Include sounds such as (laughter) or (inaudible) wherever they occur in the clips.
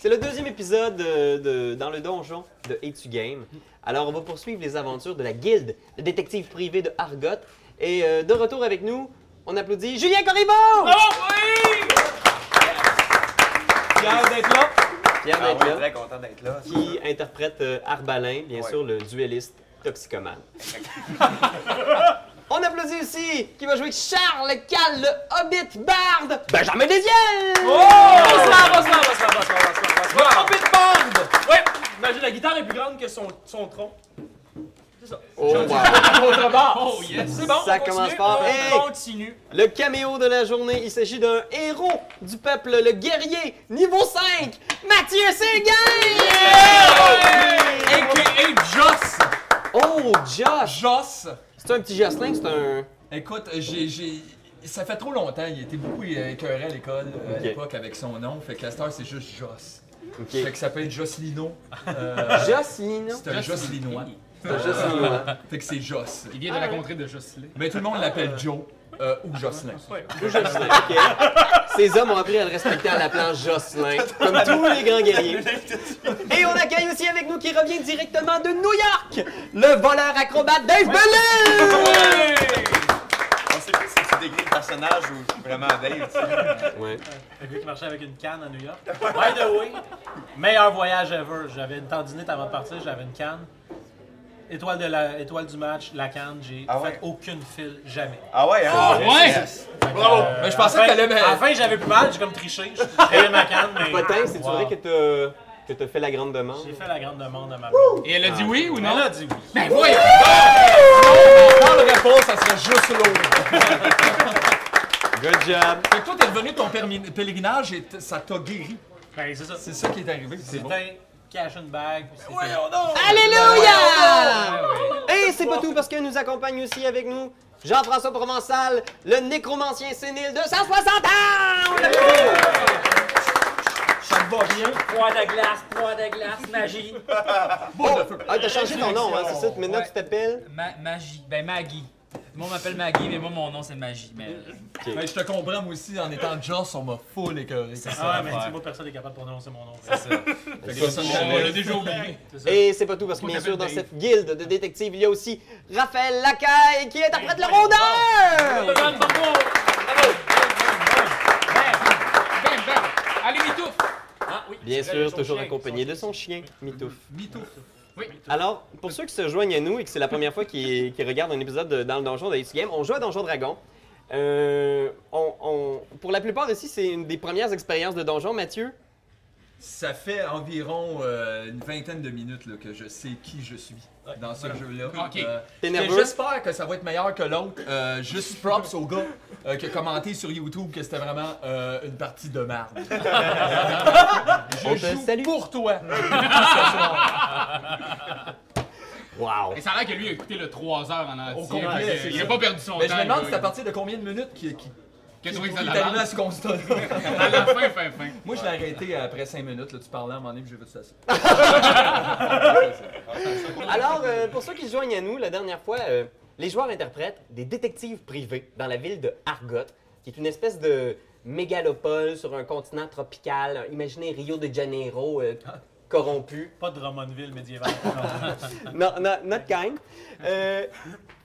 C'est le deuxième épisode euh, de, Dans le donjon de Etu Game. Alors, on va poursuivre les aventures de la guilde de détectives privés de Argot. Et euh, de retour avec nous, on applaudit Julien Corriveau! Oh, Ah! Fier d'être là. Fier Ah d'être oui, là, très content d'être là. qui interprète euh, Arbalin, bien Ouais. sûr, le duelliste toxicomane. (laughs) on applaudit aussi qui va jouer Charles Cal, le Hobbit Barde, Benjamin Desiel! Bonsoir, bonsoir, bonsoir, bonsoir, bonsoir, Oh! bonsoir. Trompé de bande! Ouais, imagine, la guitare est plus grande que son, son tronc. C'est ça. Oh, wow. Oh yes! C'est bon, Ça on commence continue, fort. on Hey. continue. Le caméo de la journée, il s'agit d'un héros du peuple, le guerrier, niveau 5, Mathieu Séguin! A.K.A. Joss! Oh, Josh! Joss! C'est un petit Jocelyn, c'est un... Écoute, j'ai, j'ai... Ça fait trop longtemps, il était beaucoup euh, écœuré à l'école euh, à Ok. l'époque avec son nom. Fait que la star, c'est juste Joss. Fait Ok. que ça peut (laughs) être Jocelyno. Euh, Jocelyn, c'est un Jocelynois. c'est un Jocelyn. hein? Fait que c'est Joss. Il vient de la contrée de Jocelyn. Mais tout le monde l'appelle Joe euh, ou Jocelyn. Deux Jocelyn, ok. Ces hommes ont appris à le respecter en l'appelant Jocelyn, comme tous les grands guerriers. Et on accueille aussi avec nous qui revient directement de New York, le voleur acrobate Dave Bellin! On sait plus si tu décris le personnage ou vraiment Dave. tu sais. Ouais. T'as vu qu'il marchait avec une canne à New York? (laughs) By the way, meilleur voyage ever. J'avais une tendinite avant de partir, j'avais une canne. Étoile, de la, étoile du match, la canne, j'ai Ah fait ouais? aucune file, jamais. Ah ouais, hein? Ah ouais? Ah, Bravo! Mais je pensais que t'allais- À la fin, j'avais plus mal, j'ai comme triché. J'ai eu ma canne, mais. Potin, c'est-tu Wow. vrai que t'as- que t'as fait la grande demande? J'ai fait la grande demande à ma blonde. Et elle a dit Ah. oui ou Elle non? a dit oui. Ben voyons! Dans le réponse, ça serait juste l'autre. Good job! Fait que toi, t'es revenu de ton permi- pèlerinage et t- ça t'a guéri. Ben, c'est ça. C'est ça qui est arrivé. C'est bon. C'était cash and bag. puis c'était- Ah, Alléluia! Et c'est pas tout parce que nous accompagne aussi avec nous Jean-François Provençal, le nécromancien sénile de 160 ans! On l'applaudit. Ça me va bien. Poids de glace, poids de glace, magie. Ah, t'as changé ton nom, hein, c'est ça? Maintenant, Ouais. tu t'appelles? Ma Magie. Ben, Maggie. Tout le monde m'appelle Maggie, mais moi, mon nom, c'est Magie. Mais... euh, Mais je te comprends, moi aussi, en étant Joss, on m'a full écœuré. C'est Ah, mais tu vois, personne n'est capable de prononcer mon nom. Fait que ça, ça, On l'a déjà oublié. C'est ça. Et c'est pas tout parce que, bien sûr, dans cette guilde de détectives, il y a aussi Raphaël Lacaille qui interprète le rôdeur! Ben, Bam, bam! Allez, Mitouf! Ah oui. Bien c'est vrai, sûr, son toujours chien, accompagné son de son chien, Mitouf. Mitouf. Alors, pour ceux qui se joignent à nous et que c'est la première fois (laughs) qu'ils qu'ils regardent un épisode de Dans le Donjon de Ace Game, on joue à Donjon Dragon. Euh, on- on- pour la plupart ici, c'est une des premières expériences de donjon, Mathieu. Ça fait environ euh, une vingtaine de minutes là, que je sais qui je suis dans ce jeu-là. Ok. Euh, T'es j'ai- nerveux? J'espère que ça va être meilleur que l'autre. Euh, juste props au gars euh, qui a commenté sur YouTube que c'était vraiment euh, une partie de (laughs) merde. je On te joue salue. pour toi. Wow! Et ça a l'air que lui a écouté le 3 heures en entier. Au complet, fait que c'est il ça. a pas perdu son Ben, Mais je temps. me demande c'est à ça partir de combien de minutes qui, qui, Qu'est-ce qui- que qui ça est la arrivé à lance? ce constat À la fin, fin, fin. (laughs) Moi, je l'ai arrêté après 5 minutes. Là, tu parlais à un moment donné, puis j'ai vu ça. Alors, euh, pour ceux qui se joignent à nous, la dernière fois, euh, les joueurs interprètent des détectives privés dans la ville de Argot, qui est une espèce de mégalopole sur un continent tropical. Imaginez Rio de Janeiro euh, corrompu. Pas de Drummondville médiévale. Non, non, not kind. Euh,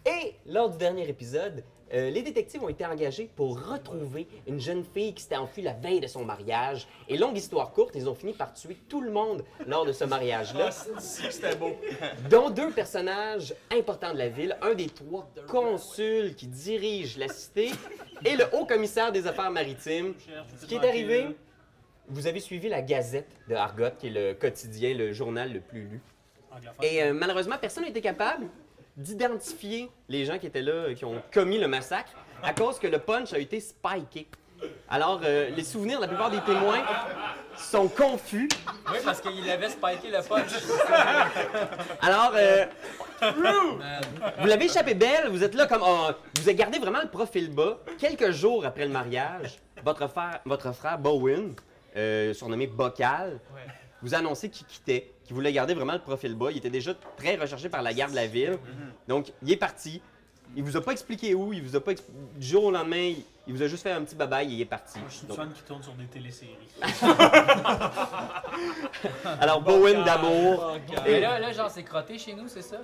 et lors du dernier épisode, euh, les détectives ont été engagés pour retrouver une jeune fille qui s'était enfuie la veille de son mariage. Et longue histoire courte, ils ont fini par tuer tout le monde lors de ce mariage-là, Ah, C'était beau. (laughs) dont deux personnages importants de la ville, un des trois consuls qui dirige la cité et le haut commissaire des affaires maritimes. Ce qui est arrivé, vous avez suivi la Gazette de Argot, qui est le quotidien, le journal le plus lu. Et euh, malheureusement, personne n'a été capable d'identifier les gens qui étaient là, euh, qui ont commis le massacre, à cause que le punch a été spiké. Alors, euh, les souvenirs de la plupart des témoins sont confus. Oui, parce qu'il avait spiké le punch. Alors, euh, vous l'avez échappé belle, vous êtes là comme... oh, vous avez gardé vraiment le profil bas. Quelques jours après le mariage, votre frère, votre frère Bowen, euh, surnommé Bocal, vous a annoncé qu'il quittait, Mhm. qu'il voulait garder vraiment le profil bas. Il était déjà très recherché par la garde de la ville. Donc, il est parti. Il vous a pas expliqué où, il vous a pas expli- du jour au lendemain, il- il vous a juste fait un petit babaille et il est parti. Ah, Moi, je Donc, soupçonne qu'il tourne sur des téléséries. alors Bowen d'amour, Mais là, là, genre, c'est crotté chez nous, c'est ça?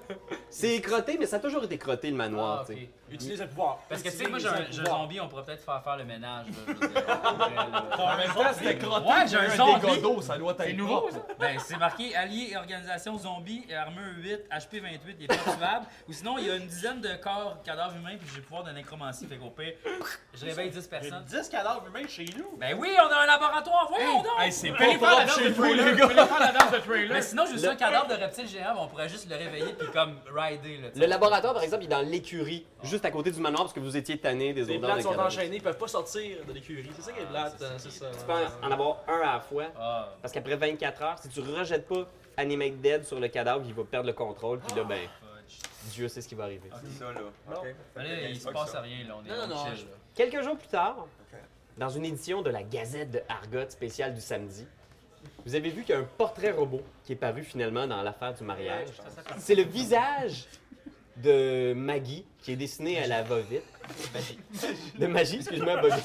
c'est crotté mais ça a toujours été crotté le manoir, Ah, tu sais. ok. Utilise le pouvoir. Parce que, tu sais, Utilise moi, j'ai un, le j'ai un pouvoir. zombie, on pourrait peut-être faire faire le ménage. là, je veux dire, après, (laughs) là. En même temps, C'était crotté. Ouais, j'ai un zombie. d'eau, ça doit être. C'est nouveau, ça? Ben, c'est marqué allié organisation zombie et armure 8, HP 28, il est pas tuable. Ou sinon, il y a une dizaine de corps, cadavres humains, puis j'ai le pouvoir de nécromancie. Fait qu'au pire, je réveille 10 personnes. 10 cadavres humains chez nous. Ben oui, on a un laboratoire, voyons donc! Hey, c'est Fais-les faire pas propre la danse chez de vous, les trailer. gars. Fais-les faire la danse de trailer. Mais sinon, je suis un cadavre de reptile géant, ben, on pourrait juste le réveiller puis comme rider. Là, tu sais. Le laboratoire, par exemple, il est dans l'écurie, juste à côté du manoir, parce que vous étiez tanné des Les odeurs de plantes sont cadavres. enchaînées, ils peuvent pas sortir de l'écurie. C'est ça qui est Ah, plate, hein, c'est ça. Tu peux en- en avoir un à la fois, Ah. parce qu'après 24 heures, si tu rejettes pas Animate Dead sur le cadavre, il va perdre le contrôle, puis là, ben, Dieu sait ce qui va arriver. C'est ça, là. Ok. Ben là, il se passe rien, là. On est Non, non, on non, chill, là. Quelques jours plus tard, dans une édition de la Gazette de Argot spéciale du samedi, vous avez vu qu'il y a un portrait robot qui est paru finalement dans l'affaire du mariage. C'est le visage de Maggie qui est dessiné à la va-vite. De Magie, excuse-moi, Bobby.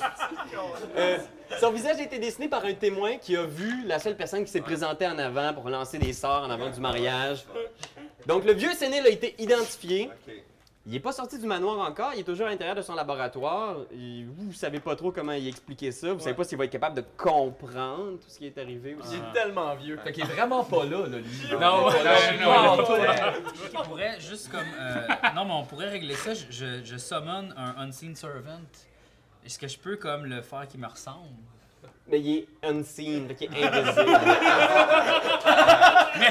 Euh, son visage a été dessiné par un témoin qui a vu la seule personne qui s'est présentée en avant pour lancer des sorts en avant du mariage. Donc le vieux sénile a été identifié. Ok. Il n'est pas sorti du manoir encore, il est toujours à l'intérieur de son laboratoire. Et vous ne savez pas trop comment il expliquer ça, vous savez pas s'il va être capable de comprendre tout ce qui est arrivé aussi. Ah. Il est tellement vieux. Fait qu'il est vraiment pas là, là, lui. Non, Il est pas non, là. non, non, Il est pas là. On pourrait juste comme. euh, non, mais on pourrait régler ça. Je, je, je summon un Unseen Servant. Est-ce que je peux comme le faire qui me ressemble? Mais il est unseen, fait (laughs) qu'il est invisible.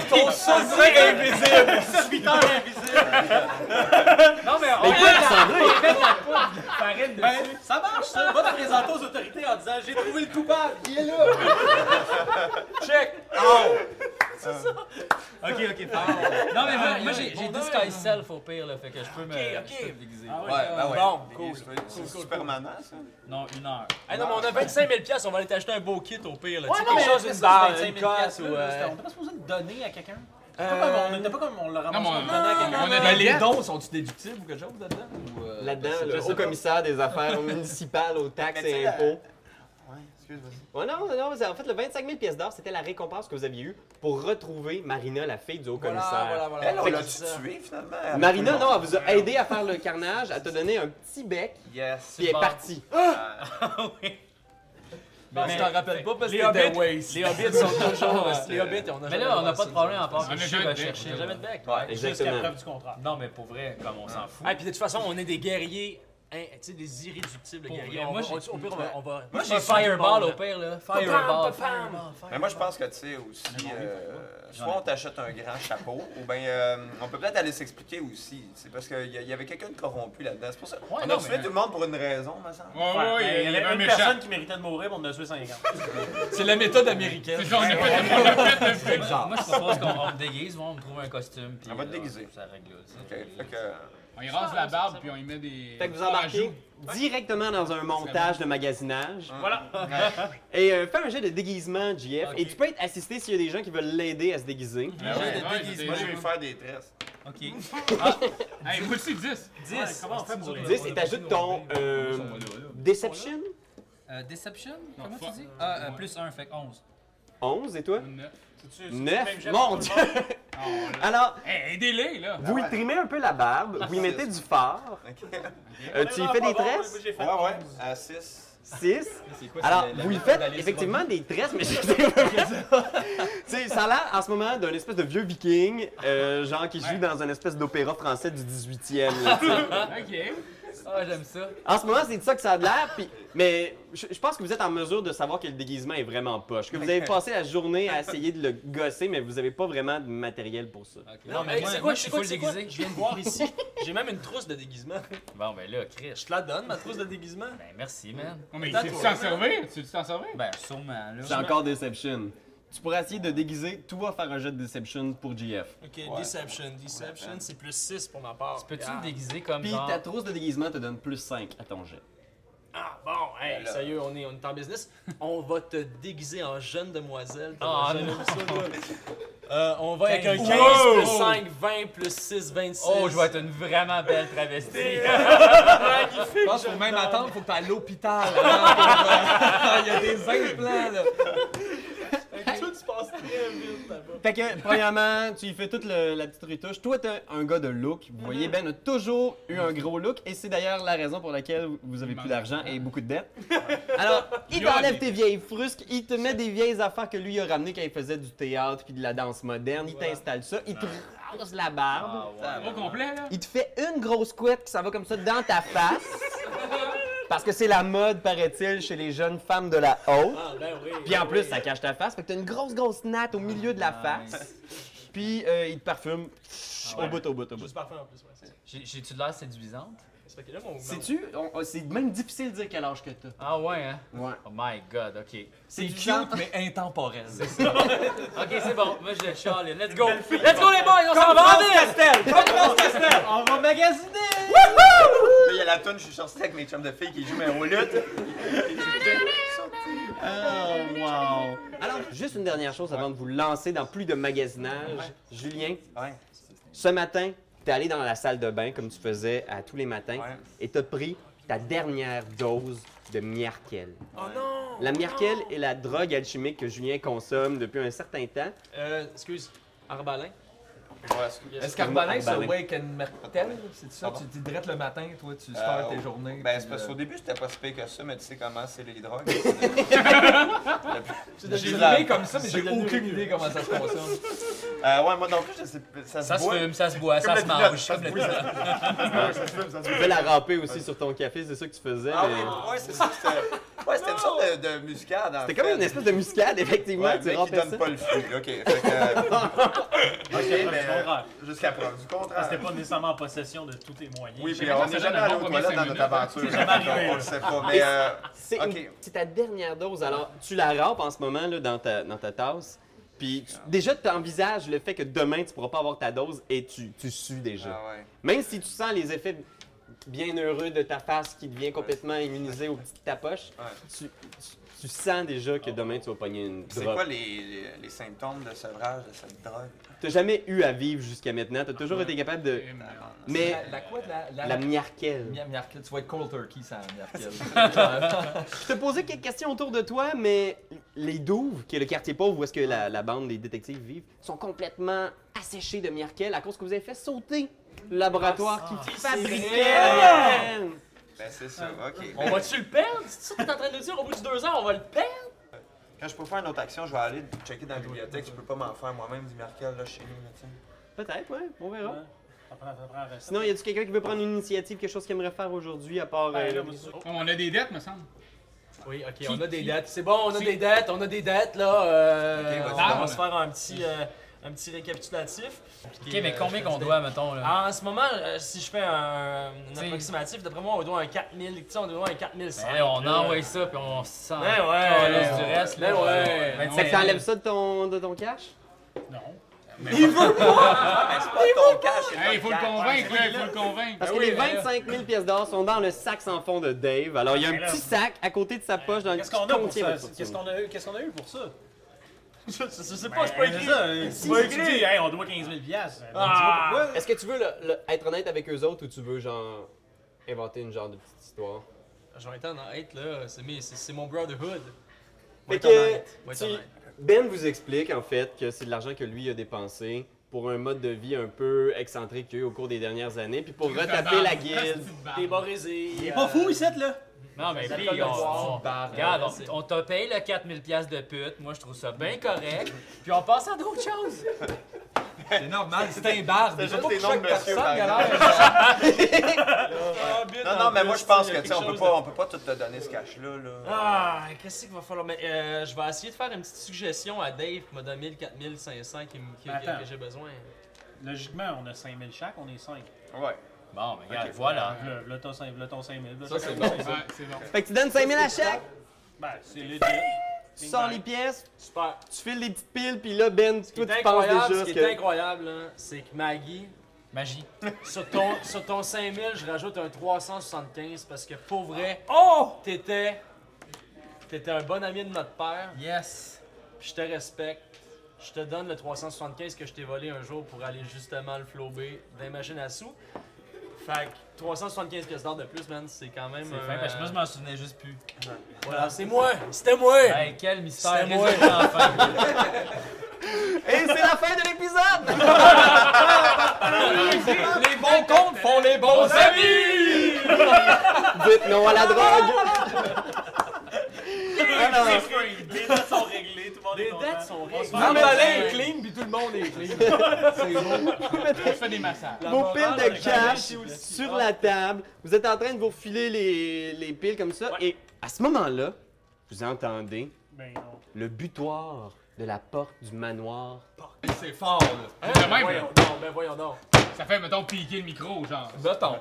Ton sosie invisible! Non, mais on Mais il peut ressembler. mettre la poudre de farine dessus. Ben, Ça marche, ça. Va te présenter aux autorités en disant J'ai trouvé le coupable. Il est là. Ok, ok, fine. Non, mais Ah, moi, moi, j'ai j'ai disguise self au pire, là. Fait que je peux me. je peux me déguiser. Ah Ouais, ben ouais. Bon, cool. C'est Supermanant, ça? Non, une heure. Hey, non, mais on a 25 000 piastres, on va aller t'acheter un beau kit au pire. Là. Ouais, tu sais, non, mais quelque chose, après une ça, barre, 25 une 000 cosse ou. là, là, c'était- euh, On n'était pas supposé le donner à quelqu'un. C'est pas Euh, comme- On n'était pas comme on l'a Non, mais on- ramassé. en donnant à quelqu'un. on a Mais des les lettres. dons sont-ils déductibles ou quelque chose là-dedans? ou, euh, Là-dedans, c'est- le je haut sais pas. commissaire des affaires (laughs) municipales aux taxes Mais tu et sais, la- impôts. Ouais, excuse-moi. Ouais, non, non, c'est- en fait, le 25 000 pièces d'or, c'était la récompense que vous aviez eue pour retrouver Marina, la fille du haut commissaire. Voilà, voilà, voilà. Elle, on Fait l'a que ça. tué, finalement. avec Marina, tout le non, monde. elle vous a aidé à faire le carnage, elle t'a donné un petit bec, Yes. puis elle est partie. Mais je t'en rappelle pas parce que les hobbits- t'étais waste. Les hobbits sont toujours. (laughs) euh, Les hobbits, on a Mais là, on n'a pas de problème à part On que a je suis jamais de recherché. bec. Jamais de bec. Jusqu'à Exactement. preuve du contraire. Non, mais pour vrai, comme on s'en fout. Ah, puis de toute façon, on est des guerriers. hein, tu sais, des irréductibles Pour guerriers. vrai, On moi, va- j'ai- on- au pire, on va- on va. Moi, j'ai Fireball au pire, là. Fireball. Pam, pam, pam. Fireball. Mais moi, je pense que, tu sais, aussi, euh, soit on t'achète un grand chapeau, ou bien euh, on peut peut-être aller s'expliquer aussi. C'est parce qu'il y, a- il y avait quelqu'un de corrompu là-dedans. C'est pour ça. on non, a tué mais- tout le monde pour une raison, me semble. Ouais, ouais, Mais ouais, il y avait un une méchant. personne qui méritait de mourir, mais on en a tué 50. C'est la méthode américaine. C'est ça, on a fait on a fait le film. Genre. Moi, je propose qu'on on me déguise, on me trouve un costume. puis On va te là, déguiser. Ça règle ça. Ok, fait que- euh, On y rase la barbe, puis on y met des. Fait que vous des embarquez ajouts. directement dans un montage de magasinage. Voilà. Et euh, fais un jet de déguisement, JF. Ok. Et tu peux être assisté s'il y a des gens qui veulent l'aider à se déguiser. Ouais, J'ai des ouais, déguisements. j'ai Moi, je des- vais faire des tresses. Ok. Hey, moi aussi 10. 10. Ouais, comment on fait pour les- 10 et t'ajoutes ton euh, Deception. Euh, Deception Non, Comment tu fuck. dis Ah, euh, Ouais. plus 1, fait que 11. 11 et toi Neuf. C'est-tu- c'est-tu le même 9. geste Mon pour tout dieu le monde? Alors, Hey, aidez-les, là. vous y trimez un peu la Ah, barbe, vous y mettez du fard. Euh, tu y Vraiment fais des pas bon, moi, tresses j'ai fait Ouais, ouais. 11. À 6. 6. C'est quoi, Alors, c'est la- la vous y méthode faites d'Alice effectivement des tresses, mais je sais pas. Tu sais, ça a l'air en ce moment d'un espèce de vieux viking, euh, genre qui joue dans un espèce d'opéra français du (laughs) 18e. là, tu sais. Ok. Ah, j'aime ça. En ce moment, c'est de ça que ça a de l'air, puis- mais je, je pense que vous êtes en mesure de savoir que le déguisement est vraiment poche. Que vous (laughs) avez passé la journée à essayer de le gosser, mais vous avez pas vraiment de matériel pour ça. Ok. Non, mais moi, c'est moi, quoi, je suis c'est quoi, full c'est quoi? déguisé. Je viens de voir ici. J'ai même une trousse de déguisement. Bon, ben là, Chris. Je te la donne, ma trousse de déguisement. Ben, merci, man. Non, mais Attends, tu tu toi. t'en servir? Tu tu t'en servir? Ben, sûrement, là. C'est encore Deception. Tu pourrais essayer de déguiser, toi faire un jet de Deception pour GF. Ok, Deception. Deception, c'est plus 6 pour ma part. Ah. Peux-tu me déguiser comme Puis genre... ta trousse de déguisement te donne plus 5 à ton jet. Ah bon, hey, Voilà. sérieux, on est, (laughs) on est en business. On va te déguiser en jeune demoiselle. Ah, T'as jamais non. (laughs) vu ça, toi? Euh, on va avec un 15 15 plus plus 5, 20 plus 6, 26. Oh, je vais être une vraiment belle travestie. (laughs) Je pense qu'il faut même attendre, faut que t'ailles à l'hôpital. avant qu'on- Il y a des implants, là. Tout se passe très vite là-bas. Fait que, premièrement, tu y fais toute le- la petite retouche. Toi, t'es un, un gars de look. Vous voyez, Mhm. Ben a toujours eu un gros look. Et c'est d'ailleurs la raison pour laquelle vous avez plus d'argent et beaucoup de dettes. Alors, il t'enlève tes vieilles frusques. Il te met des vieilles affaires que lui a ramenées quand il faisait du théâtre puis de la danse moderne. Il t'installe ça. Il te Ah. rase la barbe. Au complet, là. Il te fait une grosse couette qui s'en va comme ça dans ta face. Parce que c'est la mode, paraît-il, chez les jeunes femmes de la haute. Ah, ben Puis en plus, ça cache ta face. Fait que t'as une grosse, grosse natte au milieu de la face. Puis euh, il te parfume Ah au bout, au bout, au bout. Juste parfait en plus, ouais. c'est- J'ai- J'ai-tu de l'air séduisante? C'est fait que là, mon Sais-tu, on- on- c'est même difficile de dire quel âge que t'as. Ah ouais, hein? Ouais. Oh my god, ok. C'est cute. mais intemporel. Ok, c'est bon, moi je le chale. Let's go! Let's go les boys, on s'en va en ville! (laughs) On va magasiner! il y a la toune, je suis sorti avec mes chums de filles qui jouent mais au lutte. Oh, wow. Alors, juste une dernière chose avant de vous lancer dans plus de magasinage. Julien, Ouais. ce matin, t'es allé dans la salle de bain comme tu faisais à tous les matins Ouais. et t'as pris ta dernière dose de Miarkel. Oh non! La Miarkel est la drogue alchimique que Julien consomme depuis un certain temps. Euh, excuse. Arbalin. Ouais, c'est- Est-ce qu'Arbalin, c'est Arbalin. Wake and Martel? C'est Ah ça? Tu te dirais le matin, toi, tu Euh, sors tes journées. Ben, puis, c'est parce euh, qu'au début, c'était pas si pire que ça, mais tu sais comment c'est les drogues. (laughs) J'ai J'ai rêvé comme ça, mais j'ai aucune idée comment ça (laughs) se consomme. Euh, ouais, moi non plus, je sais, ça, Ça se se boit. fume, ça se boit, ça se mange. Comme le pizza. Ouais, ça se fume, ça Tu (laughs) se boit. fais la ramper aussi sur ton café, c'est ça que tu faisais. Ah mais- oui, ouais, c'est ça. C'était ouais, c'était une sorte de, de muscade. en C'était comme fait. une espèce de muscade, effectivement. Ouais, tu mais qui rampais donne ça. pas le fruit, ok. (laughs) Fait que, euh, ok, ben, mais euh, jusqu'à preuve du euh, contraire. Ah, C'était pas nécessairement en possession de tous tes moyens. Oui, J'ai- puis on n'est jamais allé aux toilettes dans notre aventure. arrivé, On le sait pas, mais euh, C'est Ok. une- c'est ta dernière dose. Alors, tu la râpes en ce moment là, dans, ta, dans ta tasse. Puis tu- déjà, tu envisages le fait que demain, tu pourras pas avoir ta dose et tu, tu sues déjà. ah ouais. Même si tu sens les effets bien heureux de ta face qui devient complètement immunisée au petit de ta poche, Ouais. tu, tu- tu sens déjà que demain, tu vas pogner une c'est quoi drogue. les, les, les symptômes de sevrage de cette drogue? Tu jamais eu à vivre jusqu'à maintenant. Tu as toujours été capable de... Eh, Mais La, la quoi de la. la miarquelle. Miam Yarkel, tu vas être cold turkey sans Miam (laughs) Yarkel. Je te posais quelques questions autour de toi, mais les douves, qui est le quartier pauvre où est-ce que la, la bande des détectives vivent, sont complètement asséchées de Mirkel à cause que vous avez fait sauter le laboratoire qui fabriquait. Mirkel. Ben c'est ça, ok. On va-tu le perdre? C'est ça que t'es en train de dire? Au bout de deux heures, on va le perdre? Quand je peux faire une autre action, je vais aller checker dans la bibliothèque. Je peux pas m'en faire moi-même du Merkel là chez nous, là, tu sais. Peut-être, ouais, on verra. Ça prend- ça prend un reste. Sinon, y a-tu quelqu'un qui veut prendre une initiative, quelque chose qu'il aimerait faire aujourd'hui à part. euh, Ben, là, moi, c'est- Oh, On a des dettes, me semble. Oui, ok, on a des dettes. C'est bon, on a des dettes, on a des dettes, là. Ok, Euh, vas-y. on Parle. va se faire un petit, euh, un petit récapitulatif. Ok, mais combien qu'on doit, mettons là? En ce moment, euh, si je fais un, un T'sais- approximatif, d'après moi, on doit un 4000, tu sais, on doit un 4500. Ah, Eh, on envoie ça puis on s'en Ben, Ouais, ouais, calisse du ouais. reste. là. Ouais, ouais. Fait 25 que t'enlèves ça de ton, de ton cash? Non. (laughs) Ben, c'est pas ton cash, c'est Hey, il faut le ton cash. convaincre, là, il faut le convaincre. Ben Parce que les 25 000 pièces d'or sont dans le sac sans fond de Dave. Alors, il y a un Ben petit sac à côté de sa poche dans lequel Qu'est-ce qu'on a pour contient ça? votre fortune. Qu'est-ce qu'on a eu? Qu'est-ce qu'on a eu pour ça? (laughs) Je je sais Ben, pas, je peux écrire. C'est ça. Si tu dis, hey, on doit 15 000 piastres. Ben, Ah. Dis-moi pourquoi. Est-ce que tu veux le- le- être honnête avec eux autres ou tu veux genre inventer une genre de petite histoire? Je vais être honnête, là. C'est, mes- c'est, c'est mon brotherhood. Fait Moi, que, tu- Ben vous explique en fait que c'est de l'argent que lui a dépensé pour un mode de vie un peu excentrique qu'il y a eu au cours des dernières années, puis pour retaper la guilde. T'es barisé. Il est pas fou, ici, là. Non, mais L'alcool pis, de on, soir. on- regarde, on- on t'a payé le 4000 pièces de pute. Moi, je trouve ça bien correct. Puis on passe à d'autres choses. C'est normal, c'est un bar. C'est Déjà juste pas des pour noms de chaque monsieur, personne, par exemple. galère. (laughs) Non, non, mais moi je pense que tu sais, on peut pas, on peut pas tout te donner ce cash là, là. Ah, qu'est-ce qu'il va falloir. Mais, euh, je vais essayer de faire une petite suggestion à Dave pour me donner le 4500 qui, me- qui- Ben, Attends. que j'ai besoin. Logiquement, on a 5 000 chaque, on est 5. Ouais. Bon, mais regarde, Oh voilà. V'là v'là ton 5 v'là ton 5 000. v'là Ça, ton c'est 5 bon. 000. Ouais, c'est bon. Fait que tu donnes 5000 à chaque, Ben, c'est le tu sors les pièces, Super. tu files des petites piles, puis là, Ben, Ce toi, qui est tu penses incroyable, déjà ce qui est que... incroyable, hein, c'est que Maggie, (laughs) Magie. sur ton, sur ton 5000, je rajoute un 375 parce que pour vrai, Ah! Oh! t'étais. T'étais un bon ami de notre père. Yes. Je te respecte. Je te donne le 375 que je t'ai volé un jour pour aller justement le flober dans les machines à sous. Fait que 375 pièces d'or de plus, man, c'est quand même. C'est un, fin, parce que moi, je euh, m'en souvenais juste plus. Ben, Voilà, c'est moi! C'était moi! Hey, quel mystère! C'est moi. résolve enfin. (laughs) Et c'est la fin de l'épisode! Les bons comptes font les bons amis! Dites non à la drogue! Alors, Les dettes sont réglées, tout le monde est Les content. dettes sont réglées. Non, mais allez, clean, puis tout le monde est clean. C'est bon. Je fais des massages. vos piles de cash sur la table. Vous êtes en train de vous filer les, les piles comme ça. Et à ce moment-là, vous entendez Ben non. le butoir de la porte du manoir. Et C'est fort, là. C'est de même, Voyons là. donc, ben voyons donc. ça fait, mettons, piquer le micro, genre. Mettons.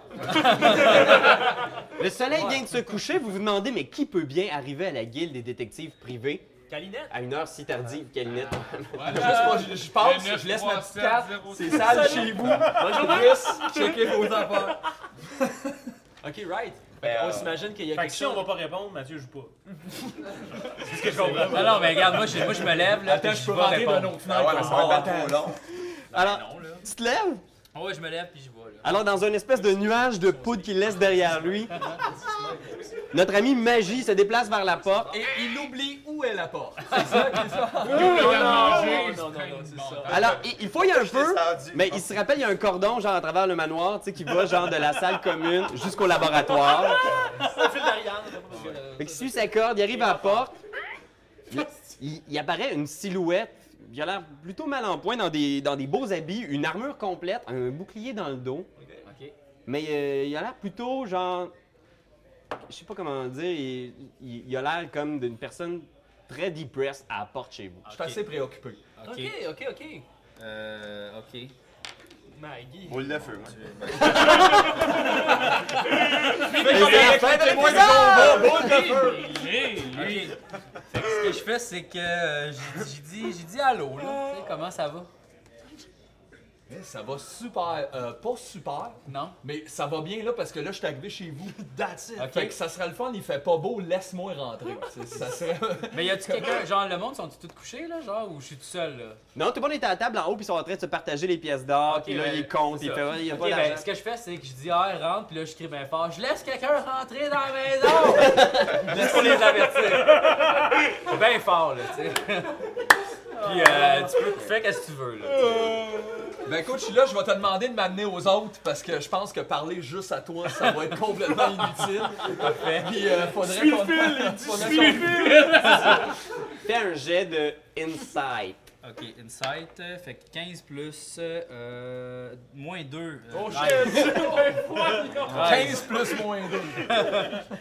Le soleil vient de se coucher. Vous vous demandez, mais qui peut bien arriver à la guilde des détectives privés Calinette? à une heure si tardive, (laughs) Calinette? Je sais pas, je- je passe, je laisse ma petite carte. C'est sale chez vous. Bonjour, Chris. Checkez vos affaires. Ok, right. Ben, on euh, s'imagine qu'il y a Fait que quelque si chose. on va pas répondre, Mathieu joue pas. Ah Non, non, mais regarde, moi, je, moi, je me lève, là, Attends, puis je je peux vais rentrer dans répondre. Ah nos Ah ouais, mais fenêtres. ça va pas trop long. Alors, tu te lèves? Ouais, je me lève, puis je vais, là. Alors, dans une espèce de nuage de poudre qu'il laisse derrière lui, notre ami Magie se déplace vers la porte. Et il oublie où est la porte. Non, non, non, non, non, c'est ça. Alors, il- il fouille un peu, Descendu. mais il se rappelle, il y a un cordon, genre, à travers le manoir, tu sais, qui va, genre, de la salle commune jusqu'au laboratoire. Un fil d'Ariane, on va pas parce que, euh, Fait qu'il suit sa corde, il arrive à la porte. Il, il- il apparaît une silhouette. Il a l'air plutôt mal en point dans des, dans des beaux habits, une armure complète, un bouclier dans le dos. Ok. Mais euh, il a l'air plutôt genre. Je sais pas comment dire. Il, il- il a l'air comme d'une personne très depressed à la porte chez vous. Je suis assez préoccupé. Ok, ok, ok. Euh, OK. Maggie. Boule de feu, moi. Lui, fait que ce que je fais, c'est que euh, j'ai j'ai dit, j'ai dit allô, Ah. là. Tu sais, comment ça va? Eh, Ça va super, euh, pas super, Non? mais ça va bien là parce que là je suis arrivé chez (laughs) vous. That's it. Fait que ça serait le fun, il fait pas beau, laisse-moi (laughs) rentrer. C'est- Ça serait. Mais y a-tu quelqu'un, genre, le monde, sont-ils tous couchés, là, genre, ou je suis tout seul, là? Non, tout le monde est à la table en haut, puis ils sont en train de se partager les pièces d'or, puis là, ben, ils comptent, c'est ils ça. font. Il y a Ok, pas ben, d'argent. ce que je fais, c'est que je dis, ah, rentre, puis là, je crie bien fort, je laisse quelqu'un rentrer dans la maison! Juste pour les avertir. Bien fort, là, (laughs) tu sais. Puis, euh, tu peux, fais qu'est-ce que tu veux, là. Ben écoute, je suis là, je vais te demander de m'amener aux autres parce que je pense que parler juste à toi, ça va être complètement inutile. Parfait. Puis euh, faudrait qu'on. faudrait qu'on- Fais un jet de insight. Ok, insight, euh, fait que 15 plus. euh, moins 2. Oh shit! 15 plus moins 2.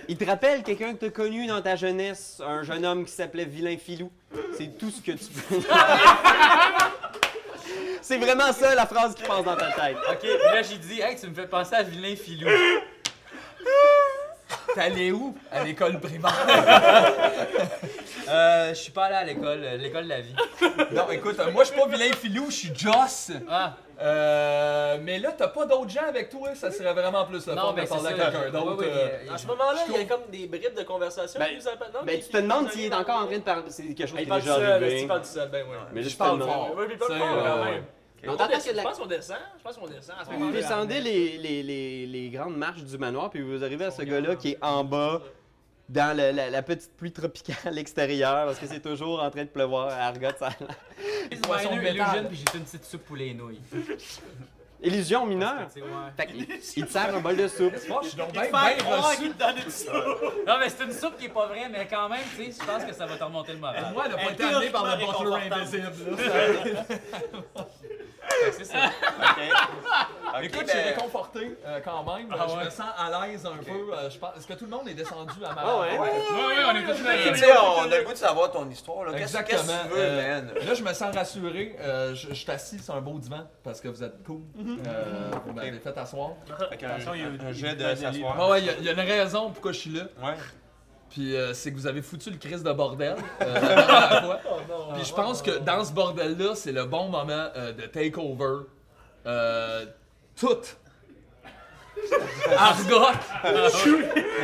Il te rappelle quelqu'un que t'as connu dans ta jeunesse, un jeune homme qui s'appelait Vilain Filou. C'est tout ce que tu peux. (laughs) C'est vraiment ça la phrase qui passe dans ta tête. Ok, puis là, j'ai dit, hey, tu me fais penser à Vilain Filou. T'allais où à l'école primaire? Euh, je suis pas allé à l'école, euh, l'école de la vie. Non, écoute, euh, moi je suis pas vilain filou, je suis Joss. Ah, Euh, mais là, t'as pas d'autres gens avec toi, ça serait vraiment plus le fun non, de mais c'est parler à ça. quelqu'un d'autre. Oui, oui, euh, mais, À euh, ce moment-là, il y a comme des bribes de conversation. Ben, qui nous appellent. Non, Ben, qui- tu te demandes qui- s'il est encore en train de parler. C'est quelque chose Ah, qui Il est parle tout déjà seul, est-ce arrivé. qu'il parle tout seul? Ben, ouais. Mais juste Je parle te demande. fort. Oui, mais il parle Ça, fort, quand ouais, même. Mais on On t'entend descend- qu'il y a de la- Je pense qu'on descend. Je pense qu'on descend. à ce Vous moment-là. descendez les, les, les, les grandes marches du manoir, puis vous arrivez à ce gars-là qui est en bas, dans le- la, la petite pluie tropicale (laughs) extérieure, parce que c'est toujours en train de pleuvoir à Argot. ça a l'air. Ils poissons poisson de métal. illusion, puis j'ai fait une petite soupe pour les nouilles. Illusion mineure. Tu sais, ouais. Fait qu'il- il te sert un bol de soupe. Moi, je suis donc bien, Faire bien croire reçu. qu'il te donne une soupe. Non, mais c'est une soupe qui est pas vraie, mais quand même, tu sais, je pense que ça va te remonter le moral. Moi, elle a pas Elle été amenée par le théoriquement butler invisible. là. C'est ça. Ok, Écoute, je suis ben, réconforté euh, quand même. Ah je ouais. me sens à l'aise un peu. euh, je pense... Est-ce que tout le monde est descendu à ma Ah ouais? Ouais. Oui, oui, on est tous tu là. sais, on a le goût de savoir ton histoire. là. Qu'est-ce qu'est-ce Exactement. que tu veux, euh, man? là, je me sens rassuré. euh, je, je suis assis sur un beau divan parce que vous êtes cool. Euh, vous m'avez fait asseoir. Fait euh, Attention, il y a un, eu- un il y a eu plein jet de de livres. Ah s'asseoir. ouais, il y a- il y, a une raison pourquoi je suis là. Ouais. Puis euh, c'est que vous avez foutu le crise de bordel. euh, la dernière fois. Puis je pense que dans ce bordel-là, c'est le bon moment euh, de take over euh, tout Argot!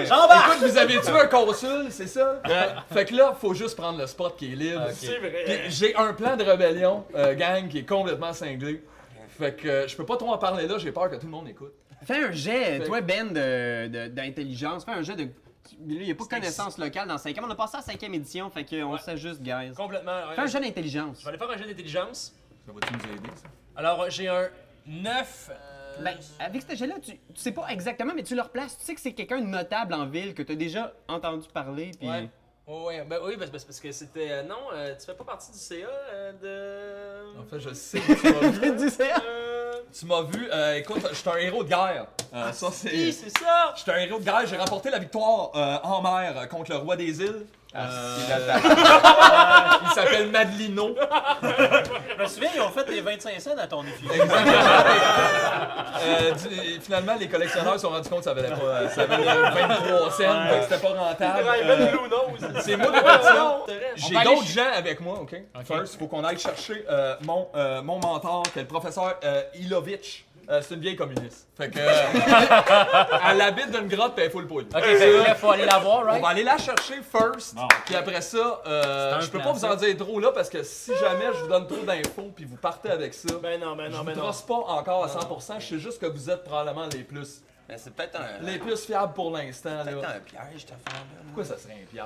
Jean-Bart! Écoute, vous avez tué un consul, c'est ça? Fait que là, faut juste prendre le spot qui est libre. C'est vrai. Puis j'ai un plan de rébellion, euh, gang, qui est complètement cinglé. Fait que euh, je peux pas trop en parler là, j'ai peur que tout le monde écoute. Fais un jet, toi, Ben, de- de- d'intelligence. Fais un jet de. Il n'y a pas de connaissance locale dans 5e. On a passé à la 5e édition, fait qu'on Ouais. s'ajuste, guys. Complètement. ouais. Fais un Je jet d'intelligence. vais aller faire un jeu d'intelligence. Ça va-tu nous aider, ça? Alors, euh, j'ai un euh, 9. Ben, avec ce jet-là, tu, tu sais pas exactement, mais tu le replaces. Tu sais que c'est quelqu'un de notable en ville que tu as déjà entendu parler. Puis... (laughs) Ouais. Ouais, ouais, ben oui, parce, parce- parce que c'était. euh, non, euh, tu fais pas partie du CA euh, de. En fait, je sais que tu m'as vu. Dis ça. Euh, Tu m'as vu, euh, écoute, je suis un héros de guerre. Euh, ça, c'est. oui, c'est ça! J'étais un héros de guerre, j'ai remporté la victoire euh, en mer euh, contre le roi des îles. Il Euh, attaque. (laughs) il s'appelle Madelino. Je me souviens, ils ont fait les 25 cents à ton effigie. Euh, du- finalement, les collectionneurs se sont rendus compte que ça valait pas. euh, ça valait 23 cents, fait que c'était pas rentable. Euh, c'est moi qui ai fait ça. J'ai On va d'autres aller gens avec moi, OK? First, il faut qu'on aille chercher euh, mon, euh, mon mentor, qui est le professeur euh, Ilovitch. Euh, c'est une vieille communiste. Fait que. euh, (laughs) elle habite d'une grotte, puis elle fout le poil. Ok, ben, fait que là, faut aller la voir, On right? va aller la chercher first, Bon. puis après ça, euh, un je peux plan, pas vous en dire trop là parce que si jamais je vous donne trop d'infos puis vous partez avec ça, Ben non, ben je non, vous ben non. trosse pas encore à 100%. Je sais juste que vous êtes probablement les plus, Mais c'est peut-être un, les plus fiables pour l'instant peut-être là. un piège, ta femme. là. Pourquoi ça serait un piège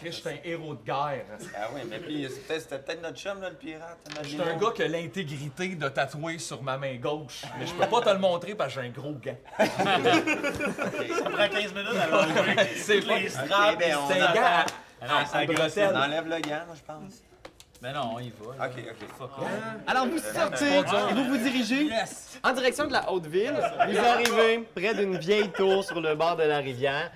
Riche, j'étais un héros de guerre. Ah oui, mais puis c'est peut-être- c'était peut-être notre chum, là, le pirate. J'étais un gars qui a l'intégrité de tatouer sur ma main gauche, mais je peux pas te le montrer parce que j'ai un gros gant. Ça prend 15 minutes à leur ouvrir C'est pas. les Ok, straps. ben on, C'est un gant à- Ah, à ça grosse. on bretelles. enlève le gant, moi, je pense. Ben non, on y va. là. Ok, ok. Alors, vous sortez et vous vous dirigez en direction de la Haute-Ville. Vous arrivez près d'une vieille tour sur le bord de la rivière.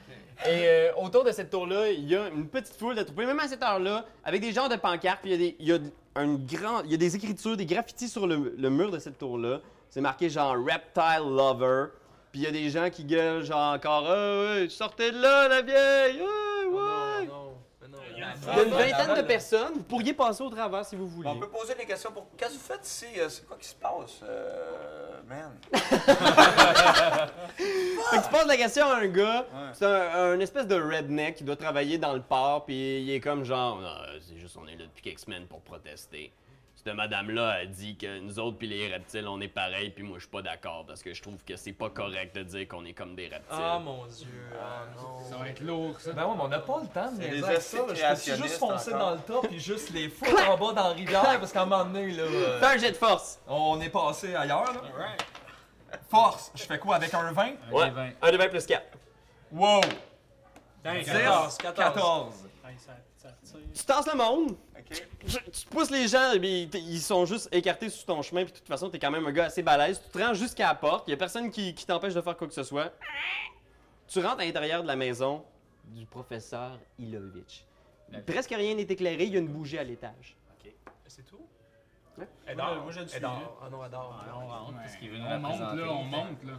Et euh, autour de cette tour-là, il y a une petite foule de troupes, même à cette heure-là, avec des genres de pancartes. Puis il y a des, il y a un grand, il y a des écritures, des graffitis sur le, le mur de cette tour-là. C'est marqué genre Reptile Lover. Puis il y a des gens qui gueulent genre encore Ah, ouais, Sortez de là, la vieille! Ah, ouais! Non, ben non, ben non. Il y a une vingtaine de personnes. Vous pourriez passer au travers si vous voulez. On peut poser des questions pour. Qu'est-ce que vous faites ici? Euh, C'est quoi qui se passe? Euh, man. Fait que tu poses la question à un gars, Ouais. c'est un, un espèce de redneck qui doit travailler dans le port, puis il est comme genre, Ah, c'est juste on est là depuis quelques semaines pour protester. Cette madame-là a dit que nous autres puis les reptiles, on est pareil, puis moi je suis pas d'accord parce que je trouve que c'est pas correct de dire qu'on est comme des reptiles. Ah mon dieu, ah non. Ça va être lourd, ça. Ben ouais, mais on n'a pas le temps de C'est niaiser des avec acides ça. là. Je peux juste créationnistes foncer encore. dans le top puis juste les foutre en bas dans la rivière parce qu'à un moment donné, là, euh, Fais un jet de force. on est passé ailleurs. Là. Force, je fais quoi avec un 20? Ouais. vingt. Un de 20 plus 4. Wow! 10, 14, 14. Tu tasses le monde, Ok. tu tu pousses les gens, puis ils t- ils sont juste écartés sous ton chemin, puis de toute façon, t'es quand même un gars assez balèze. Tu te rends jusqu'à la porte, il y a personne qui, qui t'empêche de faire quoi que ce soit. Tu rentres à l'intérieur de la maison du professeur Ilovitch. Presque rien n'est éclairé, il y a une bougie à l'étage. C'est tout? Ouais. Elle Moi, dort, moi, j'ai du elle suivi. dort. Ah non, elle dort. elle On dort. rentre parce qu'il veut nous On monte, représenter. là, on monte, là.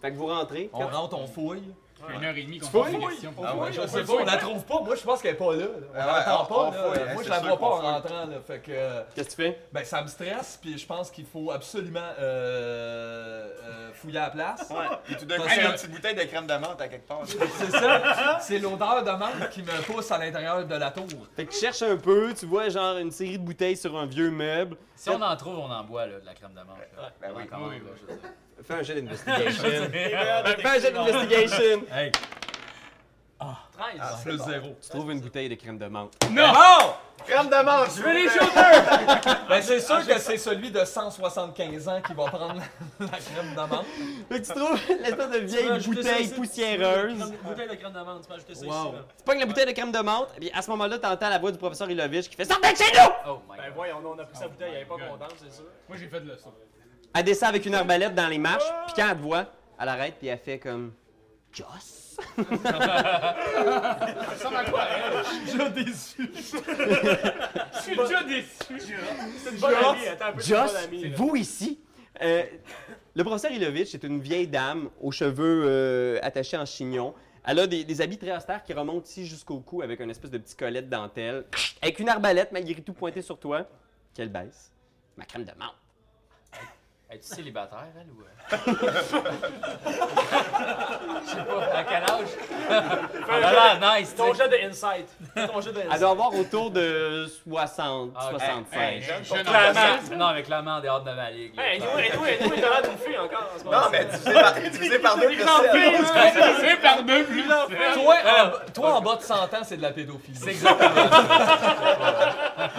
Fait que vous rentrez. On rentre, on fouille. Ça fait Une heure et demie qu'on fouilles? pose des questions. Ah ouais, Je sais pas, on la trouve pas. Moi, je pense qu'elle est pas là. Ah ouais, là. on- On on fouille, l'entend pas. là. hein, Moi, je c'est la sûr vois pas qu'on en fouille. rentrant. Là. Fait que, euh, Qu'est-ce que tu fais? ben, ça me stresse, puis je pense qu'il faut absolument euh, euh, fouiller à la (laughs) place. Ouais. Et tout d'un coup, Parce c'est que- une petite bouteille de crème de menthe à quelque part. C'est ça. C'est l'odeur de menthe qui me pousse à l'intérieur de la tour. Fait que tu cherches un peu, tu vois genre une série de bouteilles sur un vieux meuble. Si on en trouve, on en boit, là, de la crème d'amande. là. Ben On en oui. commande, là, je sais. Fais un jet d'investigation. Ben, Fais un jet d'investigation. Ah. 13. Le zéro. tu trouves une bouteille de crème de menthe. Bon! (laughs) Crème de menthe! Je veux les Ben, Ah, c'est sûr que c'est celui de 175 ans qui va prendre (laughs) la crème d'amande. Fait que tu trouves l'espèce de vieille bouteille poussiéreuse. Une bouteille de crème d'amande, tu peux ajouter ça Wow. ici. là. Tu pognes la bouteille de crème de menthe, et à ce moment-là, t'entends la voix du professeur Ilovitch qui fait Sortez de chez nous! Oh my Ben god. voyons, on a pris sa bouteille, elle est pas God. contente, c'est sûr. Moi, j'ai fait le saut. Elle descend avec une arbalète dans les marches, puis quand elle te voit, elle arrête, puis elle fait comme Joss. Ça ressemble à quoi, elle? Je suis déjà déçu. Je suis déjà déçu. C'est une bonne amie, attends un peu, c'est une Joss, bonne amie. là. vous ici? Euh, le professeur Ilovitch est une vieille dame aux cheveux euh, attachés en chignon. Elle a des, des habits très austères qui remontent ici jusqu'au cou avec une espèce de petit collet de dentelle, avec une arbalète malgré tout pointée sur toi, qu'elle baisse. Ma crème de menthe. Hey, Es-tu célibataire, elle, ou... euh? (laughs) Je sais pas, à quel âge? Elle a l'air nice, tu Ton sais. jeu de insight. Fais Ton jeu de Elle doit avoir autour de 60, Ah, ok. 65. Hey, jeune, ton- Clairement. Non, mais clairement, on est hors de ma ligue. là. Hey, nous, nous, nous, nous, t'as l'air d'une fille encore en ce moment. Non, mais divisé par, divisé par deux, le seul. C'est par deux plus. Toi, Ah, en, toi, en bas de 100 ans, c'est de la pédophilie. C'est exactement ça.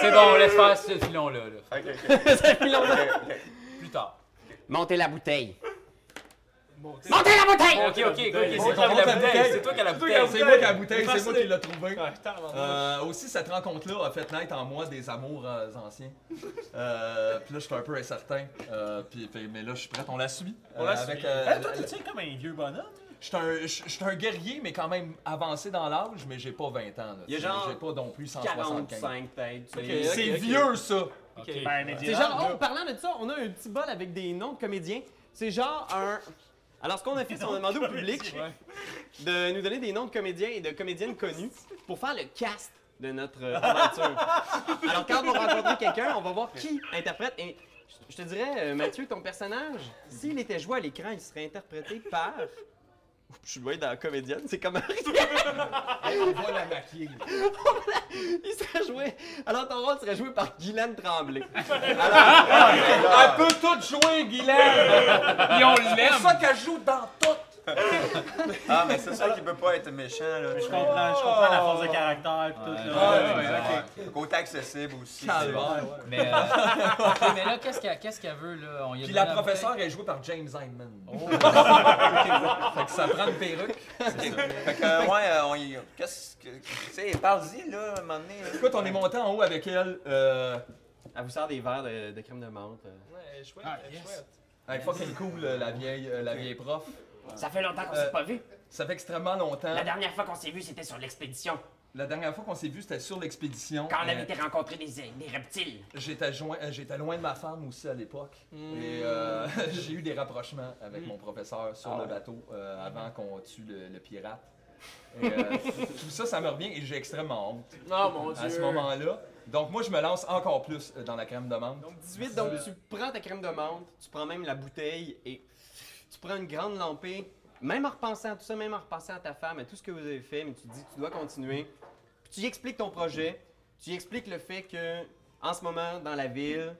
C'est bon, laisse faire ce filon-là, là. Ok, ok. (laughs) Ok, ok. Plus tard. Montez la bouteille. Montez la bouteille! Ok, ok, ok, c'est Montre toi qui as la la bouteille. bouteille. C'est toi qui as la bouteille. C'est moi qui ai la bouteille, c'est moi qui l'ai trouvé. Euh, aussi, cette rencontre-là a fait naître en moi des amours euh, anciens. Euh, puis là, je suis un peu incertain. Euh, puis- puis- mais là, je suis prête, on la suit. On Euh, l'a avec, suivi. euh, Eh, Toi, t'es-tu comme un vieux bonhomme? Je suis un- je- je suis un, guerrier, mais quand même avancé dans l'âge, mais j'ai pas 20 ans. là. Il y a J'ai- genre J'ai pas non plus 175. 45 peut-être. tu C'est sais. vieux, ça! Ben, mais C'est genre, oh, parlant de ça, on a un petit bol avec des noms de comédiens. C'est genre un. Alors, ce qu'on a fait, c'est qu'on a demandé (laughs) au public de nous donner des noms de comédiens et de comédiennes connues pour faire le cast de notre euh, (laughs) aventure. Alors, quand on va rencontrer quelqu'un, on va voir qui interprète. Et je- je te dirais, euh, Mathieu, ton personnage, s'il était joué à l'écran, il serait interprété par. Je suis loin dans la comédienne, c'est (laughs) comme (laughs) Il serait joué. Alors, ton rôle serait joué par Guylaine Tremblay. Elle peut tout jouer, Guylaine! Puis on l'aime. ça qu'elle joue dans tout! Ah, mais c'est sûr qu'il peut pas être méchant, là. tu Je sais. comprends, je comprends la force de caractère pis tout. là. ouais, ouais. Ah, Côté accessible aussi. c'est bon. Calvaire. Mais, euh, ok, mais là, qu'est-ce qu'elle qu'est-ce qu'elle veut, là? On y a donné Puis la bouteille. professeure est jouée par James Hyndman. (laughs) fait que ça prend une perruque. Fait que, euh, ouais, euh, on y. Qu'est-ce que. Tu sais, parle-y, là, à un moment donné. là. Écoute, on est monté en haut avec elle. Euh, Elle vous sert des verres de, de crème de menthe. euh. Ouais, chouette, Ah, chouette. yes. elle est fucking cool, euh, la vieille, euh, la vieille prof. Ça fait longtemps qu'on Euh, Ah, s'est pas vu. Ça fait extrêmement longtemps. La dernière fois qu'on s'est vu, c'était sur l'expédition, La dernière fois qu'on s'est vu, c'était sur l'expédition. quand on Euh, avait été rencontrer des, des reptiles. J'étais joint- euh, j'étais loin de ma femme aussi à l'époque. Hmm. Et euh, (laughs) j'ai eu des rapprochements avec mon professeur sur Ah le bateau euh, Hmm. avant qu'on tue le, le pirate. Et, euh, (laughs) tout ça, ça me revient et j'ai extrêmement honte Oh mon dieu. à ce moment-là. Donc moi, je me lance encore plus euh, dans la crème de menthe. 18, donc tu prends ta crème de menthe, tu prends même la bouteille et tu prends une grande lampée. Même en repensant à tout ça, même en repensant à ta femme, à tout ce que vous avez fait, mais tu te dis que tu dois continuer. Puis tu y expliques ton projet, tu y expliques le fait que, en ce moment, dans la ville,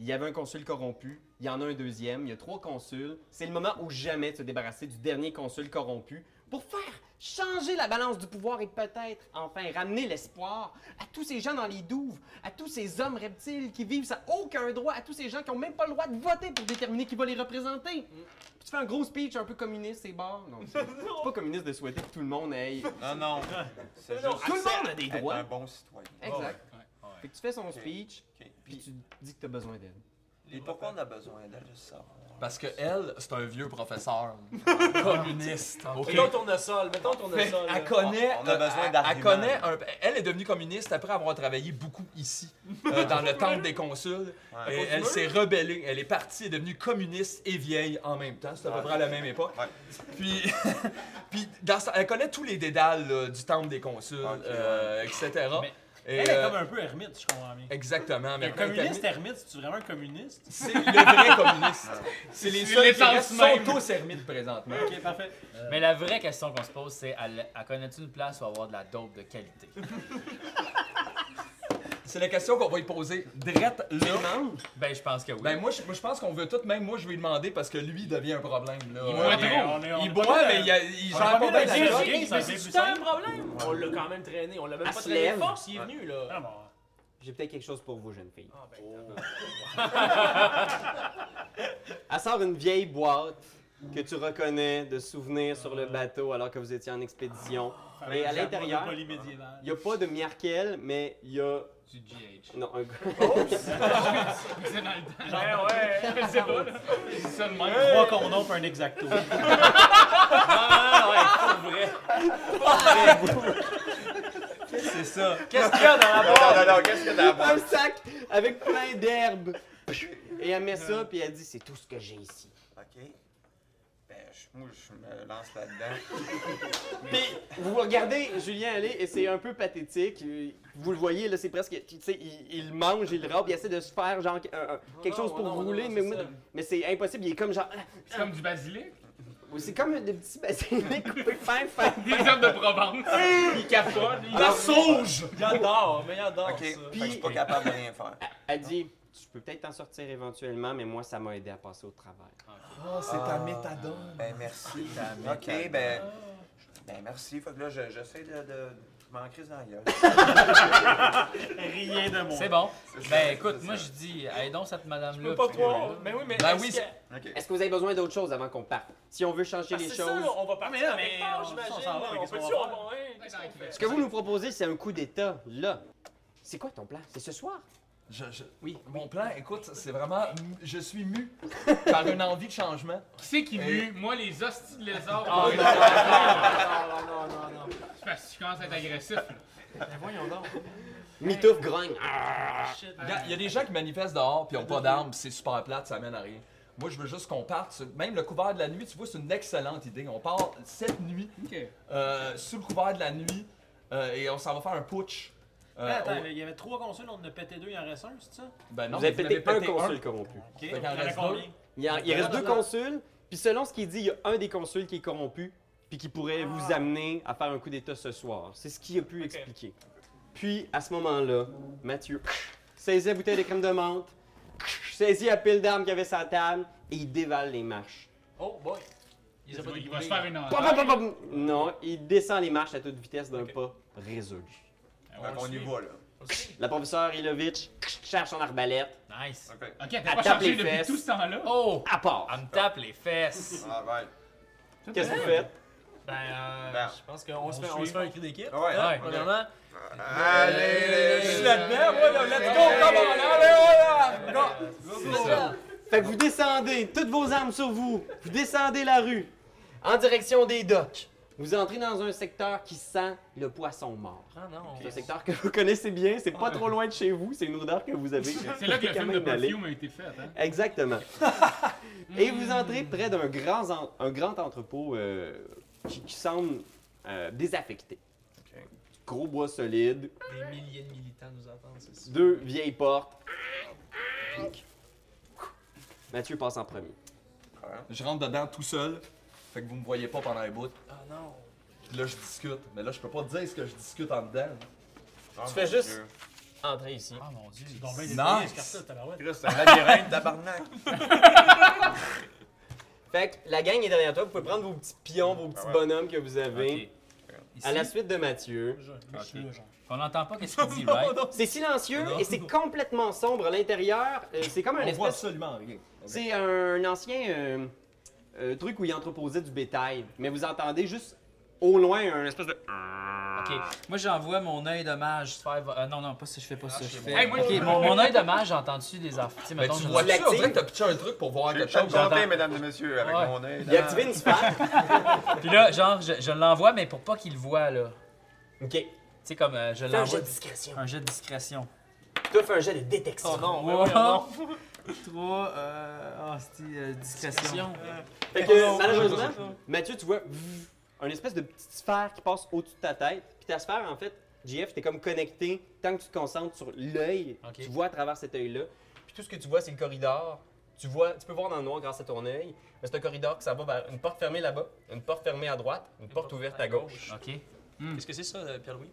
il y avait un consul corrompu, il y en a un deuxième, il y a trois consuls. C'est le moment ou jamais de se débarrasser du dernier consul corrompu pour faire changer la balance du pouvoir et peut-être enfin ramener l'espoir à tous ces gens dans les douves, à tous ces hommes reptiles qui vivent sans aucun droit, à tous ces gens qui n'ont même pas le droit de voter pour déterminer qui va les représenter. Puis tu fais un gros speech un peu communiste et barre. (laughs) Non, c'est c'est pas communiste de souhaiter que tout le monde ait. Non, non. C'est juste Tout le monde a des être un droits. Oh, bon citoyen. Exact. Fait que tu fais son speech, Ok. puis Puis, tu dis que t'as besoin d'aide. puis pourquoi on a besoin d'elle, je sais pas. Parce que elle, c'est un vieux professeur communiste. ok? Mettons tournesol, mettons Fait, tournesol. elle connaît, On a euh, besoin elle- elle d'arguments. connaît un- elle est devenue communiste après avoir travaillé beaucoup ici, euh, dans (laughs) le temple des consuls. Ouais. Et elle s'est rebellée, elle est partie, elle est devenue communiste et vieille en même temps. C'est à peu Ah. Ouais. près à la même époque. Ouais. Puis, (laughs) puis dans sa- elle connaît tous les dédales là, du temple des consuls, Ok, euh, etc. Mais Et, Elle est euh, comme un peu ermite, je comprends bien. Exactement. Mais Un quand elle communiste hein? termine- ermite, c'est-tu vraiment un communiste? c'est le vrai communiste. C'est les C'est seuls qui l'essence restent, sont même. tous ermites présentement. Ok, parfait. Mais la vraie question qu'on se pose, c'est elle, elle connaît-tu une place où avoir de la dope de qualité? C'est la question qu'on va lui poser drette là. Ben, je pense que oui. Ben moi je, moi, je pense qu'on veut tout, même moi je vais lui demander parce que lui devient un problème là. boit Ouais. trop. on est- on Il est boit pas mais de- il, a- il euh, on gère est pas pas bien de- la drogue. Mais Mais c'est c'est plus tout un simple. problème. On l'a quand même traîné. On l'a même Elle pas se traîné lève. de force, il est venu là. Ah, bon. J'ai peut-être quelque chose pour vous, jeune fille. Ah, ben, Oh. Elle sort une vieille boîte que tu reconnais de souvenirs sur le bateau alors que vous étiez en expédition. Mais à l'intérieur, Poly médiéval. il n'y a pas de Mirakel, mais il y a. Du GH. Non, un (laughs) C'est dans le temps. ben ouais. C'est beau, là. C'est ça de même. Trois condoms pour un exacto. Ah, (laughs) C'est ça. Qu'est-ce qu'il y a dans la Non, non, non, qu'est-ce que t'as à voir? un sac avec plein d'herbes. Et elle met ça, puis elle dit C'est tout ce que j'ai ici. Ok. Ben, je- moi, je me lance là-dedans. Puis vous regardez Julien aller et c'est un peu pathétique. Euh, Vous le voyez, là, c'est presque. Tu sais, il, il mange, il râpe, il essaie de se faire genre un- un- quelque chose pour rouler, mais, mais c'est impossible. Il est comme genre. C'est comme du basilic. C'est comme des petits (laughs) basilic coupés fin, fin. Des hommes de Provence. Ils capotent. Ils... La sauge! Il adore, mais il adore Ok, fait ça. que je suis pas capable de rien faire. Elle dit Tu peux peut-être t'en sortir éventuellement, mais moi, ça m'a aidé à passer au travers. Oh, c'est ta méthadone. Ben merci. ok, ben. Ben merci. Fait que là, je- j'essaie de. de... Je m'en crise dans la gueule. Rien de C'est mon. bon. C'est ça, Ben écoute, c'est moi ça. je dis, aide donc cette madame-là. Peut pas puis, croire. euh, Mais oui, mais. Ben est-ce oui, que- c'est- Ok. Est-ce que vous avez besoin d'autre chose avant qu'on parte Si on veut changer Ah, les c'est choses. ça, là, on va partir là, avec mais part, on- j'imagine. on s'en va, mais On qu'est-ce peut-tu, qu'on va on va- hein, qu'est-ce qu'on fait? Ce que vous nous proposez, c'est un coup d'État, là. C'est quoi ton plan C'est ce soir Je- je- Oui. Mon plan, écoute, c'est vraiment. Je suis mu par une envie de changement. Qui c'est qui mue? Moi, les hosties de lézards. Ah, Ah, je non, non, non, non, non, non, non. sais pas si je commence à être agressif. là. Mais voyons donc. Mitouf grogne. Ah! Shit. Il y, a- il y a des gens qui manifestent dehors puis ils ont pas d'armes, puis c'est super plate, ça mène à rien. Moi, je veux juste qu'on parte. sur- Même le couvert de la nuit, tu vois, c'est une excellente idée. On part cette nuit, euh, sous le couvert de la nuit, euh, et on s'en va faire un putsch. Euh, Là, attends, au- il y avait trois consuls, on en a pété deux, il en reste un, c'est ça? Ben non, Vous avez mais pété en avez un consul corrompu. Ok, qu'il en on en a reste combien? deux. Il, y a- il Ouais, reste ouais, deux ouais. consuls, puis selon ce qu'il dit, il y a un des consuls qui est corrompu, puis qui pourrait vous amener à faire un coup d'État ce soir. C'est ce qu'il a pu expliquer. Puis, à ce moment-là, Mathieu (laughs) saisit la bouteille de crème de menthe, (laughs) saisit la pile d'armes qu'il y avait sur la table, et il dévale les marches. Oh, boy. Il, les a pas va découpés. se faire une Pop, entorse. pop, pop, pop. Non, il descend les marches à toute vitesse d'un pas résolu. Fait qu'on y va, là. La professeure Ilovitch cherche son arbalète, Nice. Ok. Ok, t'as Elle pas tape les changé depuis fesses. tout ce temps-là. Oh, à part. Ah, elle me tape les fesses. Ah, ouais. Qu'est-ce que vous faites? Ben, euh, Ben. je pense qu'on se fait, on suit. se fait un cri d'équipe. Ah, ouais. Ouais. ok. Premièrement, Euh, Allez, je suis les là-dedans, moi, là, let's go, come on, allez, allez, allez, allez. Fait que vous descendez, toutes vos armes sur vous, vous descendez la rue, en direction des docks. Vous entrez dans un secteur qui sent le poisson mort. Ah non, C'est un secteur que vous connaissez bien, c'est pas trop loin de chez vous, c'est une odeur que vous avez. C'est là que le film fréquemment de inhalée. Perfume a été fait. Hein? (laughs) Exactement. Et vous entrez près d'un grand, en- un grand entrepôt euh, qui, qui semble euh, désaffecté. Ok. Gros bois solide, des milliers de militants nous attendent, c'est sûr. deux vieilles portes. Mathieu passe en premier. Je rentre dedans tout seul, fait que vous me voyez pas pendant un bout. Ah non. Puis là, je discute. Mais là, je peux pas te dire ce que je discute en dedans. Tu fais juste- Entrez ici. Oh mon dieu. Donc, ben, Nice. c'est ça, tabarouette. C'est un labyrinthe, tabarnak. Fait que la gang est derrière toi, vous pouvez prendre vos petits pions, vos petits Ah ouais. bonhommes que vous avez. Ok. À la Ici, suite de Mathieu. Je suis là, genre. on n'entend pas qu'est-ce qu'il dit, right? Oh, C'est silencieux Non. et c'est complètement sombre à l'intérieur. Euh, c'est comme un On voit espèce. absolument rien. C'est un ancien euh, euh, truc où il entreposait du bétail. Mais vous entendez juste au loin un espèce de. Ok. Moi, j'envoie mon œil de mage se faire. euh, non, non, pas ça, je fais pas ça. Je fais... Hey, moi, je- ok, mon, mon œil de mage, j'entends-tu des affaires? Tu sais, Mais mettons, Ben, tu je- vois-tu, on l'actives. dirait que Ah, t'as pitché un truc pour voir J'ai quelque chose. tenté, mesdames et messieurs, avec Ouais. mon œil. Il a (laughs) activé une sphère. Puis là, genre, je, je l'envoie, mais pour pas qu'il le voie, là. ok. Tu sais, comme euh, je Fais un jet l'envoie. de discrétion. Oh Un jet de discrétion. Toi, fais un jet de détection. non, Wow. ouais, ouais, non. 3, euh, oh, c'était discrétion. Fait que, malheureusement, Mathieu, tu vois vzz, un espèce de petite sphère qui passe au-dessus de ta tête. Puis ta sphère, en fait, JF, t'es comme connecté. Tant que tu te concentres sur l'œil, Ok. tu vois à travers cet œil-là. Puis tout ce que tu vois, c'est le corridor. Tu vois, tu peux voir dans le noir grâce à ton œil. Mais c'est un corridor qui ça va vers une porte fermée là-bas, une porte fermée à droite, une porte ouverte à gauche. Ok. Qu'est-ce que c'est ça, euh, Pierre-Louis?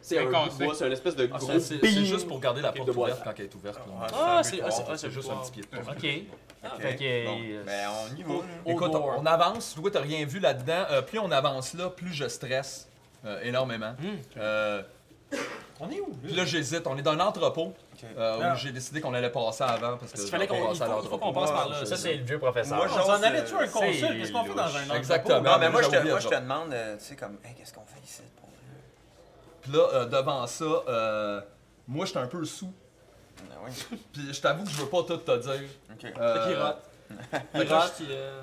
C'est un bout de cassé. bois, c'est un espèce de gros C'est c'est bing. juste pour garder la Ok, porte de bois. ouverte quand elle est ouverte. là. Ah, c'est- ah, c'est- ah, c'est c'est juste un petit pied de porte. Ok. Ok. Fait que- euh, Bon, Ben, on y va, là. Écoute, on, on avance. Toi, t'as rien vu là-dedans. Euh, plus on avance là, plus je stresse euh, énormément. Hmm. Euh, On est où? puis là, j'hésite. On est dans un entrepôt euh, Ah. où j'ai décidé qu'on allait passer avant parce que Parce qu'il fallait on qu'on il passait à faut- il faut qu'on l'entrepôt. passe par Ouais, là. Ça, je- c'est le vieux professeur. Moi, On j'ose, s'en allait euh, tuer un consul? Qu'est-ce qu'on fait dans un Exactement. Non, mais moi, je te, j'avoue, moi, je te j'avoue. demande, euh, tu sais, comme, hey, qu'est-ce qu'on fait ici? pour vrai? Puis là, euh, devant ça, euh, moi, j'étais un peu sous. Ah oui. Puis je t'avoue que je veux pas tout te dire. Ok. Euh, Fait que là, je suis, euh,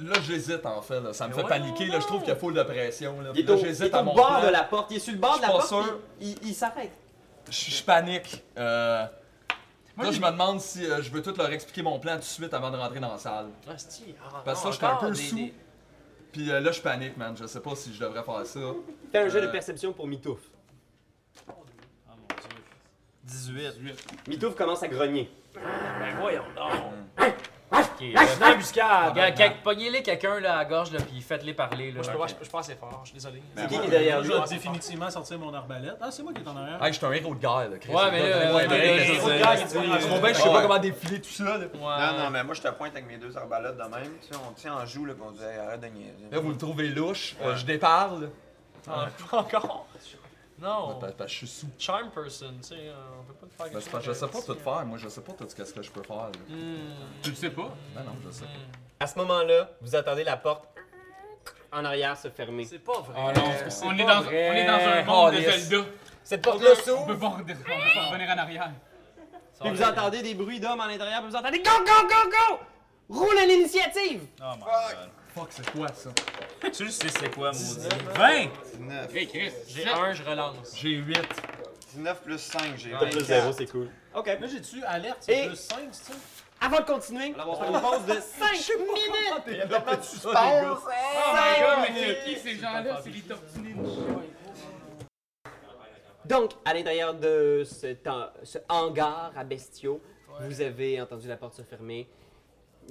Là, j'hésite en fait. Là. Ça me Mais fait voyons paniquer. Là, je trouve qu'il y a full de pression. Là. Il Puis est là, au, il j'hésite est à au mon bord plan. de la porte, il est sur le bord Je de la suis pas porte, sûr. puis il, il s'arrête. Je je panique. Euh, Là, je me demande si euh, je veux tout leur expliquer mon plan tout de suite avant de rentrer dans la salle. Parce que ça, non, j'étais un encore peu des- sous. des- Puis euh, là, je panique, man. Je sais pas si je devrais faire ça. Fais un jeu de Euh, perception pour Mitouf. Ah mon dieu. 18. Mitouf commence à grogner. Ben voyons donc. Ok, euh, Gars, quel- Pognez-les quelqu'un là, à la gorge, là, puis faites-les parler. Là. Moi, je peux voir, je, je pense que c'est fort, je suis désolé. Ben, C'est qui qui est derrière Je lui? vais définitivement sortir mon arbalète. Ah, c'est moi qui est en arrière. Hey, je suis un héros de guerre, là, Chris. Ouais, mais euh, là, euh, Donnez-moi ouais, un mais break, là, là, je Ben, c'est- veux dire, Je comprends bien, je sais Ouais. pas comment défiler tout ça. Là, Non, non, mais moi, je te pointe avec mes deux arbalètes de même. Tu sais, on tient en joue, là, puis on dit, Hey, arrête de niaiser. Là, vous me trouvez louche. euh, je déparle. Ah, (laughs) Encore? Non. Parce parce que je suis sous. Charm person, tu sais, euh, on peut pas te faire Parce que je sais Ben, pas tout faire. Moi, je sais pas tout ce que- ce que je peux faire. là. Hmm, Tu le sais pas. Ben non, je sais pas. À ce moment-là, vous attendez la porte en arrière se fermer. C'est pas vrai. Ah non, on est, dans, on est dans un monde de Zelda. Cette porte-là On peut s'ouvre, pas re- on peut pas revenir en arrière. puis vous entendez des bruits d'hommes à l'intérieur, puis vous entendez Go, go, go, go! Roule à l'initiative! Oh my god. Fuck, c'est quoi ça? Tu le sais c'est quoi, maudit? 20! 19. Hey Chris, J'ai un, je relance. J'ai 8. 19 plus 5, j'ai T'as plus 24. zéro, c'est cool. OK. Là, j'ai-tu alerte, c'est Et- plus 5, c'est ça? Avant de continuer, on va faire une pause de 5 minutes! Il y a pas de suspense. Oh Ah, my god, mais c'est qui ces gens-là? C'est les tortues ninja. Donc, à l'intérieur de cet en- ce, hangar à bestiaux, vous avez entendu la porte se fermer.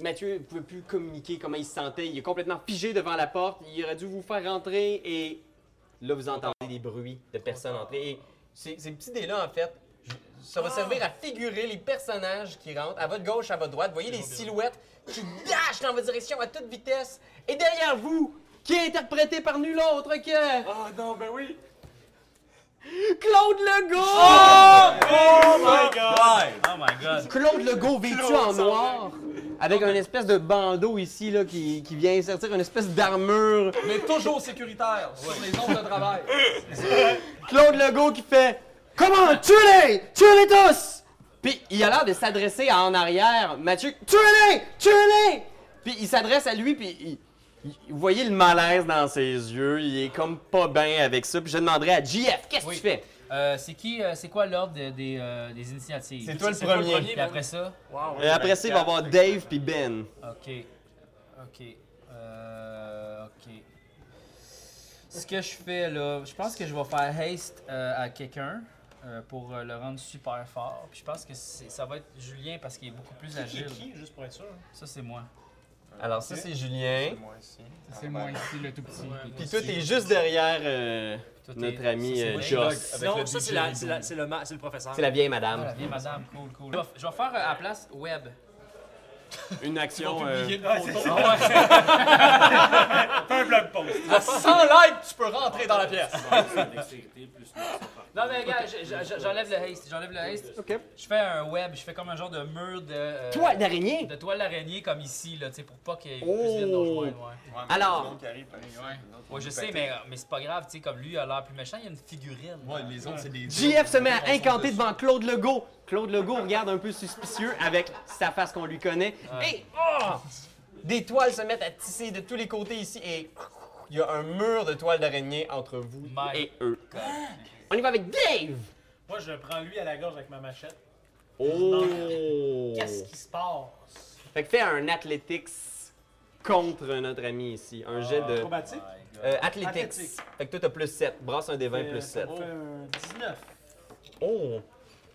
Mathieu ne pouvait plus communiquer comment il se sentait. Il est complètement figé devant la porte. Il aurait dû vous faire rentrer et là, vous entendez des bruits de personnes entrer. Et ces, ces petits dés-là, en fait, ça va servir à figurer les personnages qui rentrent. À votre gauche, à votre droite, vous voyez des silhouettes qui dashent dans votre direction à toute vitesse. Et derrière vous, qui est interprété par nul autre que... Ah non, ben oui! Claude Legault! Oh my god. Claude Legault vêtu en noir, avec une espèce de bandeau ici là, qui, qui vient sortir une espèce d'armure. Mais toujours sécuritaire sur les ondes de travail. Claude Legault qui fait Comment Tuez-les Tuez-les tous Puis il a l'air de s'adresser à en arrière. Mathieu, tuez-les Tuez-les Puis il s'adresse à lui, puis il- il- Vous voyez le malaise dans ses yeux, il est comme pas bien avec ça. Puis je demanderai à JF, qu'est-ce que Oui. tu fais? Euh, c'est qui, euh, c'est quoi l'ordre des, des, euh, des initiatives? C'est toi le C'est quoi premier. Puis après ça? Wow. Et Euh, après ça, il va y avoir Dave puis Ben. Ok. Ok. Euh, ok. Ce que je fais là, je pense que je vais faire haste euh, à quelqu'un euh, pour euh, le rendre super fort. Puis je pense que c'est- ça va être Julien parce qu'il est beaucoup plus Qui, agile. qui, juste pour être sûr? Ça, c'est moi. Alors ça, c'est Julien. Moi ici. C'est moi ben. ici, le tout petit. Puis toi, t'es juste derrière euh, Toi, t'es- notre ami ça, c'est euh, moi. Joss. Non, ça, c'est la- c'est la- c'est le ma- c'est le professeur. C'est la vieille Ah, la madame. vieille madame, cool, cool. Je vais, je vais faire euh, à la place web. Une action. euh, (laughs) Un blog post. Sans l'aide, tu peux rentrer dans la pièce. Non, mais regarde, je- je- j'enlève le haste. J'enlève le haste. Ok. Je fais un web, je fais comme un genre de mur de. euh, Toile d'araignée. De toile d'araignée, comme ici, là, tu sais, pour pas qu'il puisse Oh. venir nous rejoindre. Ouais. Ouais, mais Alors. les autres qui arrivent, par exemple, Ouais. les autres, on Ouais, je nous sais, pète. mais, mais c'est pas grave, tu sais, comme lui a l'air plus méchant, il y a une figurine. Ouais, les autres, c'est des. JF se met à incanter devant Claude Legault. Claude Legault regarde un peu suspicieux avec sa face qu'on lui connaît. Et oh! des toiles se mettent à tisser de tous les côtés ici et il y a un mur de toiles d'araignée entre vous My et eux. On y va avec Dave. Moi, je prends lui à la gorge avec ma machette. Oh. Qu'est-ce qui se passe? Fait que fais un athletics contre notre ami ici, un jet de Ah. Acrobatique? euh, athletics. Athletics. Euh, oh, Fait que toi t'as plus 7, brasse un des 20 plus 7. Ça me fait un 19. Oh.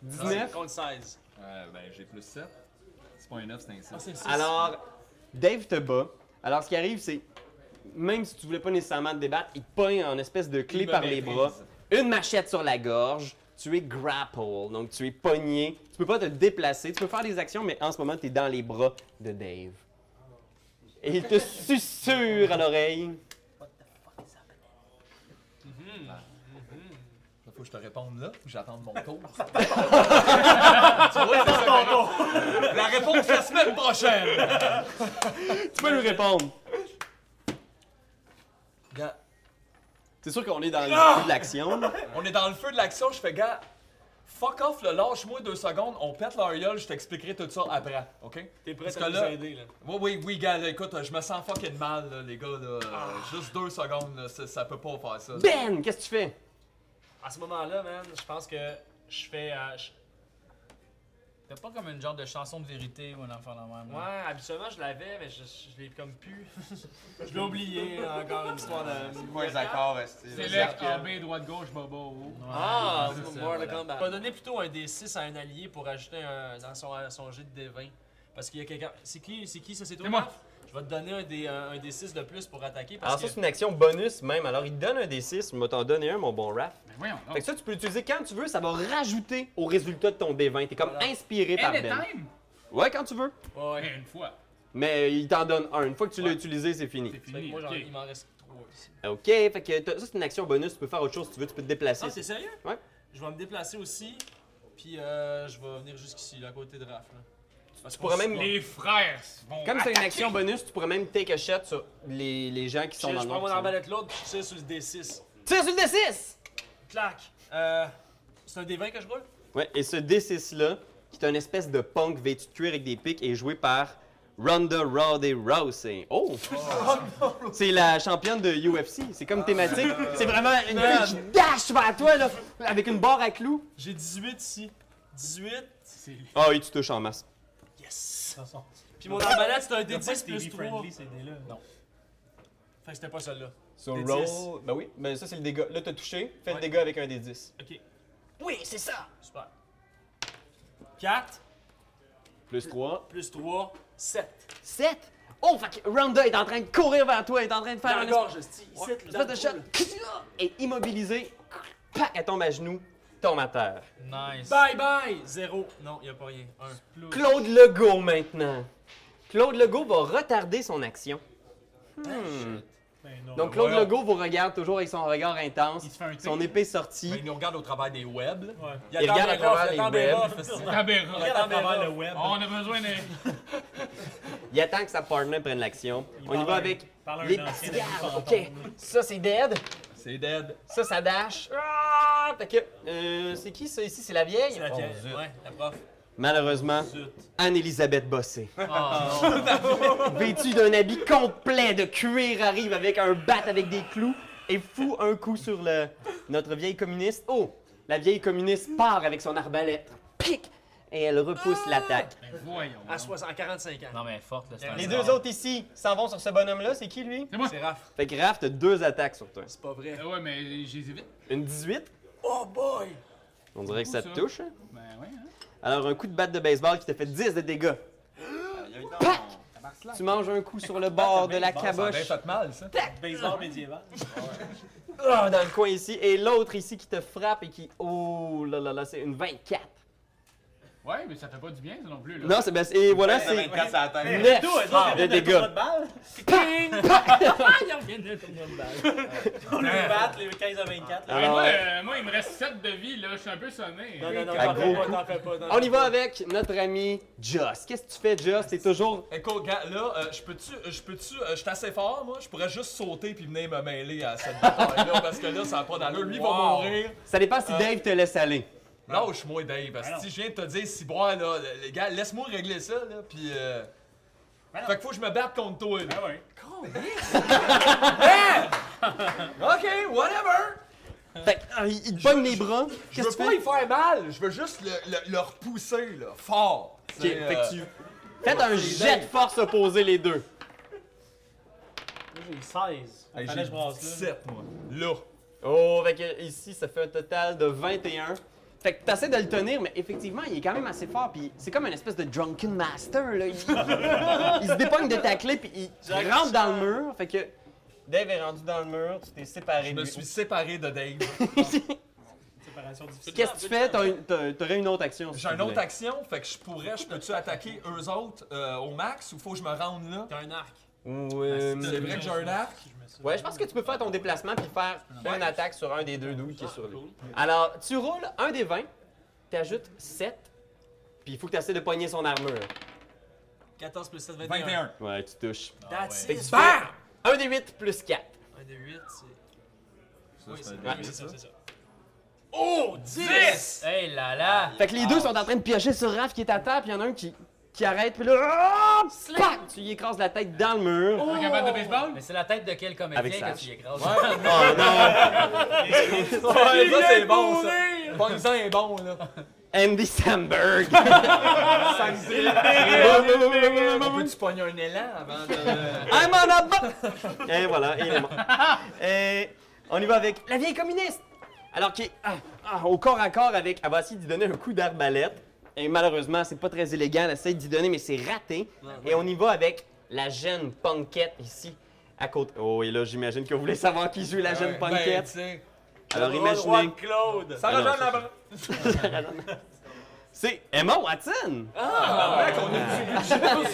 C'est 19. Contre 16. Euh, ben, j'ai plus 7. C'est pas un 9, Ah, c'est un Ah, 6. Ah, Alors, Dave te bat. Alors, ce qui arrive, c'est, même si tu voulais pas nécessairement te débattre, il te pogne en espèce de clé me par les maîtrise. bras, une machette sur la gorge, tu es grapple, donc tu es pogné. Tu peux pas te déplacer, tu peux faire des actions, mais en ce moment, tu es dans les bras de Dave. Et il te susurre à l'oreille. Faut que je te réponde là, faut que j'attende mon (laughs) tour. (laughs) La réponse la semaine prochaine! Tu peux lui répondre. Gars, C'est sûr qu'on est dans le Ah! début de l'action. là. on est dans le feu de l'action, je fais gars, fuck off, là, lâche-moi deux secondes, on pète leur gueule, je t'expliquerai tout ça après, ok? T'es prêt Parce à que nous là- aider, là? Oui, oui, oui, gars, là, écoute, je me sens fucking mal, là, les gars, là. euh, Juste deux secondes, là, ça, ça peut pas faire ça. là. Ben, qu'est-ce que tu fais? À ce moment-là, man, je pense que je fais. euh, je- T'as pas comme une genre de chanson de vérité ou un enfant de la même. hein. là? Ouais, habituellement je l'avais, mais je, je- je l'ai comme pu. je l'ai oublié, là, encore une histoire de. C'est pas les accords, c'est C'est les left, arcanes. AB, Ah, ben, droite, gauche, baba, haut. Ah, c'est ça, Mortal voilà. Kombat. On va donner plutôt un D6 à un allié pour ajouter un, dans son, à son jet de D20. Parce qu'il y a quelqu'un. C'est qui, c'est qui ça C'est toi C'est moi. Raph? Je vais te donner un, D, euh, un, un D6 de plus pour attaquer. Parce Ah, Alors, ça, que... c'est une action bonus même. Alors, il te donne un D6, il m'a t'en donné un, mon bon Raph. Mais voyons, Oh. donc. Fait que ça, tu peux l'utiliser quand tu veux, ça va rajouter au résultat de ton D20. T'es comme inspiré par Ben. Anytime? Ouais, quand tu veux. Ouais, ouais. Une fois. Mais il t'en donne un. Une fois que tu l'as Ouais. utilisé, c'est fini. C'est Fait que fini. moi, j'en- ok. il m'en reste trois ici. OK, fait que t'as- ça, c'est une action bonus. Tu peux faire autre chose si tu veux, tu peux te déplacer. Ah, t'es sérieux? Ouais. Je vais me déplacer aussi, puis euh, je vais venir jusqu'ici, là, à côté de Raph. Là. Parce qu'on pourrais se- même- on- Les frères vont. Comme c'est une action bonus, tu pourrais même take a shot sur les, les gens qui Je sont dans je le prends mon noir. arbalète l'autre, puis je tire sur le D6. Tire sur le D6! Clac! Euh, c'est un D20 que je roule? Ouais, et ce D6-là, qui est une espèce de punk vêtu de cuir avec des pics, est joué par Ronda Rousey Rousey. Oh! C'est la championne de UFC. C'est comme thématique. C'est vraiment une Man. fille qui dash vers toi, là, avec une barre à clous. J'ai 18 ici. 18. Ah oui, tu touches en masse. Yes! Puis mon arbalète, c'est un D10 plus 3. friendly, ces dés-là. Non. Fait que c'était pas celle-là. So Des roll- Ben oui, ben ça, c'est le dégât. Là, t'as touché. Fais Ouais. le dégât avec un D10. Ok. Oui, c'est ça! Super. 4 Plus 3. plus 3, 7. 7! Oh, fait que Ronda est en train de courir vers toi, elle est en train de faire Dans la un gorge, esti. Ouais, Ici, espèce là, de dans le shot. cou, Et immobilisée, pac, elle tombe à genoux, tombe à terre. Nice. là. Bye bye! 0. Non, y a pas rien. 1. Claude Legault maintenant. Claude Legault va retarder son action. Ben non. Donc Claude voyons. Legault vous regarde toujours avec son regard intense, Il se fait un son tir. épée Mais sortie. Ben, il nous regarde au travers des webs. là. Ouais. Il Il regarde à travers les webs. Tabera. Regarde à travers le web. On a besoin de. Il attend que sa partner prenne l'action. Il On y parle va un- avec parle un les ancien petits ami gardes. Ok, fantôme. ça c'est dead, C'est dead. ça ça dash. Ah! Fait que, euh, c'est qui ça ici? C'est la vieille? Oh. La vieille. Ouais, la prof. Malheureusement, Zut. Ah, Anne-Elisabeth Bossé. (laughs) Vêtue d'un habit complet de cuir, arrive avec un bat avec des clous et fout un coup sur le, notre vieille communiste. Oh! La vieille communiste part avec son arbalète, pique, et elle repousse l'attaque. Ben voyons. À 60, à 45 ans. Non, mais forte, là, c'est un Les sort. deux autres ici s'en vont sur ce bonhomme-là, c'est qui lui? C'est moi. C'est Raph. Fait que Raph, t'as deux attaques sur toi. C'est pas vrai. Ah Ouais, mais j'ai les évite. Une 18, Oh boy! on dirait que ça te ça. touche. hein? Ben ouais. hein. Alors un coup de batte de baseball qui te fait 10 de dégâts. Aïe, aïe, non. Pac! Tu manges un (laughs) coup sur le bord de la Ça a bien caboche. fait mal, ça. Baseball médiéval. Ah, dans le coin ici. Et l'autre ici qui te frappe et qui. Oh là là là, c'est une 24. Ouais, mais ça fait pas du bien, ça non plus. Là. Non, c'est. ben, Et voilà, Ça, c'est. 24 sur la tête. 9 D'où est-ce qu'on de fait des dégâts. de balle? (laughs) Ah, On les bat, les 15 à 24. Ben, Alors, Ah. moi, euh, moi, il me reste 7 de vie, là. Je suis un peu sonné. Non, non, non, À t'en gros fais pas, coup. t'en fais pas. t'en on fais y pas. va avec notre ami Joss. Qu'est-ce que tu fais, Joss? T'es toujours. Écoute, gars, là, euh, je peux-tu, euh, je peux-tu, euh, je suis assez fort, moi, je pourrais juste sauter puis venir me mêler à cette bataille-là, parce que là, ça n'a pas d'allure. Lui va Wow. mourir. Ça dépend si Euh. Dave te laisse aller. Lâche-moi, Dave, parce que si je viens de te dire, si boire, là, les gars, laisse-moi régler ça, là, puis... euh, Ben non. Fait que faut que je me batte contre toi, là. Hein? Ah ouais. (laughs) OK, whatever! Fait que, ah, il il te pogne les bras. Je Qu'est-ce veux que pas tu y fais? faire mal, je veux juste le, le- le repousser, là, fort. Ok, C'est, fait euh, que tu. Faites un jet de force opposé, les deux. Moi, J'ai eu 16. hey, Fallait que j'ai je brasse, là. 17, moi. Là. Oh, fait que ici, ça fait un total de 21. Fait que t'essaies de le tenir, mais effectivement, il est quand même assez fort, puis c'est comme une espèce de drunken master, là. Il, il se dépogne de ta clé, puis il rentre dans le mur, fait que... Dave est rendu dans le mur, tu t'es séparé Je de me lui. suis séparé de Dave. Séparation difficile. Qu'est-ce que tu fais? T'as une- t'as- T'aurais une autre action, si J'ai tu une autre voulais. action, fait que je pourrais, je peux-tu attaquer eux autres euh, au max ou faut que je me rende là? T'as un arc. Ou, euh, Ah, C'est vrai que j'ai un arc. Ouais, je pense que tu peux faire ton déplacement, puis faire une attaque sur un des deux douilles qui est sur lui. Alors, tu roules un des 20, t'ajoutes 7, puis il faut que t'essaies de pogner son armure. 14 plus 7, 21. 21. Ouais, tu touches. That's Fait que it. tu fais un des 8 plus 4. 1 de 8, c'est. Oui, c'est Ouais. oui, c'est ça, c'est ça. Oh, 10! Hey là là! Fait que les deux sont en train de piocher sur Raph qui est à terre, puis il y en a un qui, qui arrête, puis là, oh, pac, tu y écrases la tête dans le mur. Un cabane de baseball? Mais c'est la tête de quel Avec comédien Sage. que tu y écrases? (laughs) non! (laughs) Ouais, ça c'est bon ça. Bon, ça est bon là. Andy Samberg. (laughs) Ça me dit. On peut-tu pogner un élan avant de. I'm on a bu- Et voilà, il est (laughs) mort. Et on y va avec la vieille communiste. Alors qui est ah, ah, au corps à corps avec, elle va essayer d'y donner un coup d'arbalète. Et malheureusement, c'est pas très élégant, elle essaie d'y donner, mais c'est raté. Et on y va avec la jeune punkette ici, à côté. Oh, et là, j'imagine que vous voulez savoir qui joue la jeune Ben, tu punkette. sais. Ben, Alors imaginez. Juan Claude. Ah Ça Alors, rejoint la. C'est Emma Watson! Ah, qu'on a du budget pour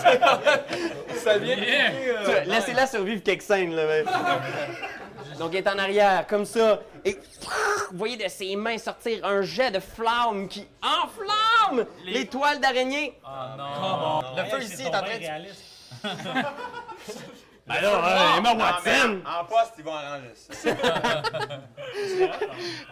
celui-là. Ça vient de créer, euh, Tu- Laissez-la survivre quelques scènes, là. mais- Donc, elle est en arrière, comme ça. Et vous voyez de ses mains sortir un jet de flamme qui enflamme l'étoile d'araignée. Le feu ici est en train de- Alors, euh, Emma Watson! En poste, ils vont arranger ça.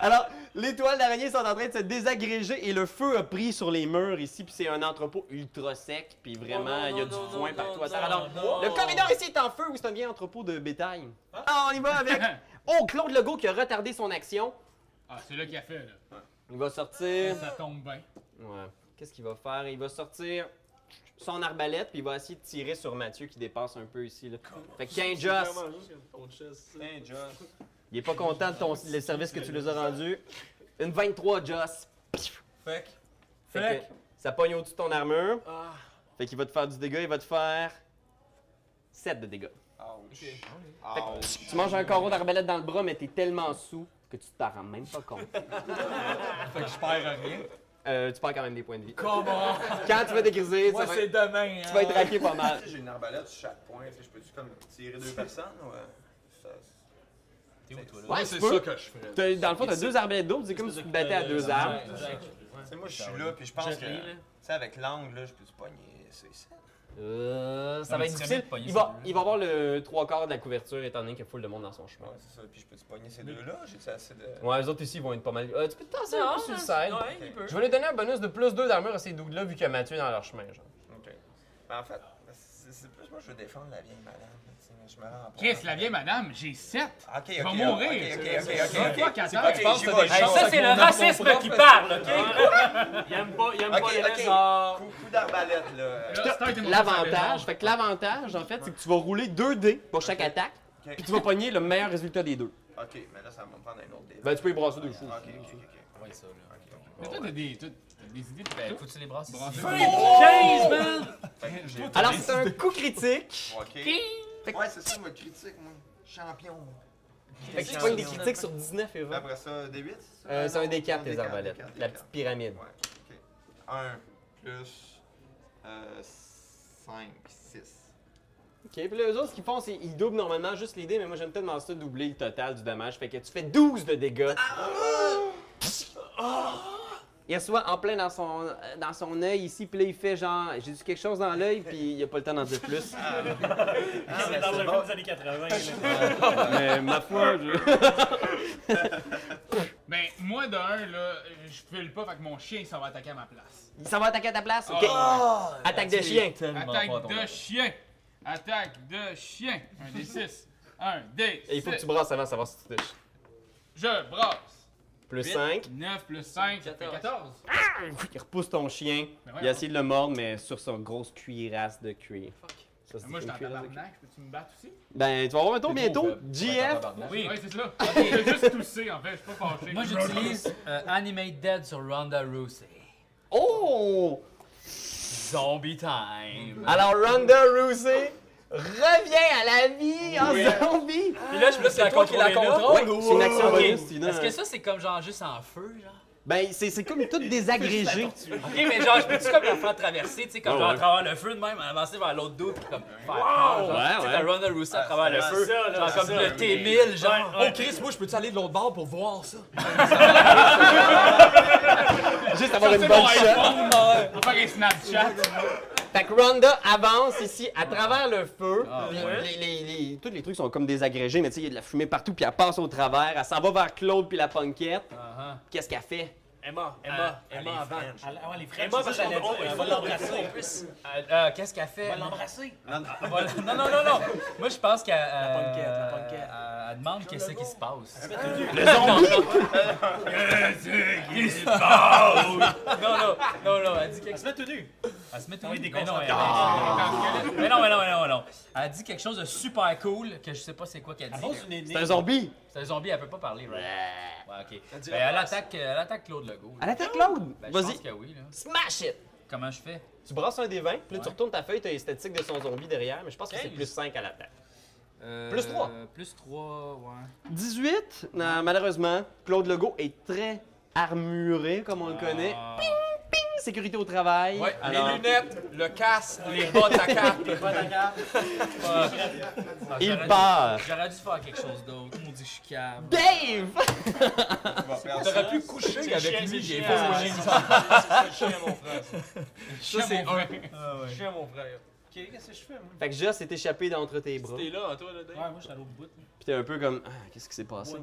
Alors, l'étoile d'araignée sont en train de se désagréger et le feu a pris sur les murs ici. Puis c'est un entrepôt ultra sec. Puis vraiment, il y a du foin partout à terre. Alors, le corridor ici est en feu ou c'est un vieil entrepôt de bétail. Ah, on y va avec. Oh, Claude Legault qui a retardé son action. Ah, c'est là qu'il a fait, là. Il va sortir. Ça tombe bien. Ouais. Qu'est-ce qu'il va faire? Il va sortir son arbalète, puis il va essayer de tirer sur Mathieu qui dépasse un peu ici. Là. Fait que King Joss, Tiens, Joss. il est pas content de ton, les services que tu les as rendus. Une 23 Joss. Fait Fait que ça pogne au-dessus de ton armure. Fait qu'il va te faire du dégât, il va te faire 7 de dégâts. Ouch. Fait que Tu manges un carreau d'arbalète dans le bras, mais t'es tellement sous que tu t'en rends même pas compte. que- fait que je perds rien. Euh, tu perds quand même des points de vie. Comment? Quand tu vas dégriser, tu Moi, vas c'est tu demain. vas hein. être raqué pas mal. Tu sais, J'ai une arbalète sur chaque point. tu sais, Je peux-tu comme tirer deux personnes? ou, euh, ça- Ouais, Moi, tu c'est peux. ça que je fais. T'as- Dans le fond, t'as deux arbalètes d'eau, c'est comme si tu te battais à deux armes. Tu sais, moi, je suis là, puis je pense que. Tu sais, avec l'angle, là, je peux-tu pogner. C'est ça. Euh, ça va Non, mais être c'est difficile. mieux de pogner Il va, celui-là. il va avoir le trois quarts de la couverture étant donné qu'il y a full de monde dans son chemin. Ouais, c'est ça. Puis je peux-tu pogner ces deux-là? J'ai assez de. Ouais, les autres ici vont être pas mal. Euh, tu peux te tasser un peu sur le side. Ouais, il peut. Je vais lui donner un bonus de plus 2 d'armure à ces doudes-là vu qu'il y a Mathieu dans leur chemin. Genre. Ok. Mais en fait, c'est c'est plus moi, je veux défendre la vieille madame. tu sais, mais Je me rends pas. Chris, la vieille madame, j'ai 7. Ok, ok. va ok, mourir. Ok, ok, ok. C'est ok, toi ok. qui attends. Ok, Tu j'y que vais, t'as des j'y Hey, chances vais. ça, avec c'est le mon- mon racisme prof, qui là. parle, OK? Il aime pas, il aime Ok, pas les ok. lézards. Coup, coup d'arbalète, là. Là, Star était mon L'avantage, fait que l'avantage en fait, c'est que tu vas rouler 2 dés pour chaque attaque, Ok. puis tu vas pogner le meilleur résultat des deux. Ok, mais là, ça va me prendre un autre dé. Ben tu peux y brasser deux Ok, fois. ok, ok. ok. Ouais, ça, là. Ok, ok. Mais toi, t'as des, t'as- t'as des idées de Ben, tout. faut-tu les brasses ici? Brasser. Alors c'est un coup critique. Ok. Ouais, c'est ça, moi, critique, moi. Champion. moi. Fait que tu pognes des critiques sur 19 et 20. Après ça, D8? c'est ça? Euh, c'est un Non, des 4 D tes quatre, arbalètes. D La quatre, D quatre. petite pyramide. Ouais, ok. 1 plus euh, 5, 6. Ok, puis là, eux autres, ce qu'ils font, c'est qu'ils doublent normalement juste les dés, mais moi j'aime tellement ça doubler le total du dommage. Fait que tu fais 12 de dégâts. Il reçoit en plein dans son, dans son œil ici, puis là il fait genre, j'ai dit quelque chose dans l'œil, puis il a pas le temps d'en dire plus. C'est dans le film des années 80. mais ma foi, je... Ben, moi, d'un, là, je file pas, fait que mon chien, ça va attaquer à ma place. ça va attaquer à ta place? Ok. Attaque de chien. Tellement pas Attaque ton de chien. Attaque de chien. Un des 6. Un des Et il faut que six. tu brasses avant de savoir si tu touches. Je brasse. Plus 5. 9 plus 5, ça fait 14. Il repousse ton chien. Ben ouais, Il a essayé de le mordre, mais sur sa grosse cuillerasse de cuir. Ça, c'est Ben, Moi, je une suis en cuillerasse de cuir. tabarnak. Peux-tu me battre aussi? Ben, tu vas avoir un tour T'es bientôt. beau, Fred. Faut être en GF. tabarnak. Oui. Ouais, c'est ça. Je vais juste tousser, en fait. Je suis pas fâché. Moi, j'utilise euh, Animate Dead sur Ronda Rousey. Oh! Zombie time. Alors, Ronda Rousey revient à la vie en zombie. Puis là, je me suis toi qui la contrôle. Ouais, Oh, c'est une action bonus. tu donnes Est-ce un- que ça, c'est comme genre juste en feu, genre? Ben, c'est c'est comme (laughs) tout désagrégé. Ok, mais genre, je peux-tu comme la faire traverser, tu sais, comme Ouais, genre à ouais. travers le feu de même, avancer vers l'autre dos, puis comme faire peur, genre. Ouais, Tu sais, ouais. t'as Ronda Rousey à Ah, travers le c'est feu, ça, là, genre c'est comme ça, le mais- T-1000, genre. Oh Chris, moi je peux-tu aller de l'autre bord pour voir ça? Juste avoir une bonne shot. On va faire un Snapchat. Fait que Ronda avance ici à travers le feu. Ah, Les- les- les- tous les trucs sont comme désagrégés, mais Ah, tu sais, il y a de la fumée partout, puis elle passe au travers. Elle s'en va vers Claude puis la punkette. Qu'est-ce qu'elle fait? Emma, Emma, Ah, Emma les avant. French. Ah, Emma ouais, les French, Emma, c'est parce ça, qu'on j'allais on- dire. il Elle faut va l'embrasser l'embrasser. en plus. Euh, euh, Qu'est-ce qu'elle fait? va l'embrasser. Non, non. Ah, voilà. Non, (laughs) non, non, non. Moi, je pense qu'elle. La punquette, la punquette. Elle demande qu'est-ce qui se passe. Le zombie! Non, non, non, non. Elle dit quelque Elle se met tout nu. Elle se met tout Oui, nu. des Mais non, concentrations. elle- Mais non, mais non, mais non, mais non. Elle dit quelque chose de super cool que je sais pas c'est quoi qu'elle dit. pose une C'est un énigme. zombie! C'est un zombie, elle peut pas parler, right? Elle Ouais, ok. Elle dit Ben, elle, attaque, elle attaque Claude Legault. là. attaque Claude! Ben, Je Vas-y, pense que oui, là. smash it! Comment je fais? Tu brasses un des 20, puis là tu Ouais. retournes ta feuille, t'as les statistiques de son zombie derrière, mais je pense que c'est Quinze. plus 5 à l'attaque. Euh, Plus trois. Plus 3, ouais. 18, non, malheureusement, Claude Legault est très armuré, comme on le connaît. Ah. Sécurité au travail. Ouais, Alors, les lunettes, le casque, les bottes à cartes. Ah, il part. J'aurais dû faire quelque chose d'autre. On dit je suis cave. Dave! Tu vas faire ça. T'aurais pu coucher avec lui, il est beau. Ah, hein. c'est ça, c'est chien, mon frère. Ça, c'est un. Chien, mon frère. Ok, qu'est-ce que je fais, moi? Fait que Joss est échappé d'entre tes bras. T'es là, toi, là, Ouais, moi, je suis à l'autre bout. Puis t'es un peu comme, ah, qu'est-ce qui s'est passé?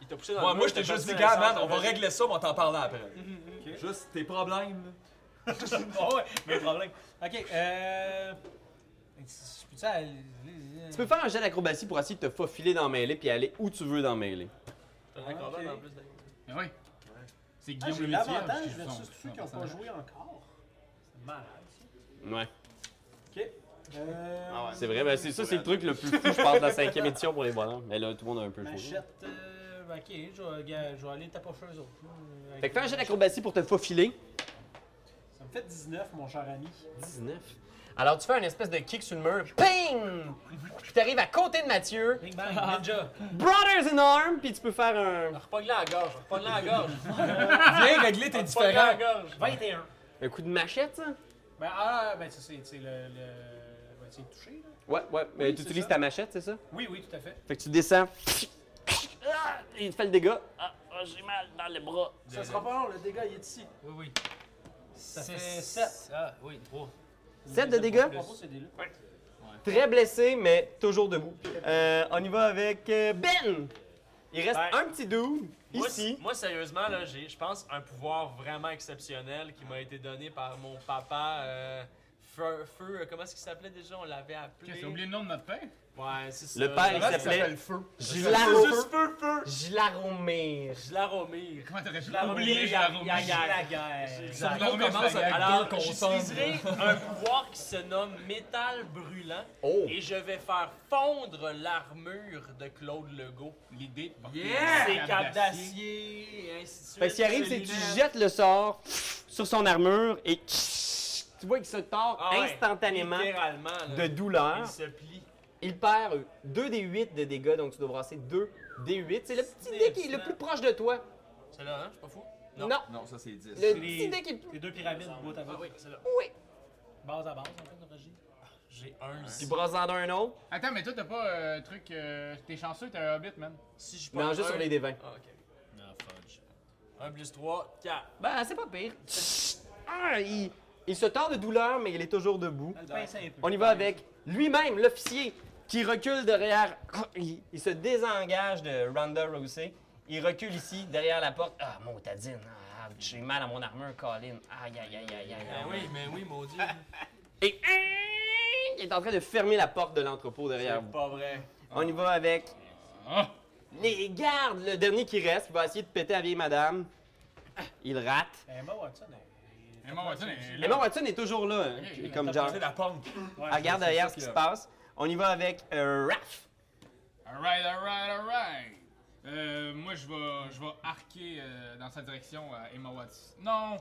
Il t'a poussé dans Ouais, le moi, mur, je t'ai t'as perdu juste dit, un gars, sens, man, t'as on va perdu- régler ça, mais on t'en parler après. Juste tes problèmes. (laughs) Oh ouais, mais problème. Ok, euh. Je peux-tu aller- Tu peux faire un jet d'acrobatie pour essayer de te faufiler dans mêlée puis aller où tu veux dans mêlée. T'as un acrobat Ah, Ok. en plus, d'ailleurs. Mais oui. C'est Ah, Guillaume j'ai le l'avantage versus tous ceux qui n'ont pas joué encore. C'est malade, ça. Ouais. Ok. Euh, Ah ouais. C'est vrai, ben c'est ça, c'est le truc le plus fou, je pense, de la cinquième édition pour les bonhommes. Mais là, tout le monde a un peu chaud. Machette. euh, ben, ok, je vais, gars, je vais aller taper chez eux autres. Euh, Fait que fais un avec- jet d'acrobatie pour te faufiler. Ça me fait 19, mon cher ami. 19. Alors tu fais un espèce de kick sur le mur, ping! Puis t'arrives à côté de Mathieu, Bing (laughs) bang, ninja. brothers in arms, puis tu peux faire un, Repogne-la à la gorge, repogne-la à la gorge. Viens régler tes Repogne-la à la différends. gorge. 21. un coup de machette, ça? Ben, ah, ben, ça, c'est c'est le. le... Ben, c'est touché, là. Ouais, ouais, mais Oui, tu c'est utilises ça. ta machette, c'est ça? Oui, oui, tout à fait. Fait que tu descends, Ah! il te fait le dégât. (laughs) Ah, ah, j'ai mal dans le bras. Ça sera pas long, le dégât, il est ici. Oui, oui. Ça fait Six. 7. Ah, oui, 3. 7 de dégâts. Très blessé, mais toujours debout. Euh, on y va avec euh, Ben. Il reste Ben, un petit dude Moi, ici. s- Moi, sérieusement, là, j'ai, je pense, un pouvoir vraiment exceptionnel qui m'a été donné par mon papa. euh, Feu, Feu, euh, comment est-ce qu'il s'appelait déjà? On l'avait appelé. J'ai oublié le nom de notre père. Ouais, c'est ça. Le père, il Comment s'appelait- s'appelle Feu. C'est Gilaro- juste Feu, Feu. Gilaromir. Glaromir. Comment t'aurais pu Glaromir, oublier Jaromir? Glaromir, Glaromir. Ça Glaromir. me remet commence sur à- la gueule. Alors, qu'on j'utiliserai un pouvoir qui se nomme Métal Brûlant Oh. et je vais faire fondre l'armure de Claude Legault. L'idée de porter Yeah! des Ses capes capes d'acier et ainsi de suite. Fait que ce qui arrive, c'est que tu jettes le sort sur son armure et tu vois qu'il se tord Ah ouais, instantanément Littéralement. de là. Il douleur. se plie. Il perd 2 des 8 de dégâts, donc tu dois brasser 2 des 8. C'est le petit dé qui est le plus proche de toi. C'est là, hein? Je suis pas fou. Non, Non. Non, ça, c'est 10. le les- petit dé qui est le plus... Les deux pyramides, bout à bout. Ah oui, c'est là. Oui. Base à base, en fait, Roger. J'ai un. Puis brasse-en un autre. Attends, mais toi, t'as pas euh, truc. euh, T'es chanceux, t'es un hobbit, man. Si je Non, prends juste un- sur les dés 20. Ah, ok. Un plus 3, 4. Ben, c'est pas pire. Ah, il, il se tord de douleur, mais il est toujours debout. Elle pince Ben, un peu. On y va avec lui-même, l'officier, qui recule derrière. Ah, Il, il se désengage de Ronda Rousey. Il recule ici, derrière la porte. Ah, montadine. Ah, j'ai mal à mon armure, Colin. Aïe, aïe, aïe, aïe, aïe. Ben oui, mais oui, maudit. Et hein, il est en train de fermer la porte de l'entrepôt derrière vous. pas vrai. On y va avec Ah! les gardes. Le dernier qui reste, il va essayer de péter la vieille madame. Ah, Il rate. Emma Watson, elle- elle- Emma Watson est là. Emma Watson est toujours là, hein, Ok, comme t'as genre. C'est la punk. Ouais, Elle regarde c'est derrière ça ce qui qui se a- passe. On y va avec euh, Raph. Alright, alright, alright. Euh, moi, je vais, je vais arquer euh, dans sa direction à Emma Watson. Non!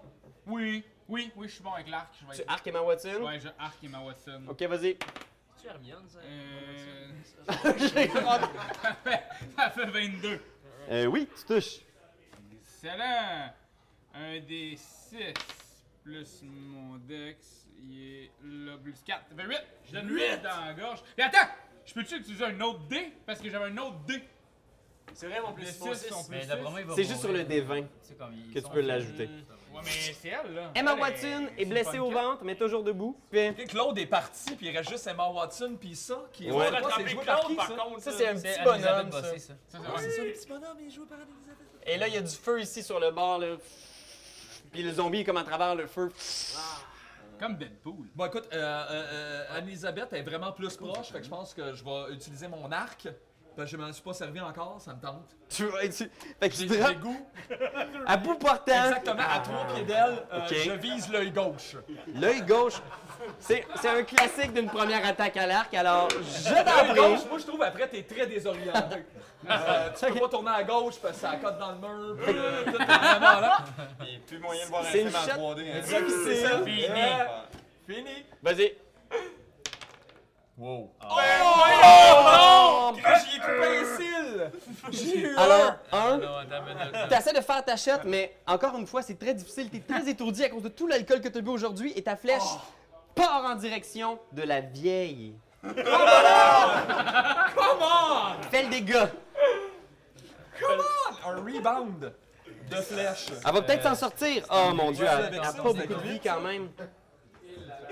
Oui, oui, oui, je suis bon avec l'arc. Je vais Tu être- arques Emma Watson. Ouais, je arc Emma Watson. Ok, vas-y. (laughs) Tu Hermione, ça? Euh, (laughs) J'ai rendu- ça fait 22. Euh, oui, tu touches. Excellent! Un des 6 plus mon dex, il est là plus 4. Ça fait 8! Je donne 8 dans la gorge. Et attends! Je peux-tu utiliser un autre dé? Parce que j'avais un autre dé. C'est vrai, mon Le plus 6 6. sont plus Mais 6. d'après moi, il va C'est juste sur mourir. le D20 Tu sais, comme ils que tu sont- peux l'ajouter. Ouais, mais c'est elle, là. Emma Elle Watson est c'est blessée au pas une ventre, mais toujours debout. Fait- Et Claude est parti, puis il reste juste Emma Watson, puis ça, qui Ouais. C'est joué par qui, ça? contre. Ça, c'est un C'est petit Anne-Elisabeth bonhomme, ça. Bossé, ça. Ah, carte. Ça, c'est- ouais. C'est ça, le petit bonhomme, il est joué par Elisabeth. Et là, il y a du feu ici sur le bord, là. Puis le zombie, comme à travers le feu. Comme Deadpool. Bon, écoute, euh, euh, euh, Anne-Elisabeth est vraiment plus proche, fait que je pense que je vais utiliser mon arc. Parce que je m'en suis pas servi encore, ça me tente. Tu vois, tu... Fait que tu J'ai te j'ai rends goût. à bout portant. Exactement, à trois pieds d'elle, euh, Ok. je vise l'œil gauche. L'œil gauche. C'est c'est un classique d'une première attaque à l'arc, alors je t'en L'œil prie. gauche, moi je trouve après t'es très désorienté. Euh, tu peux pas tourner à gauche parce que ça cote dans le mur. puis, euh, tout est vraiment là. Il n'y a plus moyen de voir un C'est une film en shot 3D. hein. difficile. Fini. Fini. Vas-y. Ben, Oh, j'y ai coupé un cil. J'ai eu Alors, un, Non, attends une minute. t'essaies de faire ta shot, mais encore une fois, c'est très difficile. T'es très étourdi à cause de tout l'alcool que t'as bu aujourd'hui et ta flèche part en direction de la vieille. Comment? Comment? Fais le dégât. un rebound de flèche. Elle va peut-être s'en sortir. Oh mon dieu, Ouais, elle elle avec a ça, pas c'est beaucoup de vie quand même.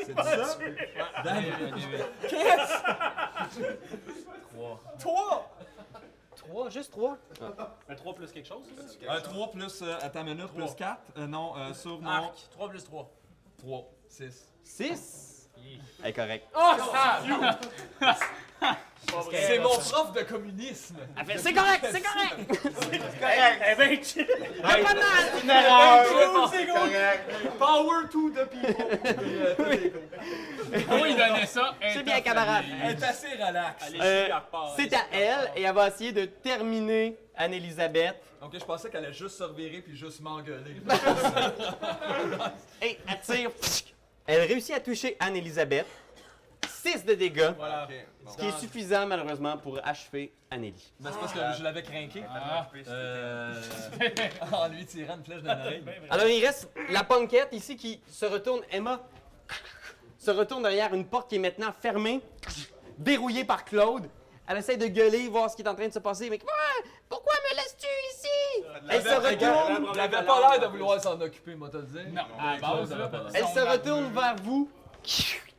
C'est ça? Trois! Trois, juste trois. Un 3 plus quelque chose, là? Un 3 plus, euh, attends une minute, plus 4. non, euh, sur mon... Arc, 3 plus 3. 3, 6. Six. Elle est correcte. Eh, C'est mon prof de communisme! Elle fait, C'est correct, (laughs) c'est correct. Eh ben, Correct. Pas mal. Une erreur. c'est Correct. Power to the people! Moi, il donnait ça. C'est bien, camarade. Elle est assez relax. Euh, c'est à elle et elle va essayer de terminer Anne-Elisabeth. Ok, je pensais qu'elle allait juste se revirer puis juste (laughs) m'engueuler. Ben, Et elle tire. Pfff. Elle réussit à toucher Anne-Elisabeth. 6 de dégâts, voilà. ce qui est suffisant malheureusement pour achever Annelie. Mais c'est parce que je l'avais craqué. Ah. (laughs) Euh... en lui tirant une flèche dans l'oreille. Alors il reste la punkette ici qui se retourne, Emma, se retourne derrière une porte qui est maintenant fermée, verrouillée par Claude. Elle essaie de gueuler, voir ce qui est en train de se passer, mais Ah! pourquoi me laisses-tu ici? Elle se retourne, Il avait pas l'air de vouloir s'en occuper, moi, te le dire. Non, à la base, ça là, va pas. elle son se retourne barbecue. vers vous,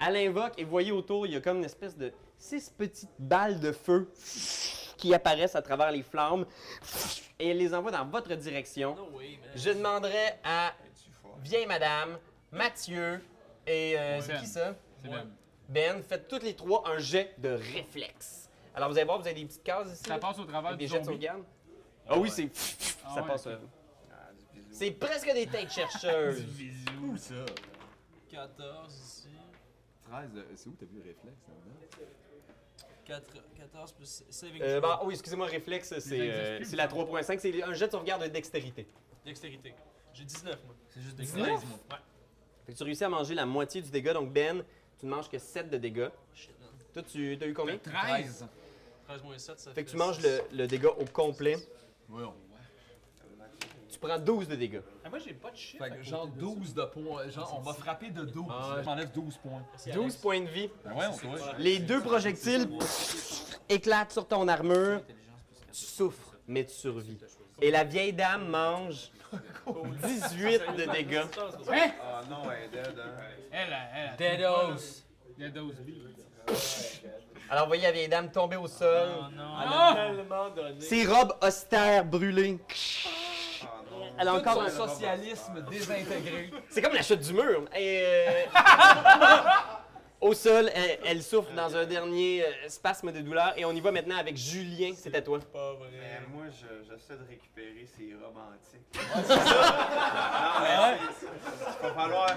elle invoque et voyez autour, il y a comme une espèce de six petites balles de feu qui apparaissent à travers les flammes et elle les envoie dans votre direction. Je demanderai à Vieille Madame, Mathieu et euh, c'est Ben. qui ça? C'est bien. Ben, faites toutes les trois un jet de réflexe. Alors vous allez voir, vous avez des petites cases ici. Ça là, passe au travers avec du des jets de zombie. sauvegarde. Ah oui, c'est. (laughs) Ah ça ouais, passe. ok. euh, C'est presque des têtes (laughs) chercheuses. Bisous. 14 ici. 13, euh, c'est où t'as vu le réflexe là-dedans? 4, 14 plus saving Euh, throw. bah, oui, excusez-moi, réflexe, c'est Les indices euh, plus, c'est la 3.5, c'est un jet de sauvegarde de dextérité. Dextérité. J'ai 19 moi. C'est juste des crises, moi. Fait que tu réussis à manger la moitié du dégât, donc Ben, tu ne manges que 7 de dégâts. Shit, man. Toi, tu as eu combien? 13. 13 moins 7, ça fait. Fait que tu manges le, le dégât au complet. Tu prends 12 de dégâts. Ah, moi, j'ai pas de shit. Fait que genre 12 de points. Genre, on va frapper de 12. Ah ouais. Je m'enlève 12 points. 12 points de vie. Ben ouais, on doit. Les deux projectiles pff, éclatent sur ton armure. Tu souffres, mais tu survis. Et la vieille dame mange 18 de dégâts. Ah non, elle est dead. hein. Elle, a- elle, a- Deados. Il y a 12 billes. Alors, voyez la vieille dame tomber au sol. Oh non. Ses robes austères brûlées. Ah non. Elle a encore un Son socialisme désintégré. (laughs) C'est comme la chute du mur. Et, euh, (laughs) Au sol, elle, elle souffre dans un dernier euh, spasme de douleur. Et on y va maintenant avec Julien, c'est à toi. Pas vrai. Mais Euh, moi, je- j'essaie de récupérer ces robes antiques. c'est (laughs) ça. non, mais c'est- c'est- va falloir,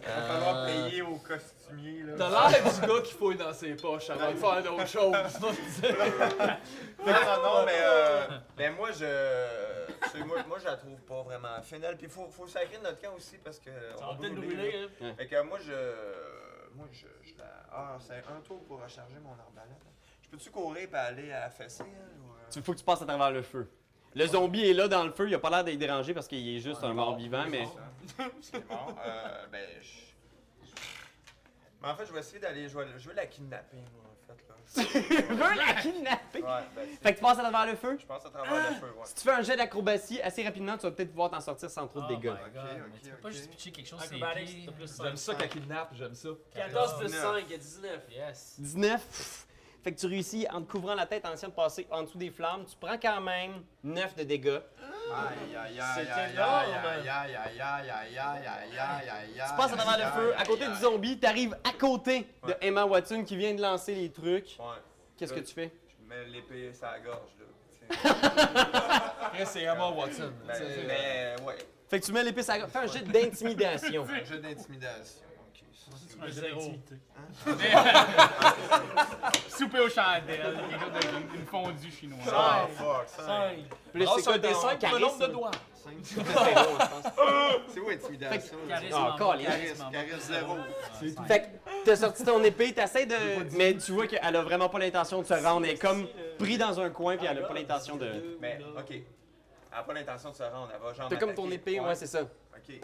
va falloir payer au costumier. Là. T'as l'air du gars qui fouille dans ses poches avant de faire d'autres choses. Non, non, non, mais euh, ben moi, je. tu sais, moi, moi, je la trouve pas vraiment finale. Puis faut, faut sacrer notre camp aussi parce que. Ça va peut peut-être brûler, brûler, hein. là. Fait que moi, je. Moi, je, je la. Ah, c'est un tour pour recharger mon arbalète. Je peux-tu courir et aller à la fessée, elle, ou, euh, Tu faut que tu passes à travers le feu. Le zombie est là dans le feu, il a pas l'air d'être dérangé parce qu'il est juste un mort vivant, mais. (laughs) ça. C'est mort. Euh, ben, je. Mais en fait, je vais essayer d'aller. Je vais, je vais la kidnapper, moi, en (laughs) fait. Là. Tu veux la kidnapper? Ouais, ben, Fait c'est- que Ah! tu passes à travers le feu. je pense à travers le feu, ouais. Si tu fais un jet d'acrobatie assez rapidement, tu vas peut-être pouvoir t'en sortir sans trop de dégâts. Oh my god, mais tu peux pas ok. juste pitcher quelque chose, c'est Acrobatics, t'as plus 5. (laughs) J'aime ça qu'elle kidnappe, j'aime ça. 14 plus 5, il y a 19. Yes. 19. pff. Fait que tu réussis en te couvrant la tête en essayant de passer en dessous des flammes. Tu prends quand même 9 de dégâts. Aïe, aïe, aïe, C'était aïe, aïe, énorme. aïe, aïe, aïe, aïe, aïe, aïe, aïe, aïe, aïe, Tu passes en avant le aïe, feu, à aïe, côté aïe. du zombie, t'arrives à côté de Ouais. Emma Watson qui vient de lancer les trucs. Ouais. Qu'est-ce que Là, tu fais? Je mets l'épée sur la gorge, là. t'sais. (laughs) Après, c'est Emma Watson. Ben, tu sais. Mais, ouais. Fait que tu mets l'épée à Fais un jet d'intimidation. Un jeu d'intimidation. Ok. ça, c'est Un jeu d'intimité. Souper aux chandelles, quelque chose de- une fondue chinoise. Ah, fuck, ça. Puis là, Ah, c'est c'est quoi un ton dessin pour le nombre de charisme? doigts. C'est où intimidation? là? Charisme, Ah, en bas, calé. charisme, en bas. hein. Charisme zéro. Fait que t'as sorti ton épée, t'essaies de. Mais tu vois qu'elle a vraiment pas l'intention de se rendre. Elle est comme pris dans un coin, puis elle a pas l'intention de. Mais, ok. Elle n'a pas l'intention de se rendre, elle va genre. T'as comme ton m'attaquer. épée, ouais, c'est ça. Ok.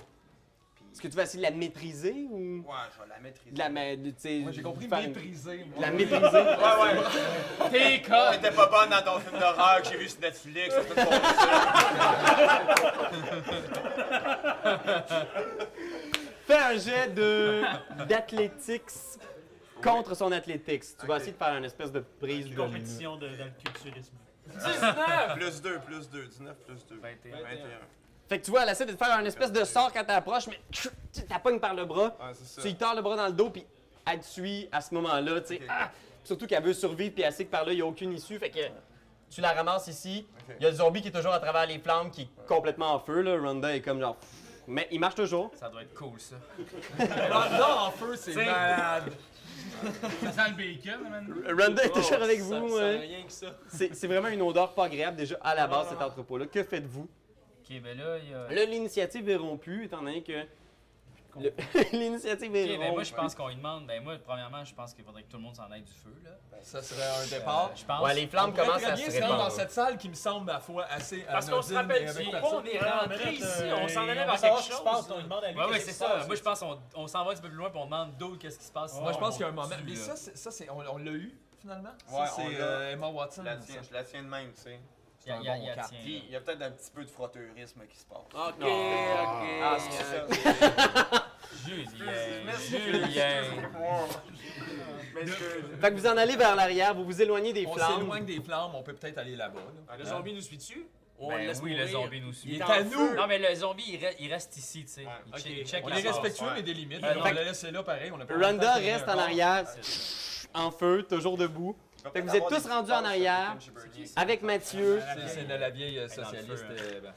Est-ce que tu vas essayer de la maîtriser ou. Ouais, je vais la maîtriser. Ah, De la. ma- de- tu sais, Moi, j'ai compris faire une- maîtriser. de la maîtriser. Ouais, ouais. T'es con! T'étais pas bonne dans ton film d'horreur que j'ai vu sur Netflix. c'est tout pour ça. (laughs) Fais un jet de. d'athlétics contre son athlétics. Tu vas Ok. essayer de faire une espèce de prise de. Compétition de, dans le culturisme. Plus 2, plus 2, 19 plus 2. 21. 21. Fait que tu vois, elle essaie de te faire un espèce de sort quand t'approches, mais tu la pognes par le bras. Ouais, c'est Tu ça. lui tords le bras dans le dos, puis elle te suit à ce moment-là, tu sais. euh. Ok. Ah! Surtout qu'elle veut survivre, puis elle sait que par là, il n'y a aucune issue. Fait que tu la ramasses ici. Ok. Il y a le zombie qui est toujours à travers les flammes, qui est complètement en feu, là. Ronda est comme genre. pff, Mais il marche toujours. Ça doit être cool, ça. Là, en feu, c'est malade. Ça sent le bacon, man. Ronda est toujours avec Ça- vous. ça- hein. Rien que ça. C'est c'est vraiment une odeur pas agréable déjà à la base, cet entrepôt-là. Que faites-vous? Ok, ben là, il y a. Là, l'initiative est rompue, étant donné que. le- (laughs) L'initiative est Ok, ben moi, je rompue. pense qu'on lui demande. Ben moi, premièrement, je pense qu'il faudrait que tout le monde s'en aille du feu, là. Ben, Ça serait Euh, un départ. Je pense. Ouais, les On flammes pourrait commencent très à bien se se rendre répandre. dans cette salle qui me semble, ma foi, assez euh, Parce qu'on se anodine rappelle et du avec la pourquoi on est Ah, rentré ici. On s'en allait vers quelque chose. On demande à lui. Ouais, ouais, qu'est-ce c'est qui se ça. passe. Moi, je pense qu'on on s'en va un petit peu plus loin, puis on demande d'autres qu'est-ce qui se passe. Moi, je pense qu'il y a un on moment. tue, Mais là. ça, c'est- ça, c'est, on, on l'a eu finalement. Ouais, ça, on c'est l'a. euh, Emma Watson. Je la ça. tiens, je la tiens de même, tu sais. Il y a, un il y a- bon il y a- cap. tiens, Puis, il y a peut-être un petit peu de frotteurisme qui se passe. Ok, ok. Ah, c'est ça. Julien. Fait que vous en allez vers l'arrière, vous vous éloignez des On flammes. s'éloigne des flammes, on peut peut-être aller là-bas. là. Le zombie nous suit dessus. On Ben le laisse oui, mourir. le zombie nous suit. Il est à nous. Non, mais le zombie, il re- il reste ici, tu sais. Ouais, Il ok. check- il check On la est porte. respectueux, ouais. mais des limites. Euh, là, fait- on l'a laissé là pareil. On a pas eu le temps de Ronda tenir reste un en corps. arrière, en feu, toujours debout. Fait que vous êtes tous rendus en arrière. Avec Mathieu. C'est, c'est de la vieille euh, dans le socialiste. feu, euh, ben.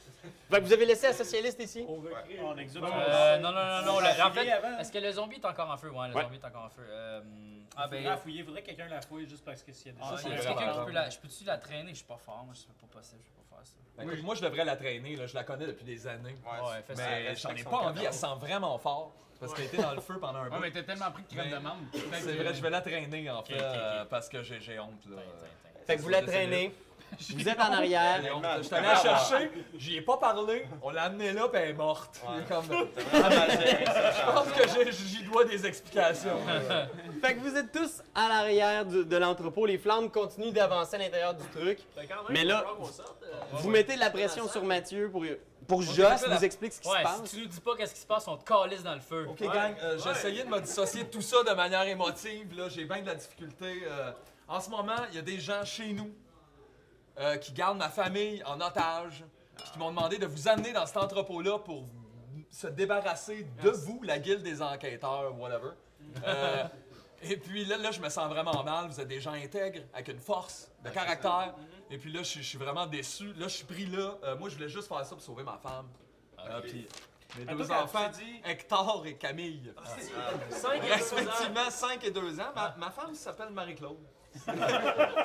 Fait que vous avez laissé la socialiste ici. On exude. Euh, non, non, non, non. le- en fouiller avant. fait, est-ce que le zombie est encore en feu? Ouais, le Ouais. zombie est encore en feu. Euh, Ah, ah, ben. euh, fouiller. Faudrait que quelqu'un la fouille juste parce que s'il y a des. ah, c'est est-ce vrai, quelqu'un par qui exemple. peut la- Je peux-tu la traîner? Je suis pas fort, moi, c'est pas possible, je peux pas faire ça. Ben, écoute, Moi, je devrais la traîner. là, Je la connais depuis des années. Ouais, fais ça. Mais j'en ai pas envie. Elle sent vraiment fort. Parce qu'elle était dans le feu pendant un Ouais, bout. mais t'as tellement pris de crème de menthe. C'est vrai, je vais la traîner en fait. ok, ok. euh, Parce que j'ai, j'ai honte. là. Tiens, tiens, tiens. Fait que vous la traînez. Vous êtes en arrière. J'ai honte. Je suis allé la chercher, j'y ai pas parlé, on l'a amenée là, puis elle est morte. Ouais. Comme- (laughs) (laughs) Je pense que j'ai- j'y dois des explications. Fait que vous êtes tous à l'arrière du- de l'entrepôt. Les flammes continuent d'avancer à l'intérieur du truc. Mais là, Vous mettez de la pression sur Mathieu pour, pour Joss, vous explique ce qui se Ouais, passe. si tu nous dis pas qu'est-ce qui se passe, on te calisse dans le feu. Ok, (laughs) gang, euh, j'ai essayé de me dissocier de tout ça de manière émotive. Là, j'ai bien de la difficulté. euh, en ce moment, il y a des gens chez nous euh, qui gardent ma famille en otage, puis qui m'ont demandé de vous amener dans cet entrepôt-là pour vous- se débarrasser de vous, la guilde des enquêteurs, whatever. Euh, et puis là, là, je me sens vraiment mal. Vous êtes des gens intègres, avec une force, Ben, de caractère. Et puis là, je je suis vraiment déçu. Là, je suis pris là. Euh, moi, je voulais juste faire ça pour sauver ma femme. Ah, Euh, puis mes Attends, deux Ben, quand tu enfants, dis- Hector et Camille. Ah, 5 Respectivement 5 et 2 ans. Ma, ma femme s'appelle (laughs) Marie-Claude.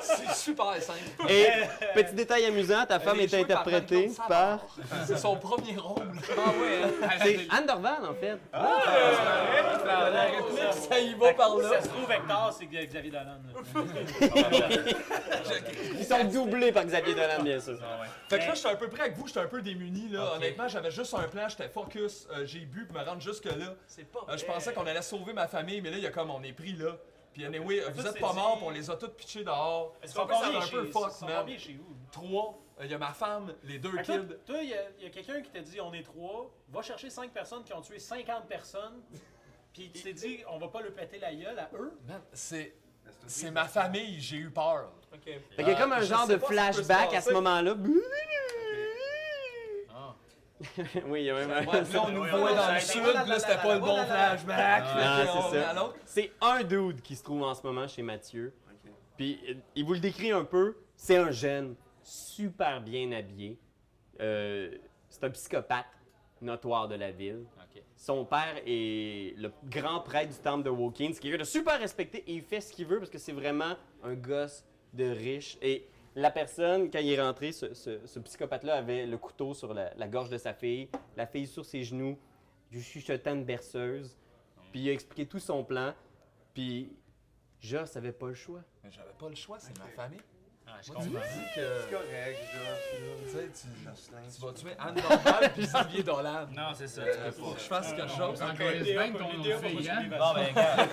C'est super simple. Et petit détail amusant, ta femme Elle est jouée par interprétée Marie-Claude Savard. par. C'est son premier rôle. Ah ouais, C'est Anne Dorval, en fait. la réplique, ça y va par là. Ça se trouve, Hector, c'est Xavier Dolan. là. Ils sont doublés par Xavier Dolan, bien sûr. Fait que là, je suis un peu près avec vous, j'étais un peu démuni là. Honnêtement, j'avais juste un plan, j'étais focus, Euh, j'ai bu pour me rendre jusque là. C'est pas Euh, je pensais qu'on allait sauver ma famille, mais là, il y a comme on est pris là. Puis anyway, euh, vous Ça, êtes c'est pas morts, dit. puis on les a tous pitchés dehors. Ils Ça sont fait ça, combien un peu chez- fuck, ils sont Ah, man. combien chez vous? Trois, Euh, il y a ma femme, les deux Fait que kids. Toi, toi, il y a, il y a quelqu'un qui t'a dit on est trois, va chercher cinq personnes qui ont tué 50 (laughs) personnes, puis tu t'es dit on va pas leur péter la gueule à eux. Man, c'est c'est ma famille, j'ai eu peur. Fait qu'il y a comme un Euh, je genre sais de pas ce qui peut se flashback à ce passer. moment-là. (laughs) oui, il y a même un. Ouais, là, on nous voit dans le sud, là, c'était pas le bon flashback. Ah, Fait qu'on c'est met ça. à l'autre. C'est un dude qui se trouve en ce moment chez Mathieu. Puis euh, il vous le décrit un peu. C'est un jeune, super bien habillé. Euh, c'est un psychopathe notoire de la ville. Ok. Son père est le grand prêtre du temple de Woking. C'est quelqu'un de super respecté et il fait ce qu'il veut parce que c'est vraiment un gosse de riche. Et la personne, quand il est rentré, ce, ce- ce psychopathe-là avait le couteau sur la, la gorge de sa fille, la fille sur ses genoux, du chuchotant de berceuse. Puis il a expliqué tout son plan. Puis Joss avait pas le choix. Mais J'avais pas le choix, c'est ma famille. Ah, je Moi, tu me comprends. dis que. C'est correct, Josh. Tu sais, tu- Jocelyn. tu vas tuer Anne Dorval puis Sylvie Dolan. Non, c'est ça. Euh, tu peux Faut que je fasse quelque chose. Encore bien de ton nom de fille, hein? pas. Bon, ben, regarde.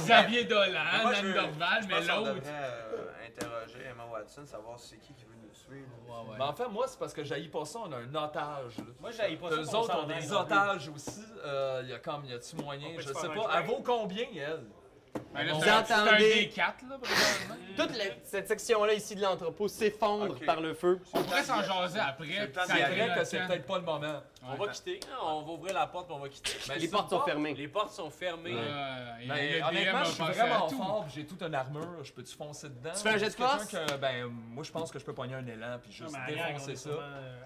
Xavier Dolan, Moi, je Anne veux- Dorval, Je mais pense qu'on l'autre. devrait euh, interroger Emma Watson, savoir c'est qui qui veut nous suivre. Mais en fait, moi, c'est parce que j'haïs pas ça, on a un otage. là. Moi, j'haïs pas ça. Eux qu'on autres s'en ont des aille. Ah, otages aussi. Euh, y a comme, y a-tu moyen, peut je se sais faire un pas. Elle vaut combien, elle Ben là, Vous c'est un- c'est un entendez- des quatre, là, probablement. Toute la- cette section-là ici de l'entrepôt s'effondre Ok. par le feu. On pourrait s'en jaser après. le temps puis ça de C'est la arrive vrai que le c'est temps. peut-être pas le moment. On va quitter. hein, On va ouvrir la porte, puis on va quitter. Mais Ben, Les c'est portes une sont porte. fermées. Les portes sont fermées. Ouais, Ah, Ben, Mais et le DM Ben, euh, honnêtement, a je suis pensé vraiment à tout. fort, puis j'ai toute une armure. Je peux-tu foncer dedans Tu fais un jet de Est-ce quelqu'un force? que- Ben, moi, je pense que je peux pogner un élan puis juste défoncer ça.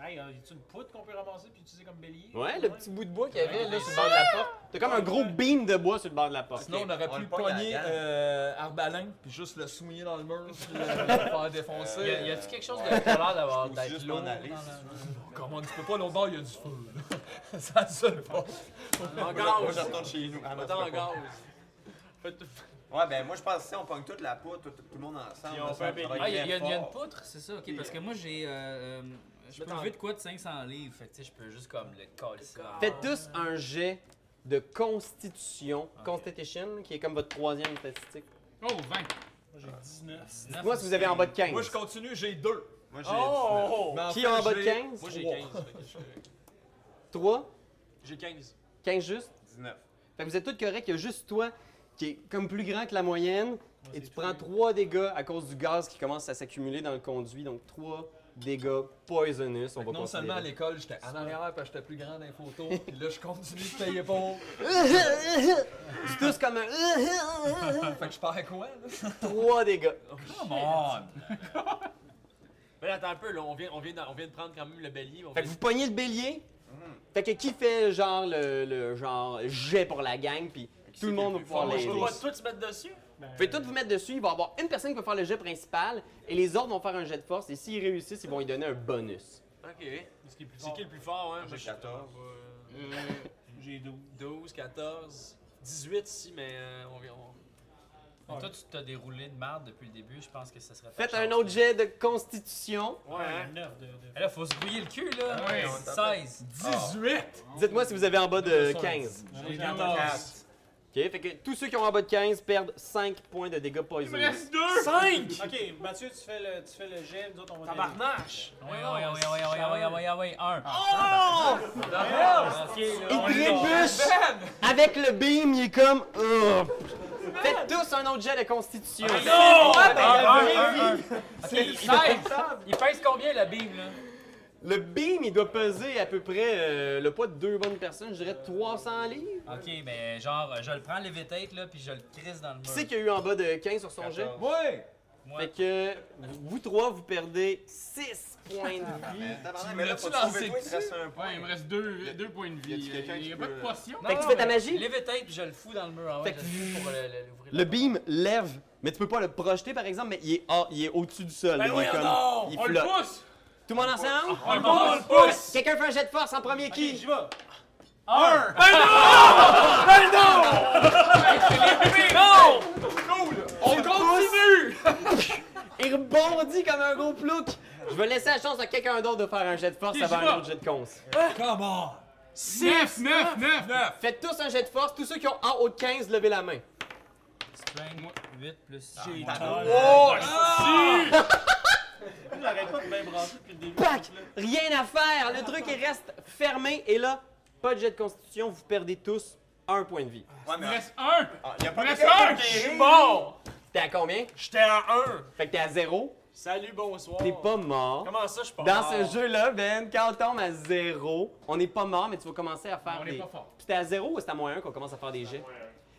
Hey, y'a-tu une poutre qu'on peut ramasser puis utiliser comme bélier? Ouais, le petit bout de bois qu'il y avait là sur le bord de la porte. T'as comme un gros beam de bois sur le bord de la porte. Sinon, on aurait on pu le pogne à la pogner dent. euh, Arbalin, puis juste le souiller dans le mur, puis euh, le (laughs) faire défoncer. Y a- y a-tu quelque chose de qui a l'air d'avoir Ou c'est d'être juste m'en lourd? aller. Comment tu peux pas, l'autre bord, il y a du feu. là. (laughs) Ça ne sonne pas. En Moi, je gaz. retourne chez nous. Ah, non, Attends, je en peux pas. gaz. Ouais, ben moi, je pense que si on pogne toute la poudre, tout, tout- tout le monde ensemble, Puis on ça fait un travaille Ah, il y, a- bien y a y a une fort. poutre? C'est ça, ok, parce que moi j'ai. euh, euh, je peux Mettons- lever de quoi de 500 livres, fait que tu sais, je peux juste comme le coller ça. Faites tous un jet de constitution, constitution, qui est comme votre troisième statistique. Oh, 20. Moi, j'ai 19. Dites-moi si vous avez en bas de 15. Ah, Moi, je continue, j'ai deux. Moi, j'ai Oh! Mais Qui fait, a en bas de j'ai- 15? Moi, j'ai 15. fait que je- 3? J'ai 15. 15 juste? 19. Fait que vous êtes tous corrects, il y a juste toi qui est comme plus grand que la moyenne et tu prends 3 dégâts à cause du gaz qui commence à s'accumuler dans le conduit, donc 3 dégâts poisonous, on va Non seulement à considérer. l'école, j'étais en arrière parce que j'étais plus grand dans les photos, puis là, je continue de payer pour. (laughs) C'est tous comme un (laughs) Fait que je perds quoi, là? 3 dégâts. Come Oh, Oh, on! (laughs) Mais là, attends un peu, là, on vient, on vient, d'en- on vient de prendre quand même le bélier. On vient Fait que vous pognez le bélier. Fait que qui fait genre le, le genre jet pour la gang, puis tout le monde va pouvoir Moi, je l'aider. peux pas tout se mettre dessus. Vous pouvez tous vous mettre dessus, il va y avoir une personne qui va faire le jet principal, et les autres vont faire un jet de force, et s'ils réussissent, ils vont lui donner un bonus. Ok. C'est qui le plus fort, hein? Moi, je- 14. Euh, j'ai 12. 12, 14, 18 si, mais euh, on vient. on- Mais toi, tu t'as déroulé de marde depuis le début, je pense que ça serait pas Faites un autre jet de constitution. Ouais, hein? 9 de. de- Là, faut se brouiller le cul, là. Ouais. 16. 18! Dites-moi si vous avez en bas de 15. J'ai 14. Ok, fait que tous ceux qui ont en bas de 15 perdent 5 points de dégâts Il me poisonés. reste deux. 5! Ok, Mathieu, tu fais le, tu fais le gel, nous autres, on va t'aider. Tabarnache! Oui, oui, oui, oui, oui, oui, oui, oui, oui, oui, un. Il Oh trébuche avec le beam, il est comme. Ugh. Faites tous un autre jet de constitution. Ah Il pèse combien, la bim, là? Le beam, il doit peser à peu près euh, le poids de deux bonnes personnes, je dirais Euh, 300 livres. Ok, mais genre, euh, je le prends levitate, là, puis je le crisse dans le Qui c'est mur. qu'il y a eu en bas de 15 sur son jet? Ouais! Moi. Fait que vous- vous trois, vous perdez 6 points de (laughs) vie. Tabarnak, mais là, l'as-tu faut lancé trouver toi, il te reste un Ouais, il me point. reste deux, Y'a- deux points de vie. y'a-tu quelqu'un Il n'y a qui pas de peut- potion. Fait que tu fais ta magie, Levitate, puis je le fous dans le mur. Ah Fait ouais, que- je le fous pour le- le- l'ouvrir. le beam lève, mais tu peux pas le projeter par exemple, mais il est, hors- il est au-dessus du sol. là, il est comme- il Ben On le flotte. pousse! Tout le monde ensemble? On le pousse! On le pousse! Quelqu'un fait un jet de force en premier qui? J'y vais! Il rebondit comme un gros plouc! Je vais laisser la chance à quelqu'un d'autre de faire un jet de force Qui avant j'y vais? un autre jet de cons. Come on! 6, 9, 9! Faites tous un jet de force, tous ceux qui ont en haut de 15, levez la main. Strength, 8 plus. J'ai Ah, tort. Oh! J'arrête pas de bien brasser depuis le début. Pac! Rien à faire! Le truc, il reste fermé et là, pas de jet de constitution, vous perdez tous un point de vie. Ouais, Il me mais reste un! ah, il y a Il pas me de reste un! guérir. T'es à combien? J'étais à 1! Fait que t'es à zéro. Salut, bonsoir. T'es pas mort. Oh. Comment ça, je suis pas Dans mort? ce jeu-là, Ben, quand on tombe à zéro, on n'est pas mort, mais tu vas commencer à faire On des... est pas fort. Puis t'es à zéro ou c'est à moins un qu'on commence à faire des jets?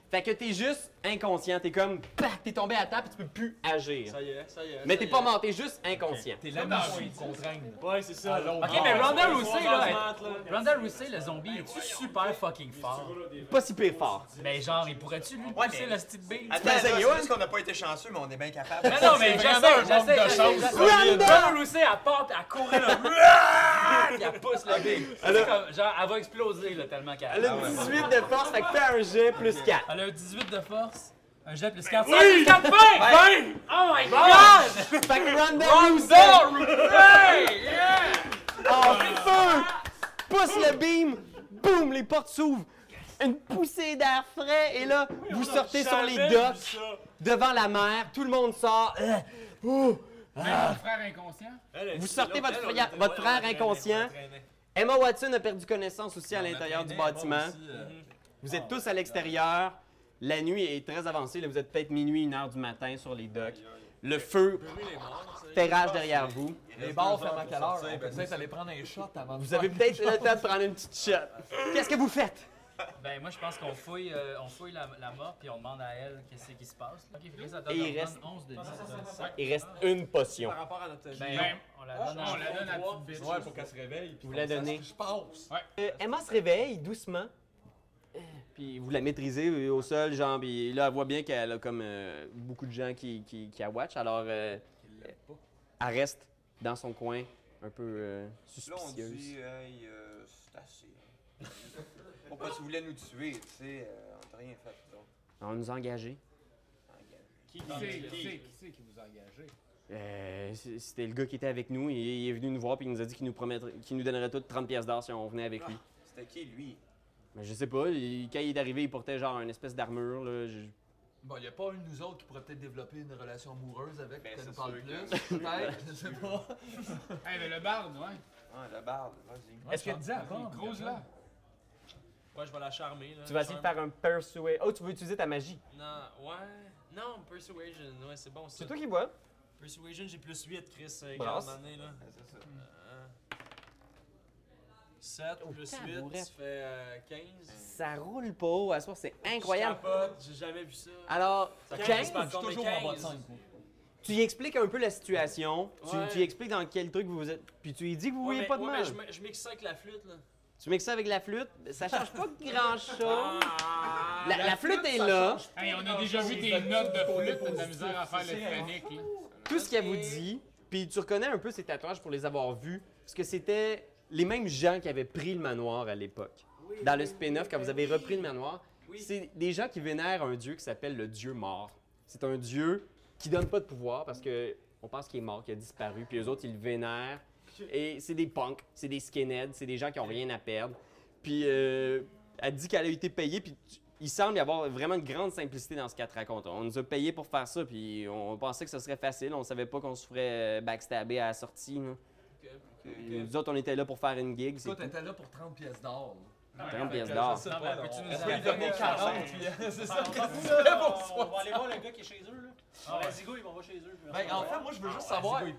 Fait que t'es juste inconscient, t'es comme... Pac! T'es tombé à terre, puis tu peux plus agir. Ça y est, ça y est. Mais ça t'es y pas est. mort, t'es juste inconscient. T'es la mission qu'on traîne. Ouais, c'est ça. Ok, mais Ronda Rousey, là, Rousey, elle- Ronda Rousey, le zombie, il est super fucking fort? Pas si pire fort. Mais genre, il pourrait-tu lui Ouais, pousser mais- le petite bille? Attends, c'est juste qu'on n'a pas été chanceux, mais on est bien capable. Non, non, mais C'est vraiment j'essaie, un manque de j'essaie, chance. j'essaie, j'essaie. Ronda Rousey, elle part, puis elle courait là, (laughs) puis elle pousse la bille. C'est comme, genre, elle va exploser, là, tellement qu'elle... Ah Elle a 18 de force, fait que fais un jet plus 4. Elle a un 18 de force, un jet Ben plus 4, oui! 4, 20! Oh my god! Fait que Ronda Rousey en Ah, feu pousse le beam, boum, les portes s'ouvrent, une poussée d'air frais et là vous sortez sur les docks devant la mer, tout le monde sort. Euh, ouh. Même Ben, mon frère inconscient. Vous sortez votre, frère- votre frère inconscient. Emma Watson a perdu connaissance aussi à l'intérieur du euh, bâtiment. Vous êtes tous à l'extérieur. La nuit est très avancée. Là, vous êtes peut-être minuit, une heure du matin sur les docks. Le feu fait rage derrière vous. Les bars ferment à quelle heure? On ben, peut peut-être aller prendre un shot avant de Vous avez peut-être le temps de prendre une petite shot. Qu'est-ce que vous faites? Ben, moi, je pense qu'on fouille, euh, on fouille la, la mort, puis on demande à elle qu'est-ce qui se passe. Ok, puis ça donne Et il on donne reste- 11 de 10. Il reste une potion. Par rapport à notre. Ben, Ben, on, on la donne on la donne à la petite bitch. Ouais, pour qu'elle se réveille. puis Vous la qu'on sache donnez. ce qui se passe. Euh, Emma se réveille doucement. Euh, Puis vous la maîtrisez euh, au sol, genre, puis là, elle voit bien qu'elle a comme euh, beaucoup de gens qui, qui, qui la watch, alors euh, elle reste dans son coin, un peu euh, Là, on dit, suspicieuse. hey, euh, c'est assez. Pourquoi tu voulais nous tuer, tu sais, euh, on t'a rien fait, nous autres. On va nous engager. Qui c'est qui c'est- qui c'est qui vous a engagé? Euh, c- C'était le gars qui était avec nous, il, il est venu nous voir, puis il nous a dit qu'il nous, promettrait- qu'il nous donnerait toutes 30 pièces d'or si on venait Ah. avec lui. C'était qui, lui? Mais je sais pas, il- quand il est arrivé, il portait genre une espèce d'armure, là. je- Bon, il n'y a pas un de nous autres qui pourrait peut-être développer une relation amoureuse avec, Ben, qui c'est nous parle sûr plus. que- Peut-être, je sais pas. Eh, mais le barde, ouais. Ah, la barbe, vas-y. Est-ce que- Il est grosse là. Ouais, je vais la charmer, là. Tu vas essayer de faire un persuade. Oh, tu veux utiliser ta magie. Non, ouais. Non, Persuasion, ouais, c'est bon ça. C'est toi qui vois. Persuasion, j'ai plus 8, Chris. Euh, Brasse. regarde, mané, là. Ah, c'est ça. 7 Oh, plus 8, tabourette. ça fait euh, 15. Ça roule pas haut à soir, c'est incroyable. Ah, Je capote, J'ai jamais vu ça. Alors, quinze, 15, par Je suis contre, toujours mais en bas 15. de 5. tu y expliques un peu la situation, tu, Ouais. tu y expliques dans quel truc vous vous êtes, puis tu lui dis que vous Ouais, voyez mais- pas de ouais, mal. mais je me- je mixe ça avec la flûte, là. Tu mets ça avec la flûte, ça change pas grand-chose. Ah! La, la flûte est là, Hey, on a déjà vu tes notes de flûte, t'as de la misère à faire le panique. là. tout ce qu'elle vous dit, puis tu reconnais un peu ses tatouages pour les avoir vus, parce que c'était les mêmes gens qui avaient pris le manoir à l'époque. Dans le spin-off, quand vous avez repris le manoir, c'est des gens qui vénèrent un dieu qui s'appelle le dieu mort. C'est un dieu qui donne pas de pouvoir parce que on pense qu'il est mort, qu'il a disparu, puis les autres ils le vénèrent. Et c'est des punks, c'est des skinheads, c'est des gens qui ont rien à perdre. Puis euh, elle dit qu'elle a été payée, puis tu- il semble y avoir vraiment une grande simplicité dans ce qu'elle te raconte. On nous a payé pour faire ça, puis on pensait que ce serait facile, on savait pas qu'on se ferait euh, backstabber à la sortie. là. Puis Nous autres, on était là pour faire une gig, c'est Toi, tout. t'étais là pour 30 pièces d'or. 30 pièces d'or. Non, mais peux-tu nous Ouais, lui donner ouais, 40 ouais. (laughs) pièces? C'est ça Ah, que on tu va- fais on- pour On va soi. aller voir le gars qui est chez eux, là. Ah, Vas-y, go, ils vont voir chez eux. puis on Ben, va- en fait, moi, je veux juste savoir. Non,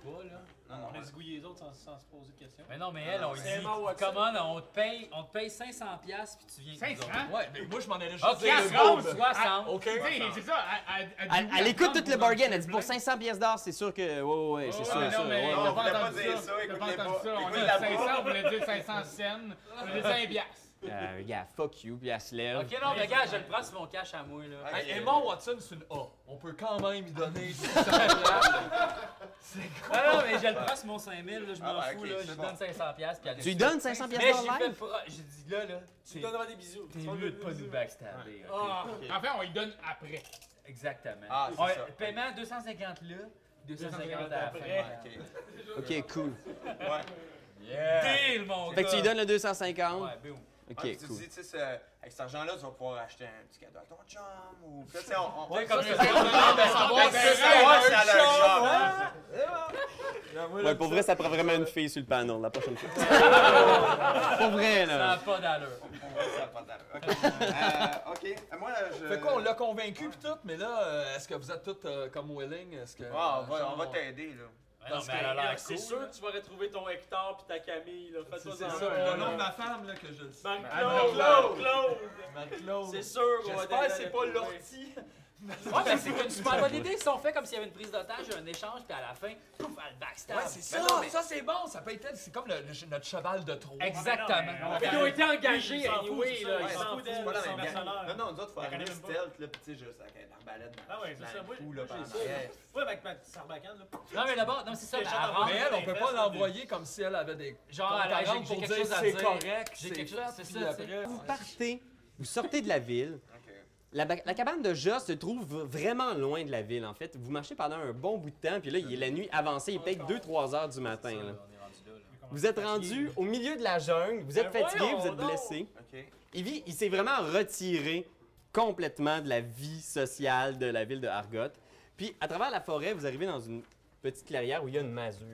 On non, laisse gouiller les autres sans, sans se poser de questions. Mais non, mais elle, on lui Ah, C'est Emma dit, Watson. comment on te paye, on te paye 500 pièces puis tu viens avec nous 500? autres. Ouais, mais moi, je m'en allais juste Ok, dire le 40, double. 60. OK. Ben, Tu sais, c'est ça. Elle, elle- elle dit Elle, oui, elle écoute attends, tout le vous bargain, en elle dit pour foutez. 500 pièces d'or, c'est sûr que. Ouais, ouais, ouais, c'est Ouais, sûr, Ah, non, sûr. mais ouais, on ouais. n'a voulait pas pas entendu dire ça. ça, on n'a écoute pas les entendu pas- ça. On écoute a la 500, voix. on voulait dire 500 cents. On voulait dire 5 piastres. Euh, regarde, fuck you, puis elle se lève. Ok, non, mais gars, je le prends sur mon cash à moi, là. non. Hey, Hey, Emma Watson, c'est une A. On peut quand même y donner. Non, non, mais je le prends sur mon 5000, là, je Ah, m'en ouais, fous, ok, là. c'est Je lui bon. donne 500 pièces puis elle Tu lui donnes 500 Mais pièces j'ai d'or fait live? pro- j'ai dit là, là, Tu me donneras des bisous. t'es mieux de pas nous backstabber. ok? Ah, Enfin, on lui donne après. Exactement. Ah, c'est Ouais, ça. Paiement 250 là, 250 250 à la après. fin. Ok. Ok, cool. Deal, mon Fait que tu lui gars. donnes le 250. Ouais, boom. Ah, puis Ok, tu cool. dis, tu sais, c'est- avec cet argent-là, tu vas pouvoir acheter un petit cadeau à ton chum ou. Puis là, tu sais, on. on... Ouais, comme ça. Ouais, c'est ça, ouais, c'est à leur chum. Ouais, pour vrai, ça prend vraiment une fille sur le panel la prochaine fois. pour vrai, Ça là. n'a pas d'allure. Euh, Ça a pas d'allure. Ok. Euh, Ok. Euh, Moi, je. Fait quoi, on l'a convaincu pis tout, mais là, euh, est-ce que vous êtes toutes euh, comme willing? Est-ce que... Ouais, on va, on va genre, t'aider, là. non, Ben, mais elle a l'air c'est cool, sûr là. que tu vas retrouver ton Hector puis ta Camille. là. Fais-toi C'est ça. ça, euh, le nom de ma femme là, que je le sais. Ben, Claude, Claude, Claude. C'est sûr qu'on va J'espère que c'est t'aider à pas le trouver. l'ortie. Ouais, mais c'est une super bonne idée. Si on fait comme s'il y avait une prise d'otage, un échange, puis à la fin, pouf, elle backstab. Ouais, c'est ça. Mais non, mais- Ça, c'est bon. Ça peut être c'est comme le- le- notre cheval de Troie. Exactement. Ils ont été engagés, anyway. là, Ouais, Ils c'est s'en pas foutent la d'elle, même ils sont gang. mercenaires. Non, non, nous autres, faut La arriver connais même stealth, là, pis tu sais, juste avec une arbalète dans Ah ouais, c'est dans ça, le moi, cou, là, j'ai par en ça. arrière. Ouais, avec ma sarbacane, là. Non, mais d'abord, non, c'est ça. Les ben, gens elle dans- Mais rentre. elle, on peut Les pas fesses, l'envoyer comme si elle avait des. Genre, comptes à elle- j'ai- rendre j'ai pour quelque dire chose à c'est dire. correct. J'ai c'est quelque chose à fait, dire, puis tu après, Vous partez, vous sortez de la ville. La, ba- la cabane de Joss se trouve vraiment loin de la ville, en fait. Vous marchez pendant un bon bout de temps, puis là, il est la nuit avancée, il est peut-être 2-3 heures du matin. là. Vous êtes rendu au milieu de la jungle, vous êtes Ben fatigué, vous voyons êtes donc! blessé. OK. Ivy, il s'est vraiment retiré complètement de la vie sociale de la ville de Argote. Puis, à travers la forêt, vous arrivez dans une petite clairière où il y a une masure.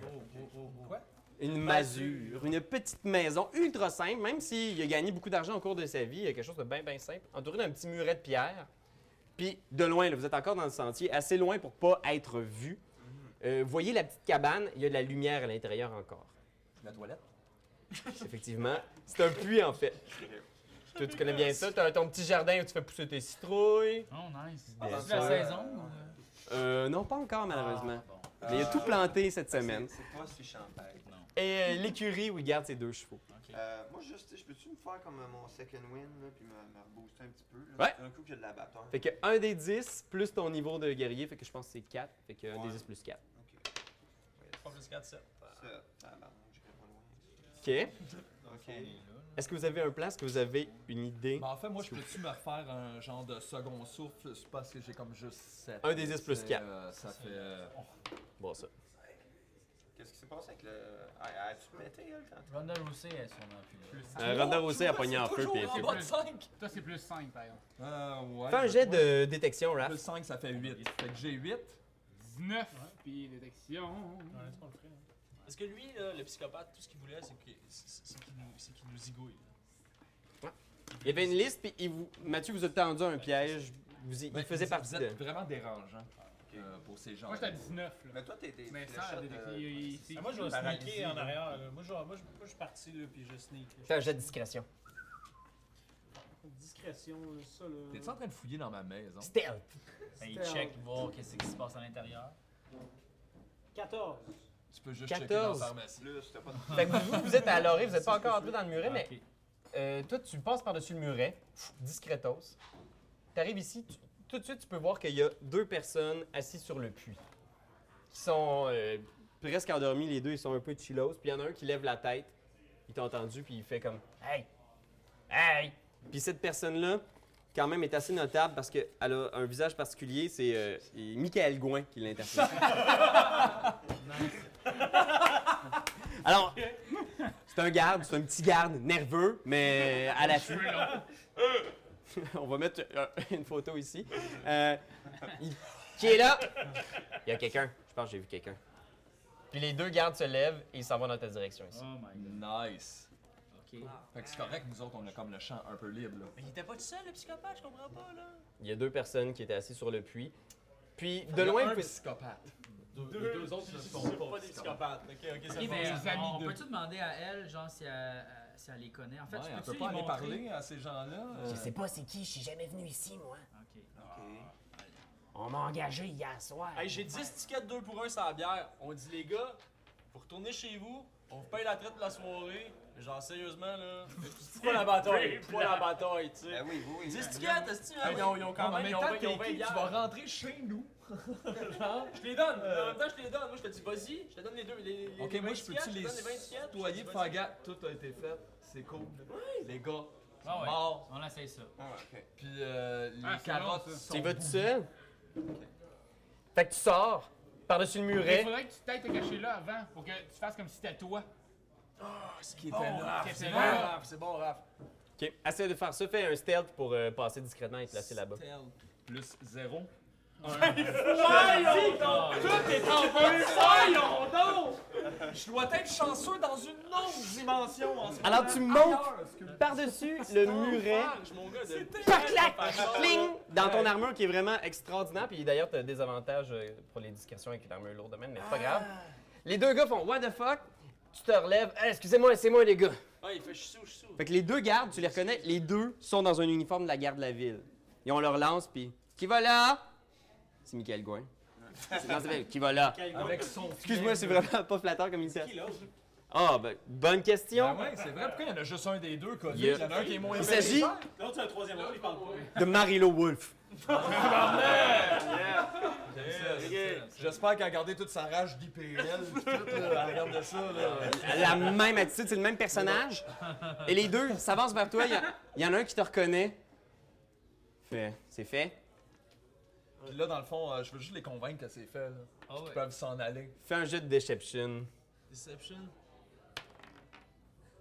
Une masure, une petite maison ultra simple, même s'il a gagné beaucoup d'argent au cours de sa vie, il y a quelque chose de bien, bien simple, entouré d'un petit muret de pierre. Puis, de loin, là, vous êtes encore dans le sentier, assez loin pour pas être vu. Mm-hmm. Euh, voyez la petite cabane, il y a de la lumière à l'intérieur encore. La toilette. Effectivement. C'est un puits, en fait. Toi, tu connais bien ça. T'as ton petit jardin où tu fais pousser tes citrouilles. Oh, nice. Ah, ben, Bien C'est la sûr. saison. Ah, ou- Euh, non, pas encore, malheureusement. Mais il a tout planté Ah, cette semaine. euh, C'est c'est pas si champagne. Et euh, l'écurie où il garde ses deux chevaux. Euh, moi, juste, tu sais, je peux-tu me faire comme euh, mon second win, là, puis me, me rebooster un petit peu? Là? Ouais. Tout d'un coup, que j'ai de la batteur. Fait que 1 des 10 plus ton niveau de guerrier, fait que je pense que c'est 4. Fait que 1 Ouais. des 10 plus 4. Ok. Pas plus 4, 7. Ça, Ah, tabarnak, j'irai pas loin. OK. Est-ce Ok. que vous avez un plan? Est-ce que vous avez une idée? Mais en fait, moi, je peux-tu me refaire un genre de second souffle? C'est parce que j'ai comme juste 7. Un des dix plus quatre. ça fait. euh, Bon, ça. Euh, Qu'est-ce qui s'est passé avec le. Ah, As-tu pété, elle, quand Ronda Rousey, elle est sûrement plus là. Euh, Randa aussi a pogné un peu. Puis elle fait- bas de Toi, c'est plus 5, par exemple. euh, ouais. Fais un jet de détection, Raph. Plus 5, ça fait 8. Fait que j'ai 8. 19, puis détection. Parce que lui, là, le psychopathe, tout ce qu'il voulait, c'est qu'il c'est- c'est qu'il nous, c'est qu'il nous zigouille. Il y avait une liste, puis il vous... Mathieu vous a tendu un piège. Vous y- Il Ben, faisait vous- partie Vous de... êtes vraiment dérangeant euh, pour ces gens. Moi, j'étais à 19, là. Mais toi, t'es des Mais fléchettes, ça, euh, détection. Ah, moi, je vais Paralysie, sneaker en là. arrière. là. Moi, je moi, je- moi, je suis parti, là, puis je sneak. là. Fais un jet de discrétion. Discrétion, là, ça, T'es-tu en là. train de fouiller dans ma maison? Stealth! Ben, il check voir qu'est-ce qui se passe à l'intérieur. 14. Tu peux juste 14. checker dans la pharmacie. Plus, t'as pas de. Fait que vous, vous êtes à l'orée, vous n'êtes pas encore entré dans le muret, mais euh, toi, tu passes par-dessus le muret, discretos. Tu arrives ici, tu- tout de suite, tu peux voir qu'il y a deux personnes assises sur le puits. Qui sont euh, presque endormis, les deux, ils sont un peu chillos. Puis il y en a un qui lève la tête, il t'a entendu, puis il fait comme Hey! Hey! Puis cette personne-là, quand même, est assez notable parce qu'elle a un visage particulier, c'est euh, c'est Michael Gouin qui l'interprète. Alors, c'est un garde, c'est un petit garde nerveux, mais euh, à l'affût. (laughs) On va mettre euh, une photo ici. Euh, il- Qui est là? Il y a quelqu'un. Je pense que j'ai vu quelqu'un. Puis les deux gardes se lèvent et ils s'en vont dans ta direction ici. Oh my god. Nice. Ok. Fait que c'est correct, nous autres, on a comme le champ un peu libre. Là. Mais il était pas tout seul, le psychopathe, je comprends pas, là. Il y a deux personnes qui étaient assises sur le puits. Puis de loin, vous un pouvez- psychopathe. Deux, deux autres ne sont pas des psychopathes. Ok, ok, ça Ok, mais va. on, amis de- peut-tu demander à elle, genre, si elle, euh, si elle les connaît? En fait, Ouais, tu on peux-tu peut lui pas aller montrer? parler à ces gens-là. euh, Je sais pas c'est qui, je suis jamais venu ici, moi. Ok. Ah. On m'a engagé hier soir. Hey, j'ai 10 tickets 2 pour 1 sans la bière. On dit, les gars, vous retournez chez vous, on vous paye la traite de la soirée. Mais Genre, sérieusement, là, c'est pas la (laughs) bataille, c'est pas la bataille, tu sais. Ben oui, oui, oui. 10 tickets, est-ce que ils ont- ils ont en quand même, même ils ont temps, 20 ils ont t'es 20 qui? Tu bières. vas rentrer chez nous. Je te les donne, en même temps, je te les donne. Moi, je te dis, vas-y, je te donne les deux. les- les- Ok, les moi 20 je tickets, peux-tu te les donne 20 tickets, puis je te dis, tutoyer de vas-y. faire gars, tout a été fait, c'est cool. Les gars, sont Ah ouais. morts. On essaye ça. Ah, ok. Puis euh, les Ah, c'est carottes bon, ça. tu y sont. vas tout seul. Fait que tu sors par-dessus le Il muret. faudrait que tu t'ailles te cacher là avant pour que tu fasses comme si c'était toi. Ce qui était là. Que c'est C'est bon, là. Raph, c'est bon, Raph. Ok, essaie de faire ça. Fais un stealth pour euh, passer discrètement et te placer là-bas. Plus zéro. Voyons donc! Tout est en Voyons donc! Je dois être chanceux dans une autre dimension en ce Alors Ah, tu montes par-dessus le muret. Farge, mon gars, de... Clac, clac, cling, dans ton armure qui est Ah. vraiment extraordinaire. Puis d'ailleurs, tu as des avantages euh, pour les discrétions avec une armure lourde de même, mais c'est pas grave. Les deux gars font What the fuck? Tu te relèves. Hey, excusez-moi, laissez-moi, les gars. Ah, il fait chissou, chissou. Fait que les deux gardes, tu les reconnais, les deux sont dans un uniforme de la garde de la ville. Ils ont leur lance, puis qui va là? C'est Michael Gouin. C'est- non, c'est vrai, qui va là? Avec son. Excuse-moi, c'est vraiment pas flatteur comme initiative. l'autre? Ah, ben, bonne question. Ben ouais, c'est vrai. Pourquoi il y en a juste un des deux connus? Yeah. Il y en a un qui est moins Il s'agit L'autre, c'est un troisième rôle, il parle pas. de Marilo Wolf. J'espère qu'elle a gardé toute sa rage d'IPL. puis tout, là, Elle regarde de ça, là. Elle a la même attitude, c'est le même personnage. Et les deux s'avancent vers toi. Il y a- il y, en a un qui te reconnaît. Fait, c'est fait. Puis là, dans le fond, euh, je veux juste les convaincre que c'est fait, là. Ah ouais. Ils peuvent s'en aller. Fais un jeu de deception. Deception.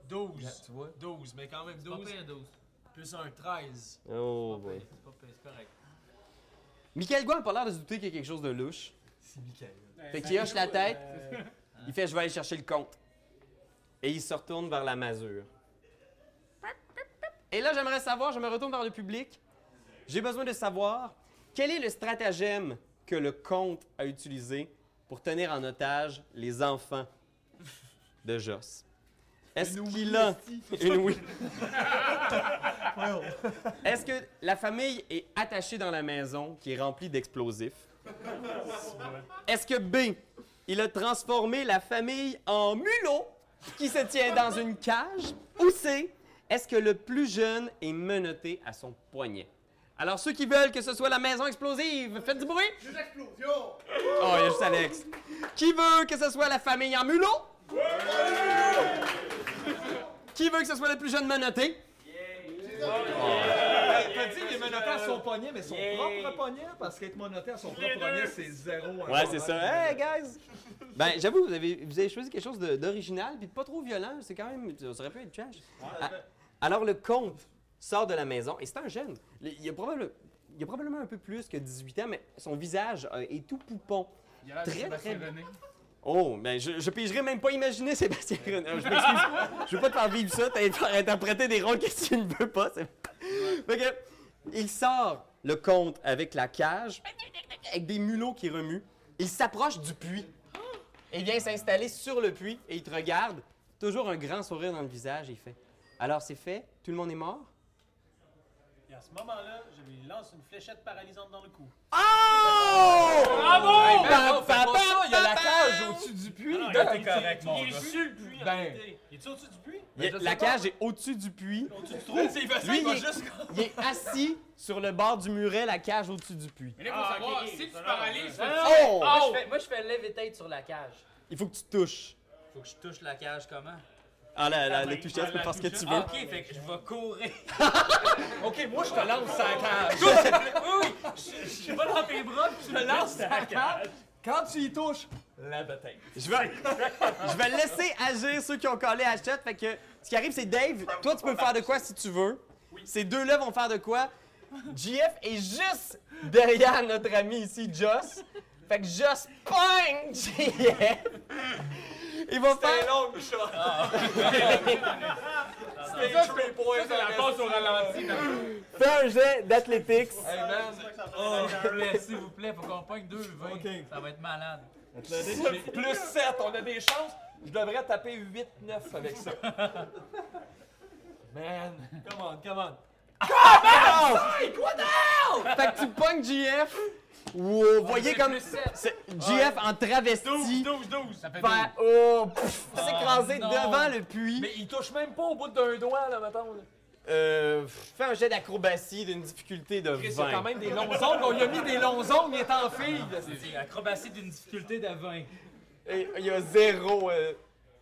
12. Tu vois? 12, mais quand même 12. Pas pire, 12. Plus un 13. Oh, boy. C'est pas pire, c'est correct. Michael Gouin a pas l'air de se douter qu'il y a quelque chose de louche. C'est Michael. Fait qu'il hoche la tête. Euh, Il fait Je vais aller chercher le compte. Et il se retourne vers la masure. Et là, j'aimerais savoir, je me retourne vers le public. J'ai besoin de savoir quel est le stratagème que le comte a utilisé pour tenir en otage les enfants de Joss. Est-ce qu'il a une oui? Est-ce que la famille est attachée dans la maison qui est remplie d'explosifs? Est-ce que B, il a transformé la famille en mulot qui se tient dans une cage? Ou C, est-ce que le plus jeune est menotté à son poignet? Alors, ceux qui veulent que ce soit la maison explosive, faites du bruit! Juste explosion! Oh, il y a juste Alex. Qui veut que ce soit la famille en mulot? Qui veut que ce soit le plus jeune menotté? T'as dit, il est menotté à son poignet, mais son propre poignet? Parce qu'être menotté à son propre poignet, c'est zéro. Ouais, c'est ça. Hey, guys! Ben, j'avoue, vous avez, vous avez choisi quelque chose de- d'original puis de pas trop violent. C'est quand même. Ça aurait pu être trash. Ah, alors, le comte sort de la maison et c'est un jeune. Le- Il a, probable- il a probablement un peu plus que 18 ans, mais son visage euh, est tout poupon. Il a l'air de Très, Sébastien très- René. Oh, ben, je, je pigerais même pas imaginer Sébastien René. Je m'excuse. Je veux pas te faire vivre ça. T'as t'as (laughs) interprété des rôles que tu ne veux pas. c'est- Fait que, il sort le comte avec la cage, avec des mulots qui remuent. Il s'approche du puits. Il vient s'installer sur le puits et il te regarde, toujours un grand sourire dans le visage. et il fait Alors, c'est fait Tout le monde est mort Et à ce moment-là, je lui lance une fléchette paralysante dans le cou. Oh Bravo Non, fais ben, pas ça, il y a la cage au-dessus du puits. Non, là. il était correct, mon Il est gars. sur le puits, en Ben. réalité. Il est au-dessus du puits? Il- La cage est au-dessus du puits. Au-dessus du trou? Lui, il est- il est assis sur le bord du muret, la cage au-dessus du puits. Mais là, faut Ah, savoir, ok, ok. si tu Ça, paralyses, non, tu- Oh! Moi, je fais, moi, je fais levitate sur la cage. Il faut que tu touches. Faut que je touche la cage comment? Ah, la, la, la touche, tu peux faire ce que tu veux. Ah, ok, fait que je vais (laughs) courir. Ok, moi, je te lance sa cage. oui, oui, je, je vais dans tes bras puis tu (laughs) me lances la cage. Quand tu y touches, Je vais, je vais laisser agir ceux qui ont collé à Hachette. Fait que ce qui arrive, c'est Dave. Toi, tu peux faire de quoi si tu veux. Ces deux-là vont faire de quoi. JF est juste derrière notre ami ici, Joss. Fait que Joss pogne JF. Il va faire. long shot. C'est Ah. ça, c'est ça, c'est la passe au ralenti. Fais un jet d'athlétics. Hey, man. Oh, s'il vous plaît, s'il vous plaît, faut qu'on pogne deux vingt. Ça va être malade. plus 7, on a des chances. Je devrais taper 8-9 avec ça. Man. Come on, come on. Fait que tu pognes JF. Wow, voyez comme. c'est- JF en travesti. 12, 12. Ça fait Faire. Oh, pff, s'écraser devant le puits. Ah, Mais il touche même pas au bout d'un doigt, là, mettons. là. Euh, fais un jet d'acrobatie d'une difficulté de Chris, il y a quand 20. même des longs ongles. On lui a mis des longs ongles, il est en fille. là. C'est- C'est acrobatie d'une difficulté de 20. Et il y a zéro. euh,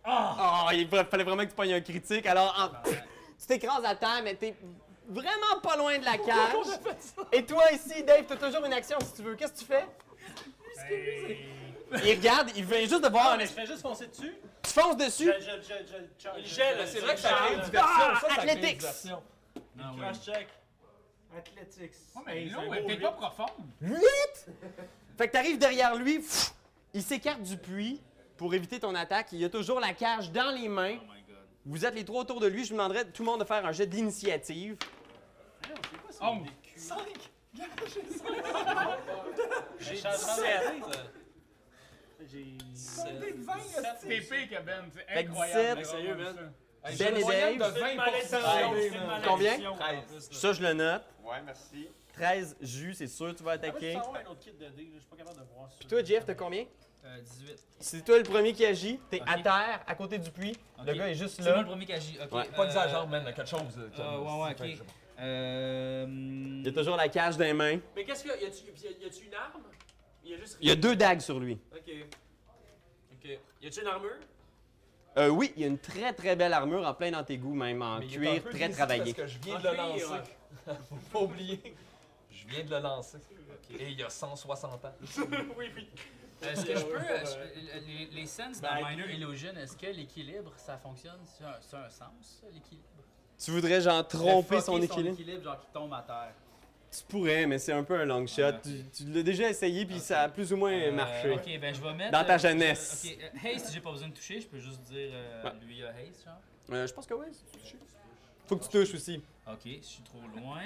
Ah, il fa- fallait vraiment que tu pognes un critique. Alors, en- pff, (laughs) tu t'écrases à terre, mais t'es vraiment pas loin de la cage. Et toi, ici, Dave, t'as toujours une action si tu veux. Qu'est-ce que tu fais? Il regarde, il vient juste de voir un mais je espèce. fais juste foncer dessus. Tu fonces Je, dessus. Ah, je, je, je, je, Il gèle, c'est vrai que ça gèle. arrive. Ah, ça, ça crée une athletics. diversion. Ah, oui. Crash check. Ouais, mais l'eau est peut-être pas profonde. Fait que t'arrives derrière lui, pff, il s'écarte du puits pour éviter ton attaque. Il a toujours la cage dans les mains. Oh Vous êtes les trois autour de lui. Je vous demanderais tout le monde de faire un jet d'initiative. Oh, J'ai changé. J'ai. C'est pire que Ben, c'est Fait que incroyable. 17. Sérieux, Ben? Ben et moyenne Dave. de 20 Combien? Treize. Ça, je le note. Ouais, merci. 13 jus, c'est sûr, tu vas Tu attaquer. un autre kit de dés, là, je suis pas capable de voir ça. Puis toi, Jeff, t'as combien? Euh, 18. C'est toi le premier qui agit. T'es Ok. à terre, à côté du puits. Le Ok. gars est juste C'est moi là. le premier qui agit. Ok. Ouais. Pas euh, d'exagère, man, il y a quelque chose. euh, euh, ouais, ouais, ok. fait que je- Euh. Il a toujours la cage dans les mains. Mais qu'est-ce qu'il y a? Y a-tu- y a- y a-tu une arme? Il y a juste Il y a deux dagues sur lui. Ok. Ok. Y a-tu une armure? Euh, oui, il y a une très très belle armure en plein dans tes goûts, même en Mais il est un cuir peu très déçu travaillé. Parce que je viens En de le cuir, lancer. (laughs) ouais. Faut pas oublier. Je viens de le lancer. Et il y a 160 ans. oui, oui. Est-ce que je peux. Ouais. je- les, les sens dans Ben, Minor Illusion, est-ce que l'équilibre, ça fonctionne? C'est un, c'est un sens, ça, l'équilibre? Tu voudrais genre tromper Fucker son équilibre? équilibre, genre qui tombe à terre. Tu pourrais, mais c'est un peu un long shot. Ouais. Tu, tu l'as déjà essayé puis ça a plus ou moins Euh, marché. Ok, ben je vais mettre. Dans ta euh, jeunesse. Ok, euh, haste, j'ai pas besoin de toucher, je peux juste dire euh, Ouais. lui a haste, genre. Euh, je pense que oui. Faut que tu touches aussi. Ok, je suis trop loin.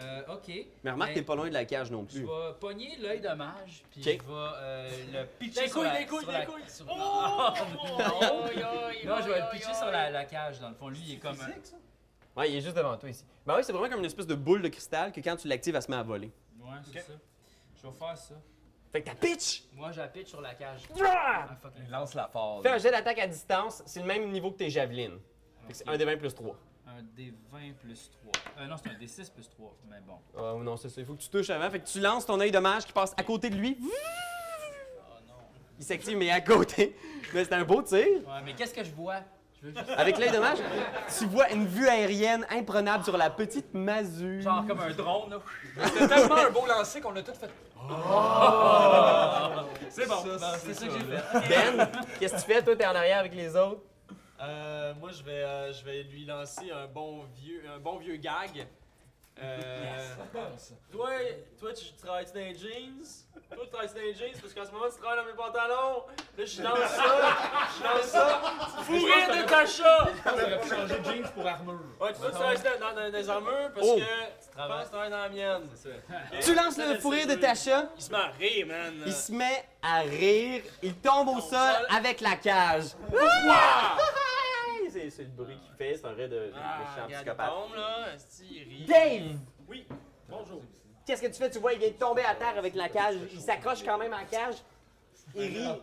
Euh, ok. Mais remarque, Ben, t'es pas loin de la cage non Je plus. vais pogner l'œil de mage, puis Ok. je vais euh, le pitcher Ben, Des sur couilles, la... des couilles, sur des la- couilles. Oh! sur la- non, non, je vais le pitcher oh. sur la, la cage, dans le fond. Lui, il est comme... un- Ouais, il est juste devant toi ici. Ben oui, c'est vraiment comme une espèce de boule de cristal que quand tu l'actives, elle se met à voler. Ouais, c'est ça. Je vais faire ça. Fait que t'as pitch! Moi, je la pitch sur la cage. Ah, fucking Il lance la force. Fais un jet d'attaque à distance, c'est le même niveau que tes javelines. Fait que c'est un des 20 plus 3. Un D20 plus 3. Euh, non, c'est un D6 plus 3, mais bon. Oh non, c'est ça. Il faut que tu touches avant. Fait que tu lances ton œil de mage qui passe à côté de lui. Ah, Il s'active, mais à côté. (laughs) Mais c'est un beau tir. Ouais, mais qu'est-ce que je vois? Je veux juste... Avec l'œil de mage, tu vois une vue aérienne imprenable sur la petite masure. Genre Ah, comme un drone, (laughs) là. C'était tellement un beau lancer qu'on a tout fait. (laughs) C'est bon, Ça, Ben, c'est c'est Ah! ça que j'ai fait. Ben, qu'est-ce que tu fais? Toi, t'es en arrière avec les autres. Euh, moi, je vais, euh, je vais lui lancer un bon vieux, un bon vieux gag. Euh, toi, toi, tu travailles dans les jeans. Toi, tu travailles dans les jeans parce qu'en ce moment, tu travailles dans mes pantalons. Là, je lance ça. Je lance ça. Fourré de ta chat. J'aurais pu changer de jeans pour armure. Ouais, toi, tu travailles dans, dans, dans les armures parce Oh. que tu penses que tu travailles dans la mienne. Tu lances le fourré de ta chat. Il se met à rire, man. Il se met à rire. Il tombe au sol avec la cage. C'est c'est le bruit qu'il fait. C'est un rire de, de Ah, méchant regarde, il psychopathe. tombe, là. esti, Il rit. Dave! Oui. Bonjour. Qu'est-ce que tu fais? Tu vois, il vient de tomber à terre avec la cage. Il s'accroche quand même à la cage. Il rit.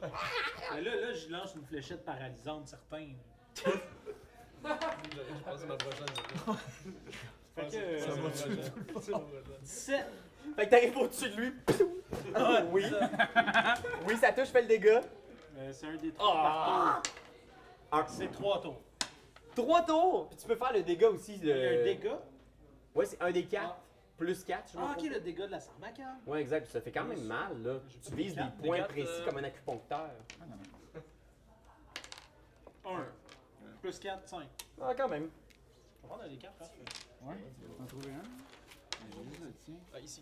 Mais là, là, je lance une fléchette paralysante, certaine. Je pense que c'est ma prochaine. Fait que. Ça va euh, 17. Fait que t'arrives au-dessus de lui. Pfiou! oui. Oui, ça touche, fais le dégât. Euh, c'est un des trois par tour. Ah! C'est trois tours. Trois tours. Puis tu peux faire le dégât aussi. De... Il y a un dégât. Ouais, c'est un des quatre. Ah. Plus quatre, je me Ah, ok, trompe. le dégât de la sarbacane. Ouais, exact. Puis Ça fait quand même mal, là. Tu vises des Quatre, points quatre, précis euh, comme un acupuncteur. 1. Plus 4, 5. Ah, quand même. On va prendre un des cartes. hein. Ouais, t'en trouver un. Ah, ici.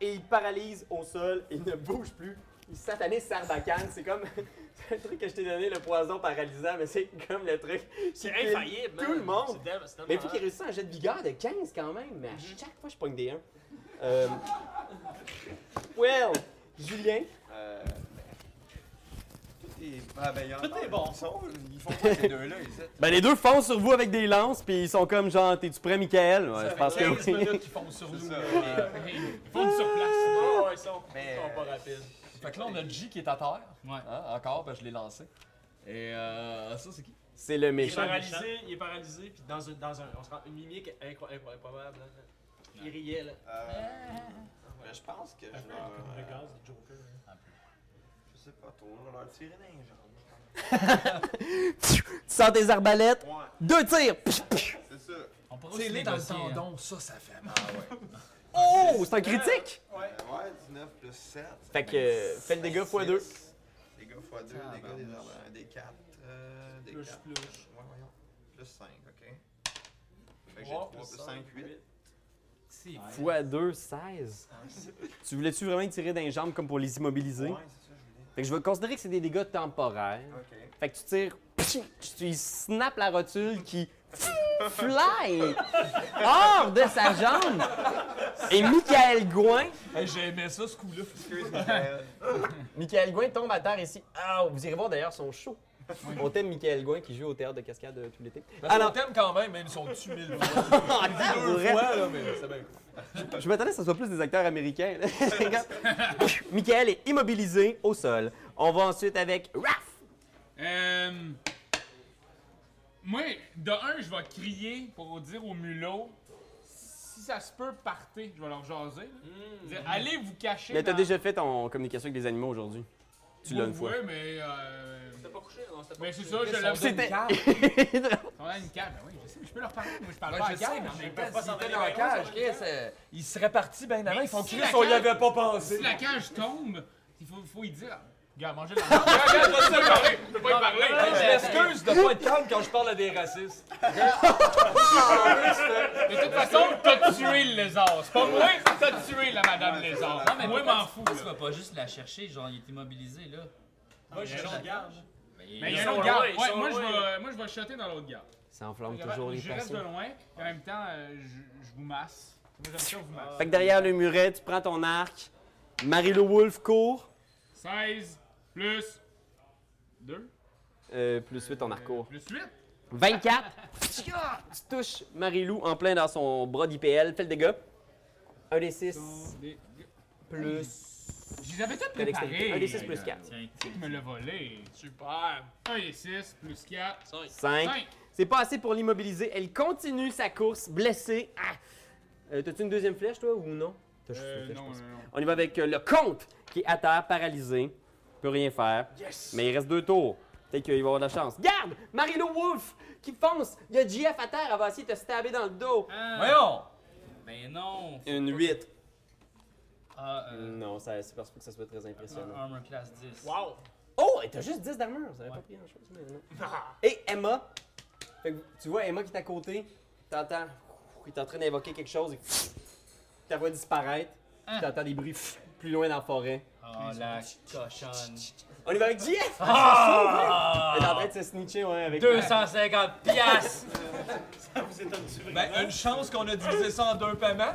Et il paralyse au sol. Il ne bouge plus. Il satanise sarbacane. C'est comme. (laughs) c'est le truc que je t'ai donné, le poison paralysant, mais c'est comme le truc. C'est infaillible, Tout le monde. C'est dem- c'est dem- Mais vu qu'il réussit un jet de vigueur de 15 quand même, mais à Mhm. chaque fois je pogne des 1. Euh... Well, Julien, Euh, tout est ah, ben, il y en Tout a- est bon. Ils, sont, ils font quoi ces deux-là, ils étaient? Ben les deux foncent sur vous avec des lances, puis ils sont comme genre, t'es-tu prêt, Michael? Ça Ouais, je fait pense que 15 oui. minutes. C'est ça. euh, Ils font du surplace. Oh, ils sont, Mais, ils sont pas euh, rapides. Fait que là, on a G qui est à terre. Ouais. Hein, encore, ben, je l'ai lancé. Et euh, ça, c'est qui c'est le Il est méchant. paralysé, il est paralysé, puis dans, un, dans un, on se rend une mimique incroyable, improbable. hein. là. Il riait, là. euh, ben, je pense que je Un peu comme le vais. gaz de Joker. hein. Je sais pas trop, on va leur tirer dans les jambes. Tu sors tes arbalètes, Ouais, deux tirs! Pff, c'est ça. On pourra C'est aussi les dans le négocier, hein. tendon, ça, ça fait mal. ouais. Oh, c'est un critique! Ouais. Euh, ouais, 19 plus 7. Fait que, euh, fais le dégât fois deux. Dégâts x 2, dégâts des armes. euh, Des 4. Euh, des Plus, 4. plus. Ouais, voyons. Plus 5, ok. Fait que j'ai Trois 3 plus plus 5, cinq, 8. Si, Fois 2, 16. Ah, Tu voulais-tu vraiment tirer dans les jambes comme pour les immobiliser? Ouais, c'est ça, je Fait que je vais considérer que c'est des dégâts temporaires. voulais. Ok. Fait que tu tires, pfiou, tu snaps la rotule qui (laughs) pfiou, fly hors de sa jambe. Et Michael Gouin, Hey, J'aimais ça, ce coup-là. Excuse-moi. Michael. Michael Gouin tombe à terre ici. Ah, vous irez voir d'ailleurs son show. On thème Michael Gouin qui joue au théâtre de cascade euh, tout l'été. Alors, Alors, t'aime quand même, même si on tue mille fois. Ah, Deux fois, là, mais c'est bien. Je m'attendais que ce soit plus des acteurs américains. (laughs) Regarde. Michael est immobilisé au sol. On va ensuite avec Raph. Euh, moi, de un, je vais crier pour dire aux mulots, si ça se peut, partez. Je vais leur jaser. là. Dire, allez vous cacher. Mais t'as dans- déjà fait ton communication avec les animaux aujourd'hui. Tu l'as une Oui, fois. Oui, mais. Euh... T'as pas couché? Non, c'était pas Mais couché. c'est ça, je l'ai. Ils sont dans une cage. Ils sont dans une cage. Ben oui, je sais, mais je peux leur parler. Moi, je parle Ouais, pas à je la sais, cage. mais en mais même ben, temps, pas s'ils s'en étaient aller dans la loin, cage, ça. Chris, euh, ils seraient partis bien avant. Mais Ils font Chris, si la on y cage- avait pas pensé. (laughs) Si la cage tombe, il faut, faut y dire. Regarde, mangez la Regarde, regarde, je sais parler. Je peux pas y parler. Hey, Ben, je m'excuse de pas être calme quand je parle à des racistes. De toute façon, t'as tué le lézard. C'est pas moi, t'as tué la madame lézard. mais moi, pourquoi m'en tu- fous. pourquoi Tu là. vas pas juste la chercher, genre, il est immobilisé, là. Moi, je suis Mais en garde. Mais il y Ils a un sont autre loin, garde. ils Ouais, sont moi, je loin. vais, moi, je vais shotter dans l'autre garde. Ça enflamme Je toujours les je reste passions. de loin, et en même temps, euh, je, je vous masse. Moi, j'aime ça, vous masse. Fait que derrière le muret, tu prends ton arc. Marie-Lou Wolf court. 16 plus 2. Euh, plus 8, ton arc court. Plus 8. 24. tu touches Marie-Lou en plein dans son bras d'IPL. Fais le dégât. 1 des 6 plus. Je les avais toutes ta dextérité. préparées. 1 des 6 plus 4. Tiens. Tu me l'as volé. Super. 1 et 6 plus 4. 5. 5. C'est pas assez pour l'immobiliser. Elle continue sa course, blessée. Ah! Euh, T'as-tu une deuxième flèche, toi, ou non? T'as juste une Euh, flèche, je non, non, pense. non. On y va avec euh, le comte, qui est à terre, paralysé. Peut rien faire. Mais il reste deux tours. Peut-être qu'il va avoir de la chance. Garde! Marie-Lou Wolf qui fonce! Il y a GF à terre, elle va essayer de te stabber dans le dos. Voyons! Ah. Ben non. Une 8. Ah, euh, Non, ça- c'est parce que ça soit très impressionnant. armor class 10. Wow. Oh, t'as juste 10 d'armure, ça n'avait pas pris grand-chose. mais non. (laughs) Et Emma, Fait que tu vois Emma qui est à côté, t'entends, il est en train d'invoquer quelque chose, et ta voix disparaître, puis Ah. t'entends des bruits plus loin dans la forêt. Ah, Oh la cochonne. On y va avec JF! hein? Ah! Elle est en train de se snitcher, ouais, avec 250 piastres! Ben, une chance qu'on a divisé ça en deux paiements.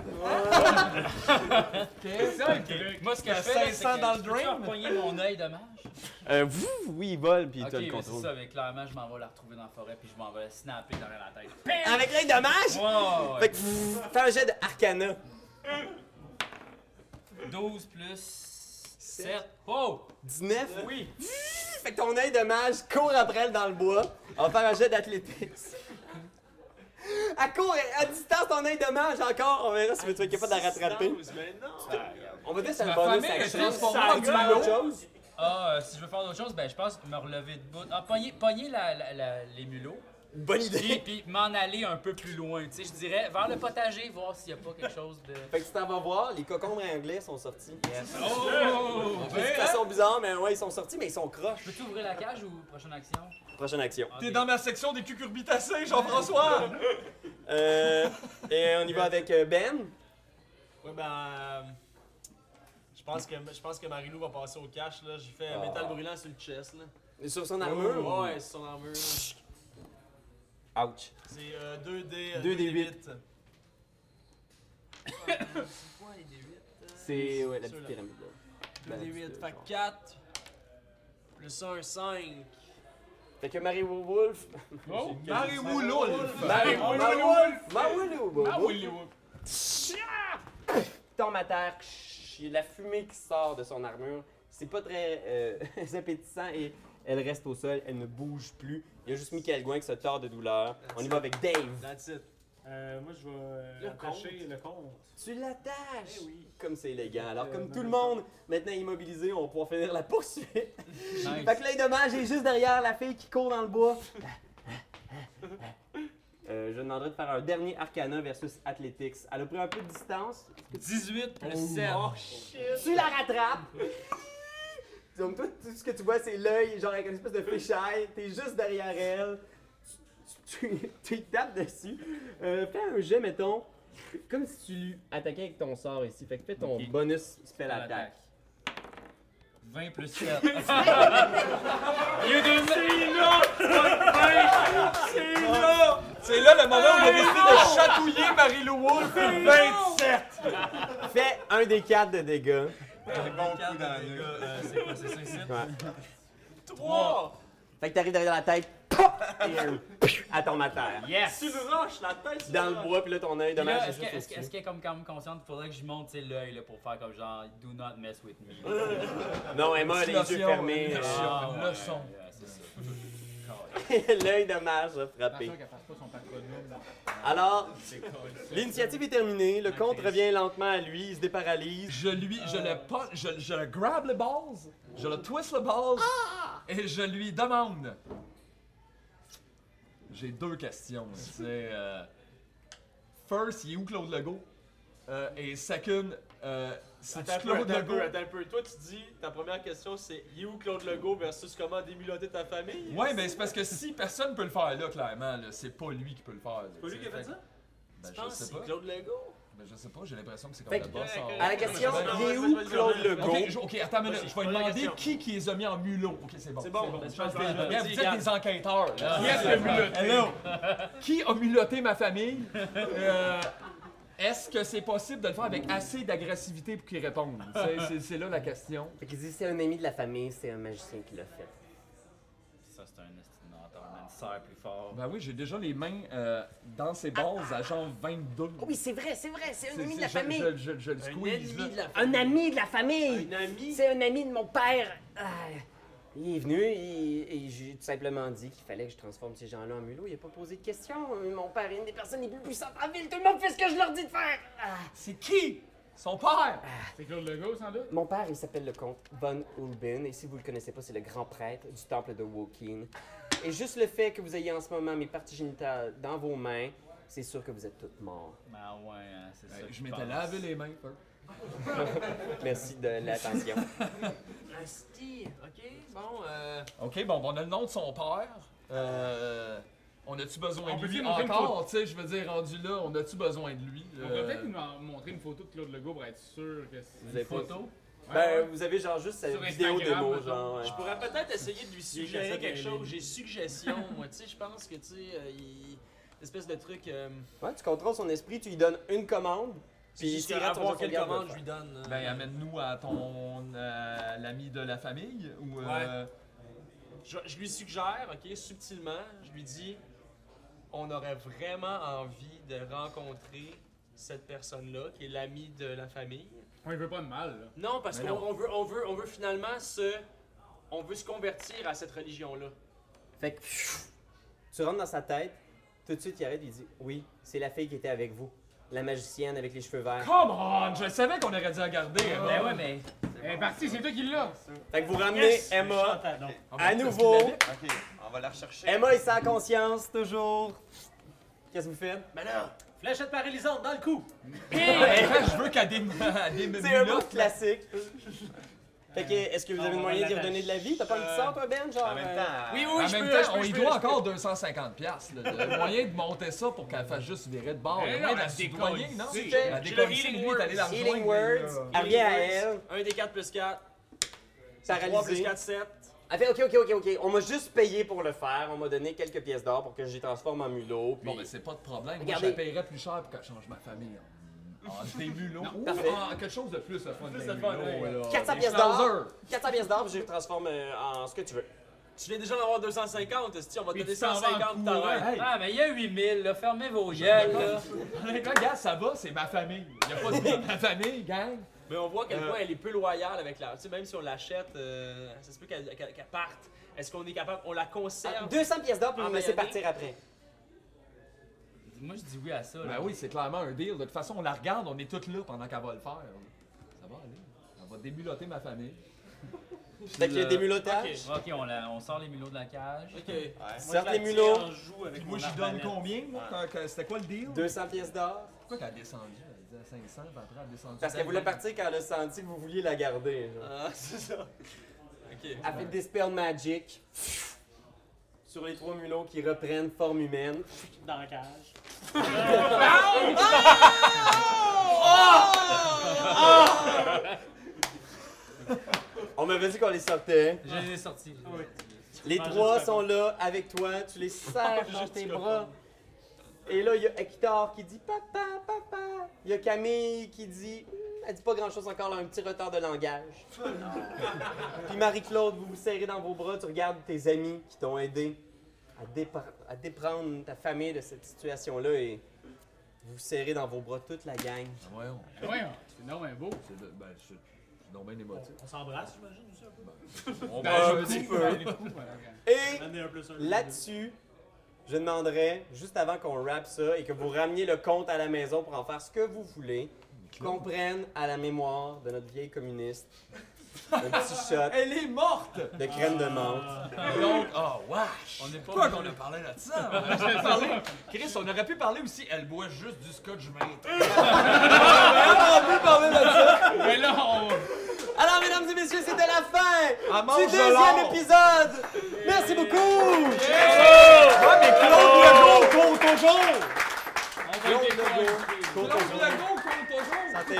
C'est ça le truc. Moi, ce que T'as je fais, 500 dans le drain. drain. Tu repogner mon œil de mage? Euh, vous, oui, il vole, puis Ok, t'as le mais c'est ça, contrôle. mais clairement, je m'en vais la retrouver dans la forêt, puis je m'en vais snapper derrière la tête. Avec l'œil de mage! Wow! Fait que fais un jet d'arcana. 12 plus 7. Oh! 19? Oui. Fait que ton œil de mage court après elle dans le bois. On va faire un jet d'athlétisme. À court, à distance, ton œil de mage encore. On verra si tu es capable de la rattraper. Mais non. On va dire que c'est un Ma bonus famille est action. transformée Ça en gueule. duo. Ah, euh, si je veux faire d'autres choses, ben je pense me relever debout. Ah, pogner, pogner la, la- la- les mulots. Bonne Puis, idée. puis m'en aller un peu plus loin. Tu sais, je dirais vers le potager, voir s'il n'y a pas quelque chose de. Fait que tu t'en vas voir, les cocombres anglais sont sortis. Oh! De toute façon bizarre, mais ouais, ils sont sortis, mais ils sont Je croches. peux ouvrir la cage ou prochaine action? Prochaine action. Ah, T'es mais- dans ma section des cucurbitacées, Jean-François! Euh, et on y va avec euh, Ben. Ouais, ben. euh, Je pense que, je pense que Marilou va passer au cash, là. J'ai fait un Ah. métal brûlant sur le chest, là. Sur son armure. Ouais, ouais, c'est son armure. là. C'est Ouch. euh, 2D. 2D8. Ah, Quoi, les D8 C'est ouais, la petite Ceux-là. pyramide. là. Ben, 2D8, la fait petite, genre. 4. Plus 1, 5. Fait que Marie Wolf. Oh! Marie Wouloulf! Marie Marie Wolf. Marie Wolf. Ah oui, les whoops. tombe à terre, chut, il y a la fumée qui sort de son armure. C'est pas très euh, (laughs) appétissant et elle reste au sol, elle ne bouge plus. Il y a juste Michael Gouin qui se tord de douleur. On y va avec Dave. That's it. Euh, moi, je vais euh, Le attacher compte. le compte. Tu l'attaches! Eh oui. Comme c'est élégant. Alors, Euh, comme non, tout le non. monde, maintenant immobilisé, on va pouvoir finir la poursuite. fait Nice. que l'œil de mage est juste derrière la fille qui court dans le (laughs) bois. Euh, je demanderai de faire un dernier Arcana versus Athletics. Elle a pris un peu de distance, 18 plus 7. Tu la rattrapes. (laughs) Donc toi, tout ce que tu vois, c'est l'œil, genre avec une espèce de fisheye. T'es juste derrière elle. Tu, tu, (laughs) tu lui tapes dessus. Euh, fais un jet, mettons. Comme si tu lui attaquais avec ton sort ici. Fait que fais ton Ok. bonus spell Spell attaque. 20 (laughs) plus 7. C'est là! C'est là le moment où on a décidé de chatouiller Marie-Lou Wolfe. 27! Fais un des quatre de dégâts. bon coup dans le nez. C'est quoi, c'est ça ici? Trois! Fait que t'arrives derrière la tête, pop, et elle, pff, elle tombe à terre. Yes! Tu le roches, la tête sur Dans le bois, puis là, ton œil, Puis dommage, là, c'est Est-ce que- juste est-ce que- est-ce au-dessus. qu'elle est comme quand même consciente qu'il faudrait que je monte tu sais, l'œil là, pour faire comme genre Do not mess with me. Ah. Non, Emma, elle a les yeux Notion, fermés. notion. Ah, ouais, leçon. ouais, c'est ça. (laughs) L'œil dommage a frappé. Attention qu'elle fasse pas son patronyme. Alors, l'initiative est terminée. Le compte revient lentement à lui. Il se déparalyse. Je lui, je Euh. le pun- je, je le grab le balls, je le twist le balls, Ah! et je lui demande. J'ai deux questions. là, C'est euh, first, il est où Claude Legault? Euh, et second, euh, c'est Attends un peu, Claude attends un peu, Legault. attends un peu. Toi, tu dis, ta première question, c'est « You Claude Legault versus comment démuloter ta famille? » Ouais, ben c'est parce que si personne peut le faire là, clairement, là, c'est pas lui qui peut le faire. là, C'est pas lui t'sais. qui a fait ça? Ben, Ah, je sais c'est pas. Claude Legault. Ben, je sais pas, j'ai l'impression que c'est comme Fait le que- boss. euh, en- À la question, il est où Claude Legault? Ok, je- ok, attends, mais Vas-y, je vais pose la demander question. qui qui les a mis en mulot. Ok, c'est bon. C'est bon, je pense que Bien, vous êtes des enquêteurs. Là. Yes, le mulot. Hello. Qui a muloté ma famille? Euh, Est-ce que c'est possible de le faire avec assez d'agressivité pour qu'ils répondent? C'est- c'est- C'est là la question. Fait qu'il dit c'est un ami de la famille, c'est un magicien qui l'a fait. Ça, c'est un esti de menteur, man. Serre plus fort. Ben oui, j'ai déjà les mains euh, dans ses bases à genre 22. Oh oui, c'est vrai, c'est vrai, c'est un C'est- ami de c'est- la je- famille. Je, je- je le squeeze. là. Un ami de la famille. Un ami? C'est un ami de mon père. Ah, il est venu il- et j'ai tout simplement dit qu'il fallait que je transforme ces gens-là en mulots. Il n'a pas posé de questions. Mon père est une des personnes les plus puissantes en ville. Tout le monde fait ce que je leur dis de faire. Ah. C'est qui? Son père! C'est Claude Legault, sans doute? Mon père, il s'appelle le comte Von Ulbin, et si vous le connaissez pas, c'est le grand prêtre du temple de Wokin. Et juste le fait que vous ayez en ce moment mes parties génitales dans vos mains, c'est sûr que vous êtes toutes morts. Ah Ben ouais, hein, c'est ça. Euh, que je m'étais pense. lavé les mains. hein. Merci de l'attention. Asti, ok, bon, euh... OK, bon, ben, on a le nom de son père. Euh, on a-tu besoin On de peut lui lui montrer une encore? Tu sais, je veux dire, rendu là, on a-tu besoin de lui? On Euh, pourrait peut-être nous en montrer une photo de Claude Legault pour être sûr que c'est. avez pas- Photo? (laughs) Ouais, Ben, ouais. vous avez genre juste cette Sur vidéo Instagram, démo, mettons. genre. ouais. Je pourrais peut-être essayer de lui j'essaie suggérer de quelque l'aider. chose. J'ai suggestion, (laughs) moi, tu sais, je pense que, tu sais, euh, il... Espèce de truc... euh, Ouais, tu contrôles son esprit, tu lui donnes une commande, puis il si je tirera ton avoir jeu de quelle sauvegarde, commande va je lui donne. euh, Ben, amène-nous à ton euh, l'ami de la famille ou euh, Je, je lui suggère, ok, subtilement, je lui dis, on aurait vraiment envie de rencontrer cette personne-là, qui est l'ami de la famille. On lui veut pas de mal, là. Non, parce qu'on on veut, on veut, on veut finalement se, on veut se convertir à cette religion-là. Fait que pfiou, tu rentres dans sa tête, tout de suite il arrête il dit Oui, c'est la fille qui était avec vous, la magicienne avec les cheveux verts. Come on! Je savais qu'on aurait dû la garder. hein. Ben ouais, mais. Elle est partie, Eh, c'est toi qui l'as! Fait que vous ramenez Emma Oh, à nouveau. Parce qu'il Ok, on va la rechercher. Emma est sans conscience toujours. Qu'est-ce que vous faites? Ben, Mais là, fléchette paralysante dans le cou. Hey, je veux qu'elle dé... elle dé- C'est un là. mot classique. Fait que, est-ce que vous avez on le va moyen d'y l'attacher. redonner de la vie? T'as pas envie de ça, toi, Ben? Genre, En même euh, temps, Oui, En oui, je même peux, temps, je peux, on je lui peux, doit je peux. encore 250 piastres. là. Le moyen de monter ça pour qu'elle fasse juste virer de bord. Mais Le non, moyen de elle la décolle soudoyer, non? ici. Elle J'ai décolle le ici, healing lui, est allé la words. Healing rejoindre, mais words. là- Elle revient à elle, Un des 4 plus 4, 3 plus paralysée. 4, 7. Elle fait, OK, OK, OK, OK. On m'a juste payé pour le faire. On m'a donné quelques pièces d'or pour que je les transforme en mulot. Puis... Bon, ben c'est pas de problème. Moi, je Regardez. la paierais plus cher pour qu'elle change ma famille. En, en des mulots. Ou parfait. en quelque chose de plus le fun. des le fun, mulots, ouais. là. 400 Des pièces d'or. schnauzers. 400 pièces d'or, puis je les transforme euh, en ce que tu veux. Tu viens déjà d'en avoir 250, esti, on va te Puis donner tu t'en vas en 150 courant. t'arrêtes. Hey, Ah, mais il y a 8000, là. Fermez vos gueules, là. Honnêtement, gars, ça va, c'est ma famille. Y a pas de ma famille, gang. Mais on voit à quel Euh. point elle est peu loyale avec la. Tu sais, même si on l'achète, euh, ça se peut qu'elle qu'elle- qu'elle parte. Est-ce qu'on est capable. On la conserve 200 pièces d'or, puis En vous me laissez mayonnaise. partir après. Moi, je dis oui à ça, là. Ben oui, c'est clairement un deal. De toute façon, on la regarde, on est toutes là pendant qu'elle va le faire. Ça va aller. Elle va démuloter ma famille. Fait qu'il y a euh, des mulotages. Ok, on, la- on sort les mulots de la cage. Ok. Sortent les mulots. Puis moi, j'y donne combien, moi? Ah. quand- que- C'était quoi le deal? 200 pièces d'or. Pourquoi qu'elle a descendu? Elle disait à 500, puis après, elle a descendu. Parce qu'elle voulait partir quand elle a senti que vous vouliez la garder. genre. Ah, (laughs) c'est ça. Ok. Elle fait des spells magic sur les trois mulots qui reprennent forme humaine. Dans la cage. On m'avait dit qu'on les sortait. Je les ai sortis. je les ai sortis. Les trois sont là avec toi. Tu les serres dans tes bras. Et là, il y a Hector qui dit papa, papa. Il y a Camille qui dit Hmm, elle dit pas grand chose encore, elle a un petit retard de langage. Puis Marie-Claude, vous vous serrez dans vos bras, tu regardes tes amis qui t'ont aidé à, dépre- à déprendre ta famille de cette situation-là et vous vous serrez dans vos bras toute la gang. Ben Voyons, Ben, Voyons, c'est normal beau. c'est de- ben, je- je suis donc bien émotif. On s'embrasse, j'imagine, aussi un peu. On Ben, va je un petit coupe, peu. ben, les coups, voilà, regarde. Et Amenez un plus un. Là-dessus, je demanderais, juste avant qu'on rappe ça et que vous rameniez le compte à la maison pour en faire ce que vous voulez, qu'on prenne à la mémoire de notre vieille communiste un (laughs) petit shot Elle est morte! de crème de menthe. Donc, oh, wesh! On n'est pas Pourquoi obligé qu'on de- a parlé de ça? (laughs) On aurait pu parler- Chris, on aurait pu parler aussi, elle boit juste du scotch mate. on Ah. Ah, aurait pu parler de ça! Mais là, on va- Alors, mesdames et messieurs, c'était la fin Elle mange du de deuxième l'or. épisode. Merci beaucoup. Ouais, mais Claude Legault compte toujours! on va Claude être Legault, Claude compte toujours. Legault compte toujours! Santé.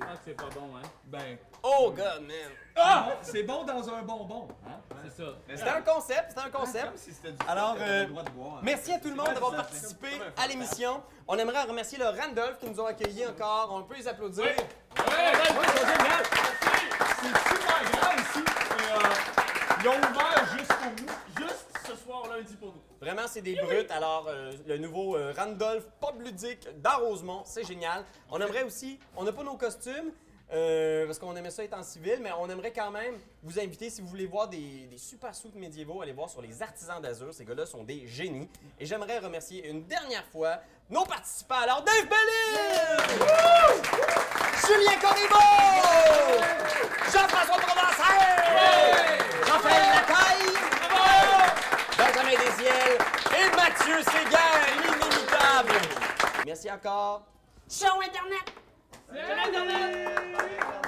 Ah, c'est pas bon, hein? Ben, Oh God, man. ah! c'est bon dans un bonbon. Hein? C'est ça. C'était un concept, c'était un Comme concept. si c'était du Alors, t'avais le euh, droit de boire. hein. Merci à tout le monde d'avoir participé à l'émission. On aimerait remercier le Randolph qui nous ont accueillis encore. On peut les applaudir. C'est super grave ici. et, euh, ils ont ouvert juste pour nous. Juste ce soir, lundi pour nous. Vraiment, c'est des brutes. Alors, euh, le nouveau euh, Randolph Pop Ludique dans Rosemont, c'est génial. On aimerait aussi, on n'a pas nos costumes, euh, parce qu'on aimait ça être en civil, mais on aimerait quand même vous inviter, si vous voulez voir des, des super soutes médiévaux, allez voir sur les artisans d'Azur. Ces gars-là sont des génies. Et j'aimerais remercier une dernière fois nos participants. Alors, Dave Bellil! Julien Corriveau! Jean-François Provençal! Raphaël Lacaille! Benjamin Desiel et Mathieu Séguin, l'inimitable! Merci encore! Sur Internet! Salut!